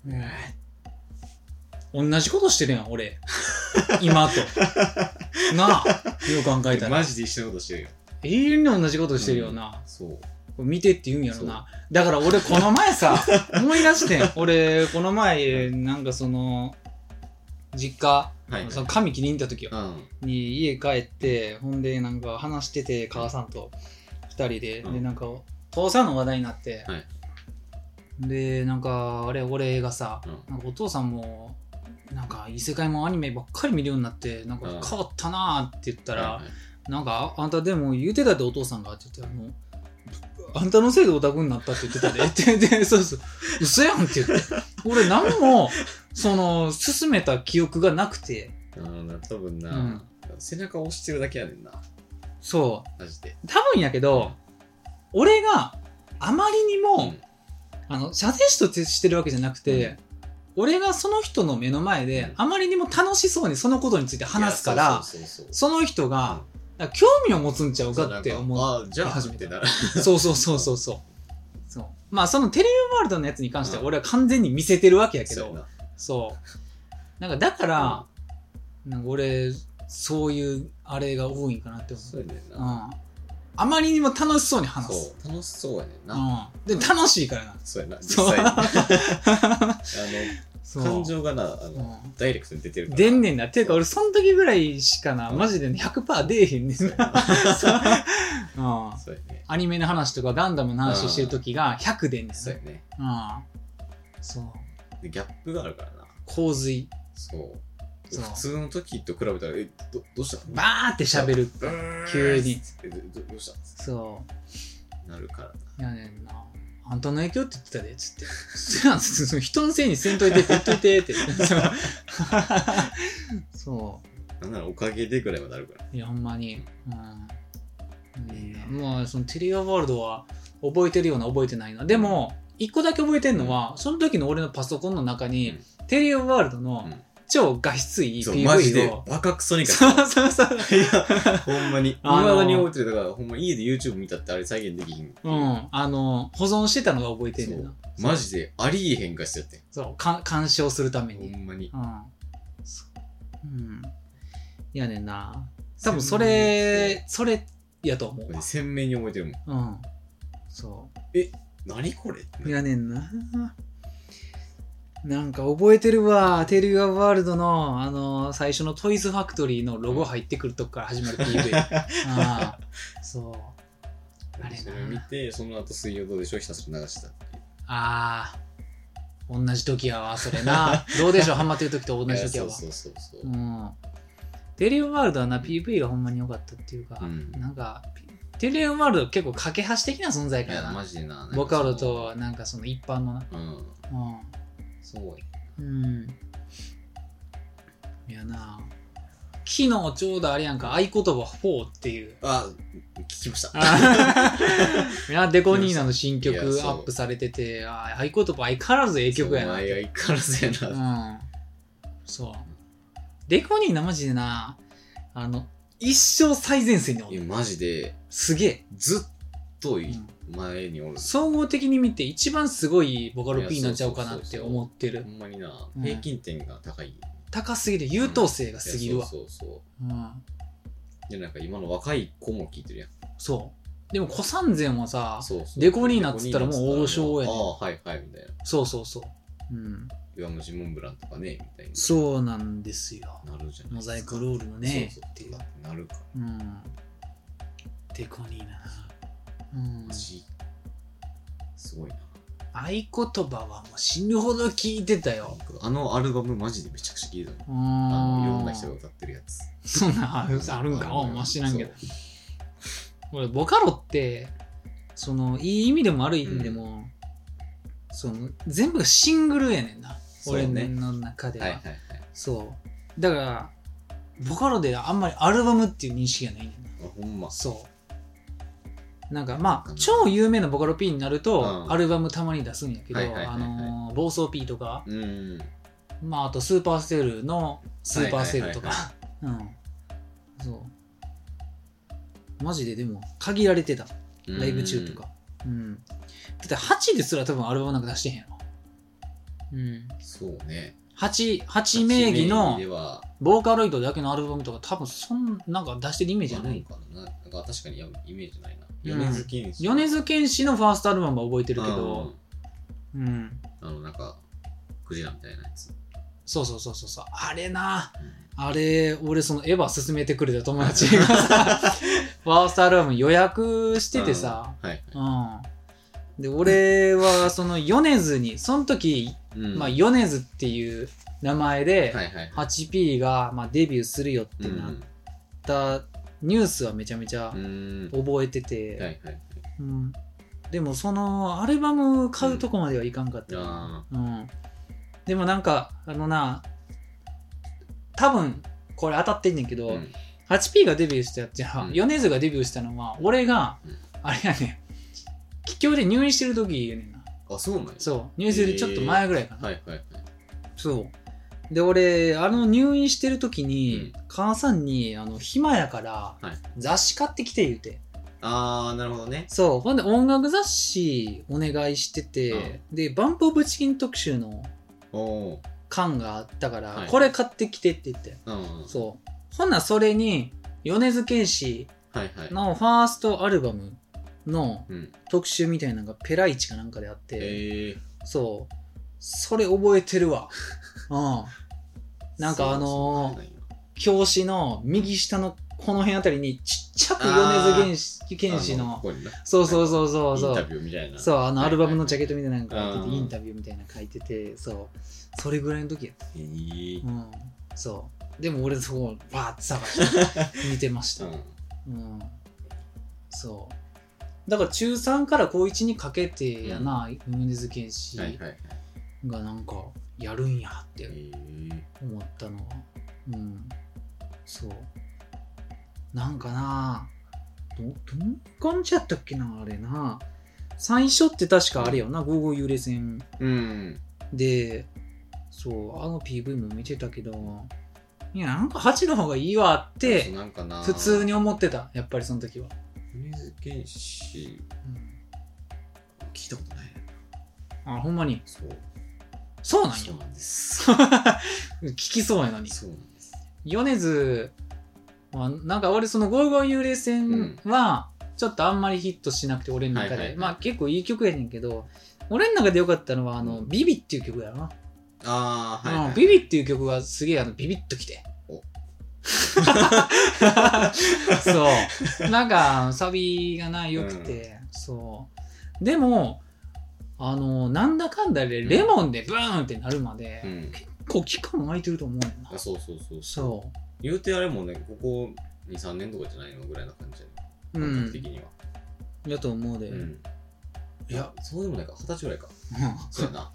同じことしてるやん俺 今となあよう考えたらマジで一緒のことしてるよ永遠に同じことしてるよな、そうこれ見てって言うんやろなだから俺この前 さ思い出してん俺この前なんかその実家、はいはいその髪切りに行った時ようんに家帰ってほんでなんか話してて母さんと2人で、うんでなんか父さんの話題になって、はいでなんかあれ俺がさ、うなんかお父さんもなんか異世界もアニメばっかり見るようになってなんかうん変わったなーって言ったら、はいはいなんかああんたでも言うてたってお父さんがって言ってあのあんたのせいでオタクになったって言ってたで ってでそうそう嘘やんって言って俺何もその勧めた記憶がなくてあのな多分な、うん背中押してるだけやねんなそうマジで多分やけど、俺があまりにも、うんあの射精師としてるわけじゃなくて、うん俺がその人の目の前で、うんあまりにも楽しそうにそのことについて話すからいやそうそうそうその人が、なんか興味を持つんちゃうそうかって思なんうかあじゃあ初初めめててなそうそうそうそうそうそうまあそのテレビワールドのやつに関しては俺は完全に見せてるわけやけど、そうやなそうなんかだから、なんか俺そういうあれが多いんかなって思うそうやねんう、なんあまりにも楽しそうに話す。そう楽しそうやねんうな、ん、で楽しいからな。そうやな実そう 際にあそのう感情がなあの、うんダイレクトに出てるから出んねんな。っていうかそう俺その時ぐらいしかな、うんマジでね100%出えへんねん そうやなな。うんそうやねアニメの話とかガンダムの話してる時が100出んねんそうやねな。うん。そう。でギャップがあるからな洪水。そうその普通の時と比べたらえどどうしたバーって喋るブーン急にえどどどうしたそなるからうやねんなあんたの影響って言ってたでっつって「そやん」つって その人のせいにせんといて言っといてって そうそうなんならおかげでぐらいまであるからいや、ほんまに。うん。うん、まあ、そのテリアワールドは覚えてるような覚えてないな。でも、一個だけ覚えてるのは、その時の俺のパソコンの中に、テリアワールドのうん超画質いいそうマジ PV でを。バカクソにか そうそうそう。いやほんまにい あの。まだに覚えてるだからほんま家で YouTube 見たってあれ再現できひんっていううんあの、保存してたのが覚えてんねんな。マジでありえへん化しちゃってそう、か鑑賞するためほに。んまにうん。そううん。いやねんな。多分それ、それやと思うわ。鮮明に覚えてるもんうん。そう。何これいやねんな。なんか覚えてるわ。テリアワールドの、あの、最初のトイズファクトリーのロゴ入ってくるとこから始ま る PV。ああ、そう。あれなそれ見てその後水曜どうでしょうひたすら流してたっていうああ、同じ時やわ、それな。どうでしょう、ハマってる時と同いじや時やそうわ。。そうそうそううんテリアワールドはな、PV がほんまに良かったっていうか、うんなんか、テリアワールド結構架け橋的な存在い感ややマな。ジでなボカロと、なんかその一般のな。うんうん。すごいうん。いやな昨日ちょうどあれやんか、合言葉4っていう。あ聞きました いや、デコニーナの新曲いアやそうップされてて、あ合言葉相変わらずええ曲やな。そう相変わらずやなうん。そう。デコニーナマジでな、あの、一生最前線においる。やマジですげえ。ずっというん前におる総合的に見て一番すごいボカロ P になっちゃうかなって思ってほる。んまになうん平均点が高い高すぎる。優等生が過ぎるいやわ。そうそうそうん。うでなんか今の若い子も聞いてるやんそう。でも、古参善はさ、そうそうデコニーナっつったらもう王将やねああはいはいみたいなそうそうそう。うん。岩虫モンブランとかねみたいにそうなんですよ。なるじゃないモザイクーロールのね、そうっていうそう。なるからうん。デコニーナ。うんマ。ジすごいな合言葉はもう死ぬほど聞いてたよ。あのアルバムマジでめちゃくちゃ聴いたのうあん。のいろんな人が歌ってるやつそんなんあるあるんか。あ、ま知らんけど。そう俺、ボカロって、その、いい意味でも悪い意味でも、その、全部がシングルやねんな。そう俺ねの中では。はいはいはいそう。だから、ボカロであんまりアルバムっていう認識がないねんな。あほんまそう。なんかまあ、超有名なボカロ P になると、うんアルバムたまに出すんやけど、はいはいはいはいあのー暴走 P とか、うんまああとスーパーセルのスーパーセルとかは。うん。そう。マジででも、限られてた。ライブ中とか。うん。だって8ですら多分アルバムなんか出してへんやろ。うん。うんそうね8、8名義の八名義ではボーカロイドだけのアルバムとか多分そんなんか出してるイメージじゃないのかななんか確かにやイメージないなうん米津玄師米津玄師のファーストアルバムは覚えてるけうんど、うん、あの、なんか、クジラみたいなやつ。そうそうそうそうそうあれなうんあれ俺そのエヴァ勧めてくれた友達が さファーストアルバム予約しててさ、うん。はい。うん、で俺はその米津にその時、うんまあ、はい米津っていう名前ではいはい。 8P がまあデビューするよってなっん。たニュースはめちゃめちゃうんは覚えていて、はいはい。うん、でもそのアルバム買うとこまではいかんかったな、あうんでもなんかあのな多分これ当たってんねんけあ。ど、うん 8P がデビューしたじゃあ、うん米津がデビューしたのは俺が、うんあれやねん気境で入院してる時やねんなあ、そうなんや。そう入院するちょっと前ぐらいかな、はいはいはい。そうで俺あの入院してる時に、母さんにあの暇やからはい雑誌買ってきて言うて、ああ、なるほどね。そう。ほんで音楽雑誌お願いしてて、で、バンプオブチキン特集のおお缶があったから、はいこれ買ってきてって言って。ー。うん。そう。ほんならそれに、米津玄師はいはい。のファーストアルバムのうん。特集みたいなのがペライチかなんかであって、ええ。そう。それ覚えてる わ。うん。なんかあそうのそうなんやー、表紙の右下のこの辺あたりにちっちゃくあー米津玄師あ剣士このこになそうそうそうそうそインタうビューみたいな。そうあのはいアルバムのジャケットみたいなのがはい書いてうんてインタビューみたいなの書いててそうそれぐらいの時やったへーうんそうでも俺そこをバーって探して見てましたうんうんそうだから中3から高1にかけてやな、米津玄師はいはいはい。がなんかやるんやっへてー思ったのはうんそうなんかなどどんな感じやったっけなあれな最初って確かあれよな「午後幽霊戦うん。」でそうあの PV も見てたけどいやなんか8の方がいいわっそうてなんかな普通。に思ってたやっぱりその時は、米津玄師、うん聞いたことないな。あほんまにそう。そうなんそようなんです。 聞きそうやのにそうなんです。米津はなんか俺その「ゴーゴー幽霊船」はちょっとあんまりヒットしなくて俺の中で、はいはいはいまあ結構いい曲やねんけど俺の中で良かったのはあの、うんビビっていう曲やろな、ああ、うはんい、はい。ビビっていう曲がすげえあのビビッときて おそうなんかサビがな良くて、そうでもあのなんだかんだでレモンでブーンってなるまで、うん。結構期間空いてると思うねんなあ、そうそうそう。そ言うてあれもね、ここ2、3年とかじゃないのぐらいな感じやね。うう感覚ん的には。やと思うで、うん。いや、そうでもないか、二十歳ぐらいか。そうや な。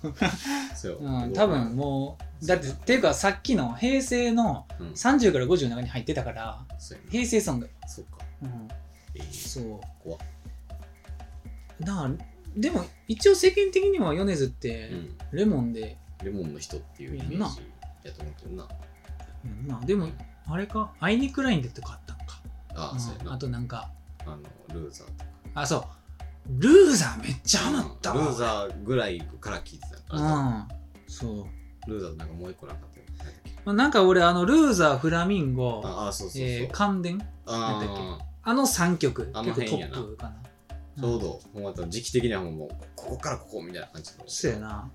そう うよん、多分、もうだってっていうかさっきの平成のうん、そ30から50の中に入ってたからうや平成ソング、な。そうか。うん、えーそう怖っだからでも一応世間的には米津ってうん。レモンで、レモンの人っていうイメージやと思うけどな。うんまあでもあれかアイニックラインでとかあったのかあうあ、んそうやな。あとなんかあの、ルーザーとか。あそうルーザーめっちゃハマったルわーザーぐらいから聞いてたから、うんそう、ルーザーなんかもう一個なかったよ。なんだっけまあ、なんか俺あのルーザーフラミンゴああ、そうそうそう。えー感電あなんだーあの3曲あの結構ト辺やッなプかなちょうど、もうまた時期的にはもう、ここからここみたいな感じの。そうや。な。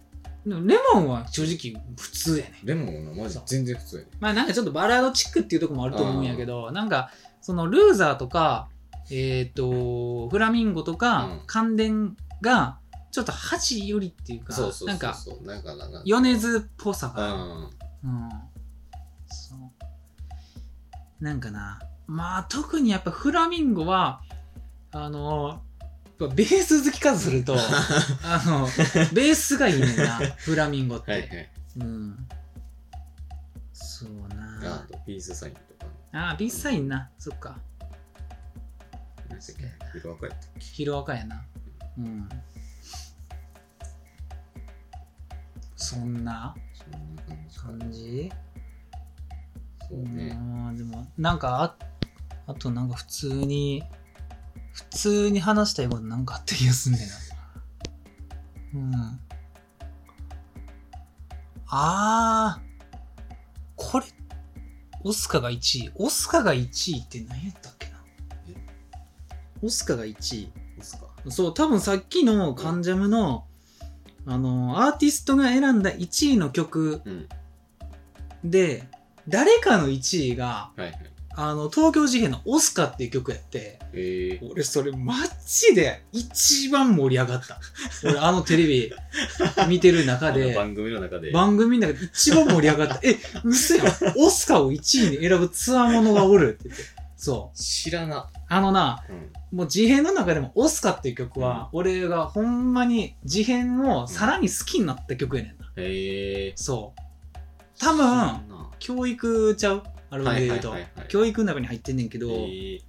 でもレモンは正直普通やね。レモンはなマジ全然普通やね。まあなんかちょっとバラードチックっていうところもあると思うんやけど、なんかそのルーザーとか、えっ、と、フラミンゴとかうん、関連がちょっと8よりっていうか、そうそうそうそう。なんかなんかな、なんか米津っぽさうが、ん。うんそうなんかな、まあ特にやっぱフラミンゴは、あの、やっぱベース好きからする と、あの、ベースがいいねんな、フラミンゴって。はいはい。うん。そうあなと、ピースサインとか。あ。あ、B サインな。そっか。何だっけ色赤やった。ヒロアカやな。うん。そんなそんな感感じかじそうね。うんでも、なんかあ、あとなんか普通に、普通に話したいことなんかあった気がすんねんな。うん。あー、これ、オスカが1位。オスカが1位って何やったっけなえオスカが1位。いいっすか。そう、多分さっきのカンジャムの、あの、アーティストが選んだ1位の曲うん。で、誰かの1位が、はいはい。あの、東京事変のオスカっていう曲やって、えー、俺それマジで一番盛り上がった。俺あのテレビ見てる中あので、番組の中で。番組の中で一番盛り上がった。え、嘘やん。オスカを1位に選ぶツアーものがおるって言って。そう。知らな。あのな、うん。もう事変の中でもオスカっていう曲は、俺がほんまに事変をさらに好きになった曲やねんな。えー。そう。多分、知らんな教育ちゃうアルバムで言うとはいはいはいはい。教育の中に入ってんねんけど、えー、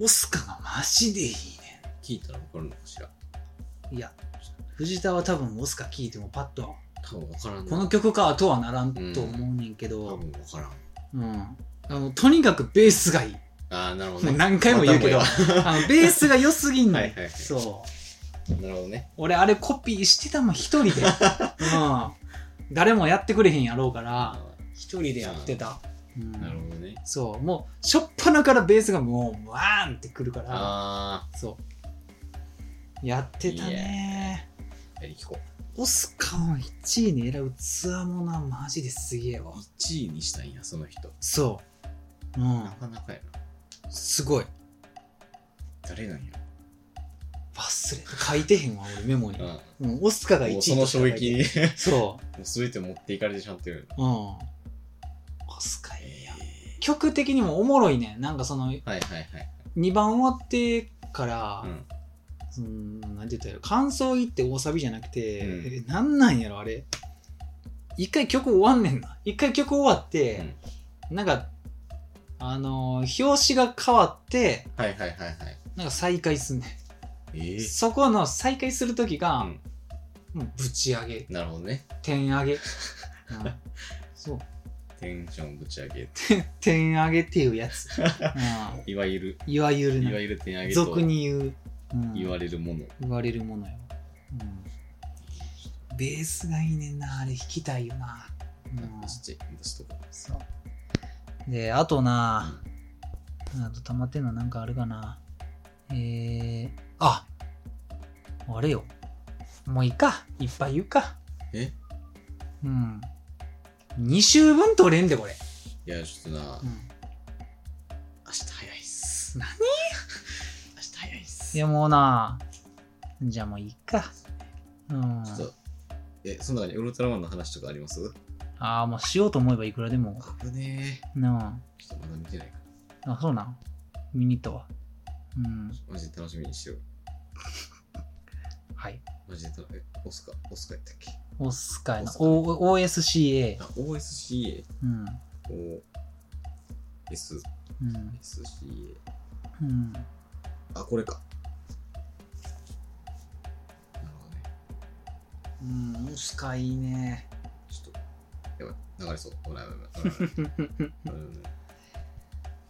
オスカがマジでいい聞いたら分かるのかしら。ねん。いや、藤田は多分オスカ聴いてもパッと、多分分からんな。この曲かとはならんと思うねんけ多ど、分分からん。うん。あのとにかくベースがいい。ああ、なるほどもうね。何回も言うけど、まあのベースが良すぎんの、 はよいはいはいそう。なるほどね。俺あれコピーしてたもん一人で、うん、誰もやってくれへんやろうから一人でやってた、うんなるほどね。そうもうしょっぱなからベースがもうワーンってくるからあそうやってたねあ、やりきこう。オスカーを1位に選ぶツアーもなマジですげえわ1位にしたんや、その人。そうんなかなかやな。すごい誰なんや。忘れ書いてへんわ俺メモに、あうん、オスカあが1も位うその衝撃に、もそう全て持っていかれてしまってる。ううんオスカいいやんえ曲的にもおもろいねんなんかそのーはいはいはい。 2番終わってから、うんそのなんて言ったらいいの感想言って大サビじゃなくて、うんえなんなんやろあれ一回曲終わんねんな一回曲終わって、なんかあのー表紙が変わってはいはいはいはい。なんか再開すんねえんーそこの再開する時が、うんもうぶち上げなるほどね。点上げ、 うんそうテンションぶち上げ。点上げっていうや つ、ういわゆる、ん、いわゆるいなわゆる点上げと俗に言う、うん言われるもの。言われるものよ、ベースがいいねんなあれ弾きたいよな、うんちっちゃい。出しとこうそうであとなあと溜まってんのなんかあるかなえー、ああれよもういいかいっぱい言うかえうん2週分取れんでこれ、いや、ちょっとなう、ん、明日早いっす。何明日早いっす。いやもうなじゃあもういいかうんちょっと、え、その中にウルトラマンの話とかありますああもうしようと思えばいくらでも危ねえ。なちょっとまだ見てないから。ああそうなん見に行ったわうんマジで楽しみにしてる。はいマジで楽え、オスカ、オスカやったっけオスカーのオスカ O- OSCA あ、OSCA。うんお S、うん SCA。うんあ、これか。なるほどね。うんオスカーいいねちょっと、やばい、流れそう。危ない危ない危ない危ない危ない危ない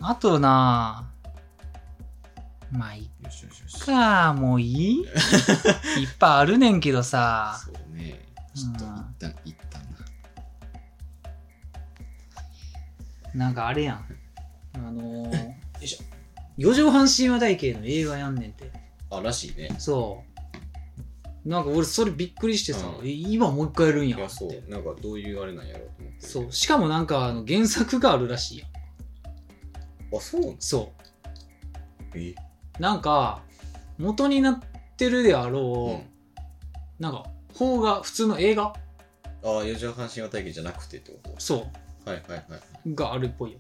あとなまあいよしよしよし。っかもう いいいっぱいあるねんけどさそうね。ちょっと、うん一旦、一旦な。なんかあれやんあのー、よいしょ四畳半神話台形の映画やんねんてあ、らしいね。そうなんか俺それびっくりしてさ、うんえ今もう一回やるんいやや、ってそう。なんか、どういうあれなんやろうと思って。そう。しかもなんかあの原作があるらしいやんあ、そうなんそえうなんか元になってるであろう、なんか邦画普通の映画ああ、四畳半神話体験じゃなくてってこそとはいはいはい。うがあるっぽいよ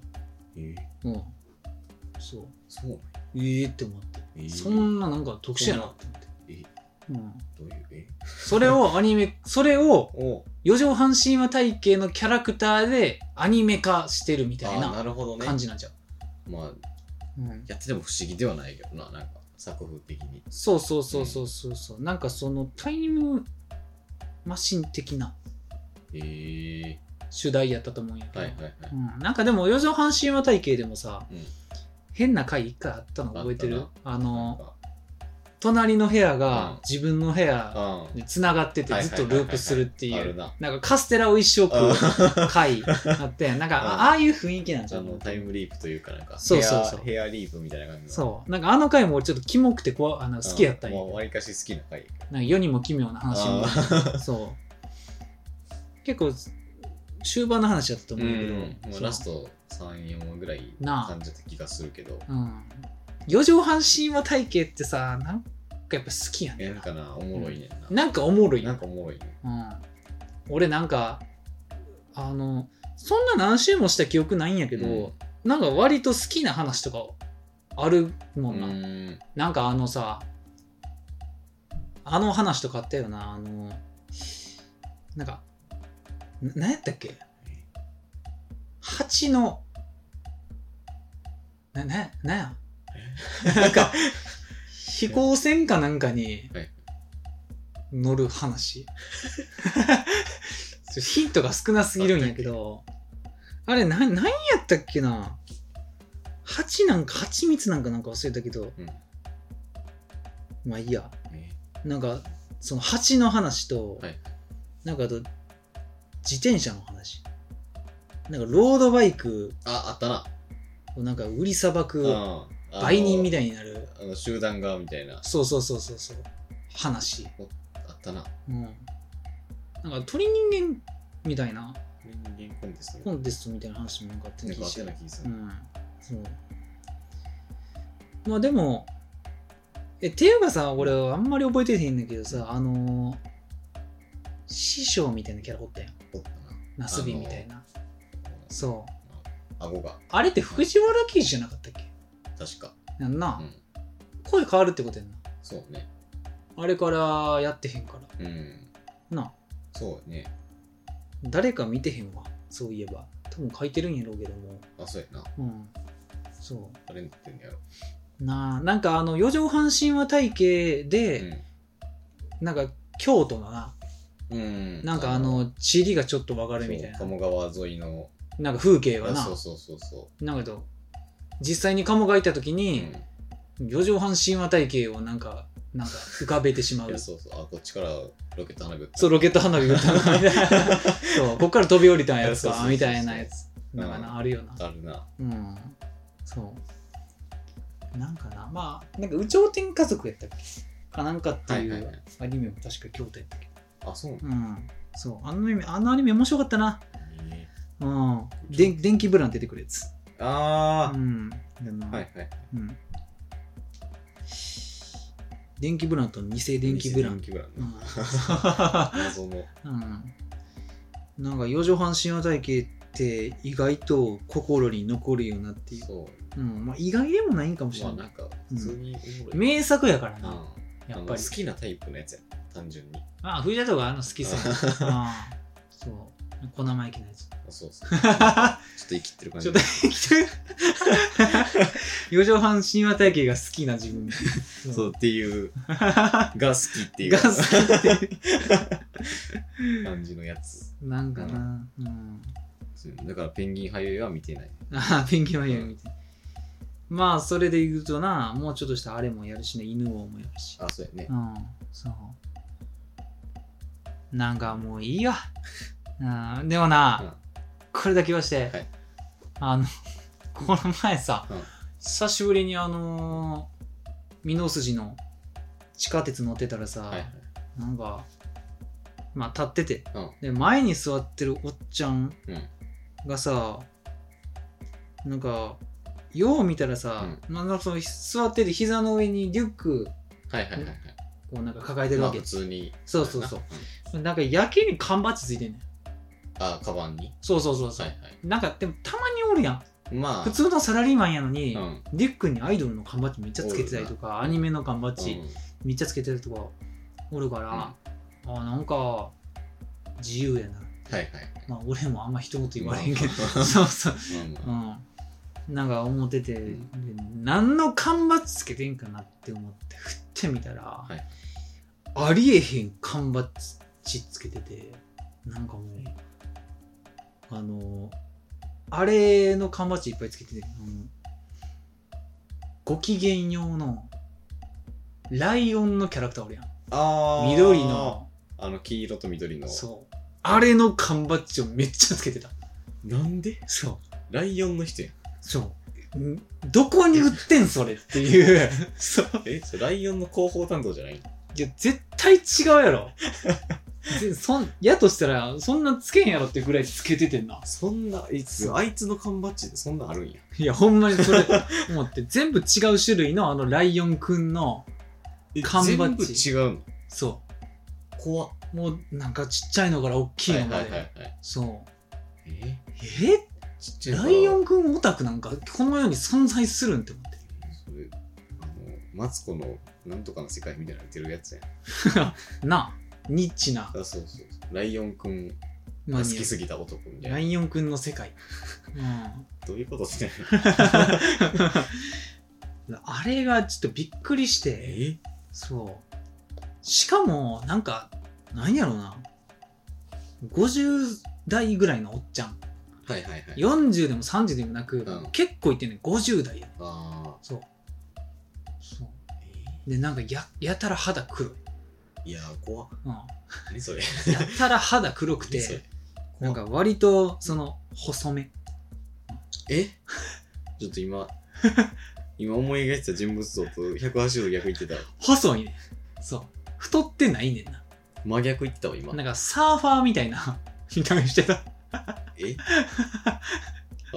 えー、うんそうそうなんやええって思って、えーそんななんか特殊やなって思ってえーうん、どういうえそれをアニメそれをお四畳半神話体系のキャラクターでアニメ化してるみたいああ、ななるほどね。感じなんちゃう、まあ、うん、やってても不思議ではないけどな、なんか、作風的に。そうそうそうそうそうそうなんかそのタイムマシン的なええ主題やったと思うんやけー、ど、はいはいはい。うん、なんかでも四畳半神話体系でもさ、うん変な回一回あったの覚えてあるっあなんのか隣の部屋うんが自分の部屋あでつながっててはいはいずっはいはいとループするっていあるうな。なんかカステラを一生食うあ回あってなんかうんあああいう雰囲気なんじあゃのんタイムリープというかなんかそうそうそうヘアヘアリープみたいな感じのそうなんかあの回も俺ちょっとキモくてこあの好きやったんんやわりかし好きな回やけどなんか世にも奇妙な話もあそう結構終盤の話だったとー思うんだけど、そうんもううラスト34話ぐらいなあ感じた気がするけどうん四畳半神話体系ってさなんかやっぱ好きやえねんななんかなおもろいねんななんかおもろいなよんかおもろいねうん、俺なんかあのそんな何周もした記憶ないんやけど、なんか割と好きな話とかあるうもんな、ーんなんかあのさあの話とかあったよなあのなんかな何やったっけ蜂のなななんやなんか飛行船かなんかにはい乗る話 ちょヒントが少なすぎるんやけどあれな何やったっけな蜂なんか蜂蜜なんかなんか忘れたけどうんまあいいやえなんかその蜂の話と、はいなんかあと自転車の話なんかロードバイクああったなをなんか売りさばくうん売人みいたいになるなあの集団がみたいなそうそうそうそうそう話あったなうんなんか鳥人間みたいな人間コンテストみたコいンテストみたいな話もなんかあったな気がなんかあっしたようてな気がすうるんそうまあでもえっていうかさ俺あんまり覚えてへんねんけどさあのー師匠みたいなキャラおったやんおったなナスビみたいな、そう顎があれって藤原記事じゃなかったっけ確かやんな、うん声変わるってことやんなそうねあれからやってへんかうんらなそうね誰か見てへんわそういえば多分書いてるんやろうけどもあそうやなうんそ誰になってんのやろうなあなんかあの四畳半神話体系で、なんか京都のなうん、うん、なんかあの地理がちょっとわかるみたいなそう鴨川沿いのなんか風景があなそうそうそうそなんかと実際に鴨がいた時う、うにん、四畳半神話体系をなんかなんか浮かべてしま いうやそうそうあこっちからロケット花火打ったそうロケット花火打ったの みたいなそうこっから飛び降りたんやつそうそうそうかそうみたいなやつなんかうなんあるよなあるなうんそうなんかなまあなんか有頂天家族やったっけかなんかってはいいはいはういアニメも確か京都やったっけあそうなうんそうあのアニメあのアニメ面白かったなのねうん、で電気ブラン出てくるやつ。うああ、ん。あのはいはいうん、電気ブランと偽電気ブラン電。気ブランうねん謎のうん、 なんか四畳半神話体系って意外と心に残るよなっていう、そううんまあ、意外でもないんかもしれまなあい、なんか普通におもろい名作やからな、なややっっぱぱりり好きなタイプのやつや単純にあ藤田とかあの好きそうああそう小生意気なやつあそう そうちょっと生きってる感ちょじっと 四畳半神話体系が好きな自分そうっていうが好きっていうガス切って感じのやつなんかな、うん、そうだからペンギンハイウェイは見てないああペンギンはやるみたいな、まあそれで言うとなもうちょっとしたあれもやるしね犬王もやるしあそうやねうんそうなんかもういいよ、うん、でもな、これだけ言わして、はいあのこの前さ、うん久しぶりにあのー箕面筋の地下鉄乗ってたらさ、はいはいなんかまあ立っててうんで前に座ってるおっちゃんうんがさなんかよう見たらさ、なんかその座ってて膝の上にリュックはいはいはいはこうなんか抱えているまわあけ、普通にそうそうそうんなんかやけに缶バッジついてんねんあカバンにそうそうそうそう、はいはなんかでもたまにおるやんいまあ普通のサラリーマンやのに、うんリュックにアイドルの缶バッジめっちゃつけてたりとかアニメの缶バッジめっちゃつけてるとかおるから、あなんか自由やなはいはいまあ俺もあんま一言言われへんけど、ま あそうそうまあまあうん、なんか思ってて、んで何の缶バッジつけてんかなって思って振ってみたら、いありえへん缶バッジつけててなんかもうあのあれの缶バッジいっぱいつけてて、うんご機嫌用のライオンのキャラクターおるやんあー緑のあの黄色と緑のそうあれの缶バッジをめっちゃつけてたなんでそうライオンの人やんそう。んどこに売ってんそれっていう。そう。えそれライオンの広報担当じゃないいや、絶対違うやろ。ぜそんやとしたら、そんなつけんやろってぐらいつけててんな。そんなえすあいつの缶バッジでそんなんあるんやいや、ほんまにそれ、思って、全部違う種類のあのライオンくんの、え缶バッジ全部違うのそ怖っう。もうなんかちっちゃいのから大きいのまで。いそう。ええちっちゃいライオンンくんオタクなんか、この世に存在するんって思って。それあのマツコのなんとかの世界みたいなの出てるやつやんなあ、ニッチな、あそうそうライオンくんまがあ好きすぎた男みたラいなイオンくんの世界。うん。どういうことってあれがちょっとびっくりして、えそう。しかも、なんか、なんやろうな。50代ぐらいのおっちゃん。はいはいはい40でも30でもなく、うん結構いってんねん、50代や。あそう。そう。で、なんかや、やたら肌黒い。ーいやー怖っ う何それん。やたら肌黒く何それて、なんか割と、その、細め。えちょっ と今今思い描いてた人物像と180度逆行ってた細いね。そう。太ってないねんな。真逆行ってたわ今なんかサーファー みたいな見た目してた。えは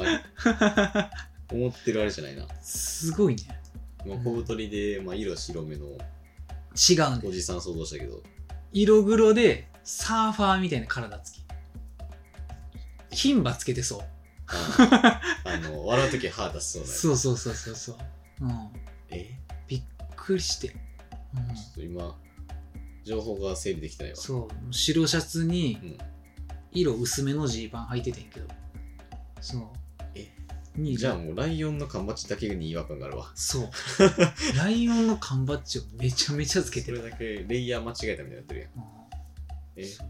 い思ってるあれじゃないな。すごいねまあ、小太りで、まあ、色白め違のうんおですじさん想像したけど、色黒でサーファーみたいな体つき牝馬つけてそうあ のあの笑うとき歯出しそうなやつ。そうそうそうそうそう、うん、えびっくりして、うんちょっと今、情報が整理できてないわ。そう白シャツにうん色薄めのジーパン履いててんけどそうえにじゃあもうライオンの缶バッチだけに違和感があるわ。そう ライオンの缶バッジをめちゃめちゃつけてそれる、だけレイヤー間違えたみたいになってるやん。うんえど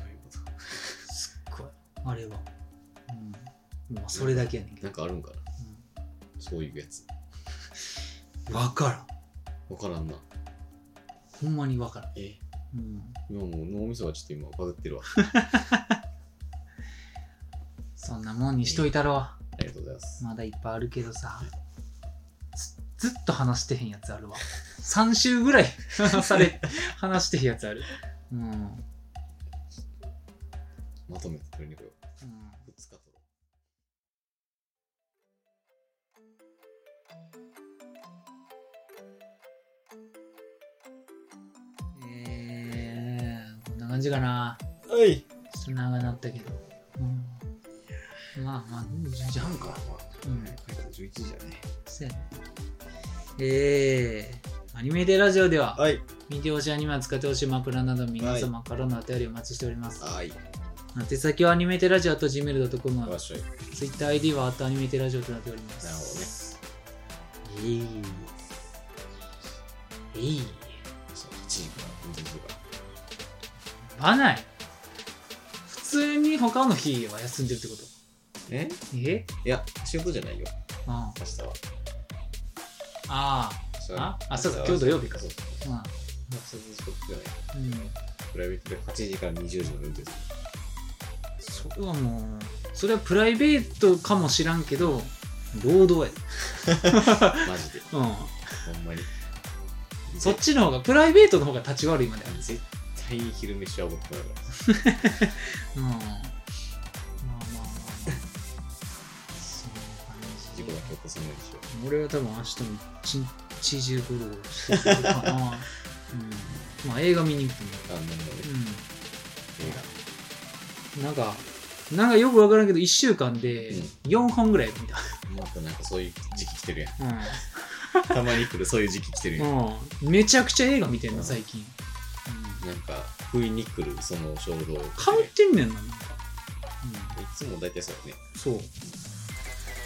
ういうこすっごいあれは、うん、まあそれだけやねんけとなどんかあるんかなそういうやつ。うんわからんわからんな。ほんまにわからん、えうん、今もう脳みそがちょっと今バグってるわ。そんなもんにしといたろうありがとうございます。まだいっぱいあるけどさ、ずずっと話してへんやつあるわ。3週ぐらい 話され、話してへんやつある。うん。うんまとめて取りに来よう。2日とろう。えー、こんな感じかな。はい。ちょっと長なったけど。うん、まあまあ、じゃあ、か。うん、 11時だね。そうやね。えー、アニメでラジオでは、はい。見てほしいアニメを使ってほしいマプラなど皆様からのお便りをお待ちしております。はい。宛先はアニメテラジオと gmail.com わっしょい。ツイッター ID はアットアニメテラジオとなっております。なるほどね。えい。えい。そう、1時から、2時から。バナイ。普通に他の日は休んでるってことええいや、仕事じゃないよ。うん。あ明日は。あ。明日はあ、あ、そうか、明日は今日土曜日か。そうそうう明日の仕事じゃない。ん。うん。プライベートで8時から20時の運転する。それはもう、それはプライベートかもしらんけど、労働マジで。や。うん。ほんまに。そっちの方が、プライベートの方が立ち悪いまである。絶対昼飯は僕だから。うん。まあまあまあ まあ。そんな感じ。事故だけ起こさないでしょ。俺は多分明日も一日中ゴロゴロしてるかな、うん、まあ映画見に行くとあんなのね、思映う、うん、なんかなんかよくわからんけど1週間で4本ぐらい見た、画。またなんかそういう時期来てるやん。う たまに来るそういう時期来てるやん。んうん、めちゃくちゃ映画見てんうのん最近、うん、なんか、不意に来るその衝動。いかぶってんねんななんか、つも大体そうやね。うん、そう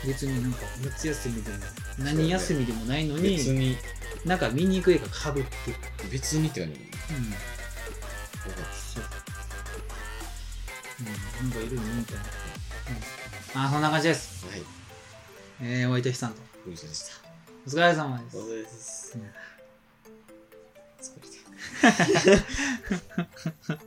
別になんか夏休みでも何休みでもないのに、別に、なんか見に行く映画かぶってる、別にって感じ。うんわかるそう。うん、なんかいるよねみたいな。うん、あ、そんな感じです。はい。えー、お相手さんと。ご一緒でした。お疲れ様です。疲れです。疲れた。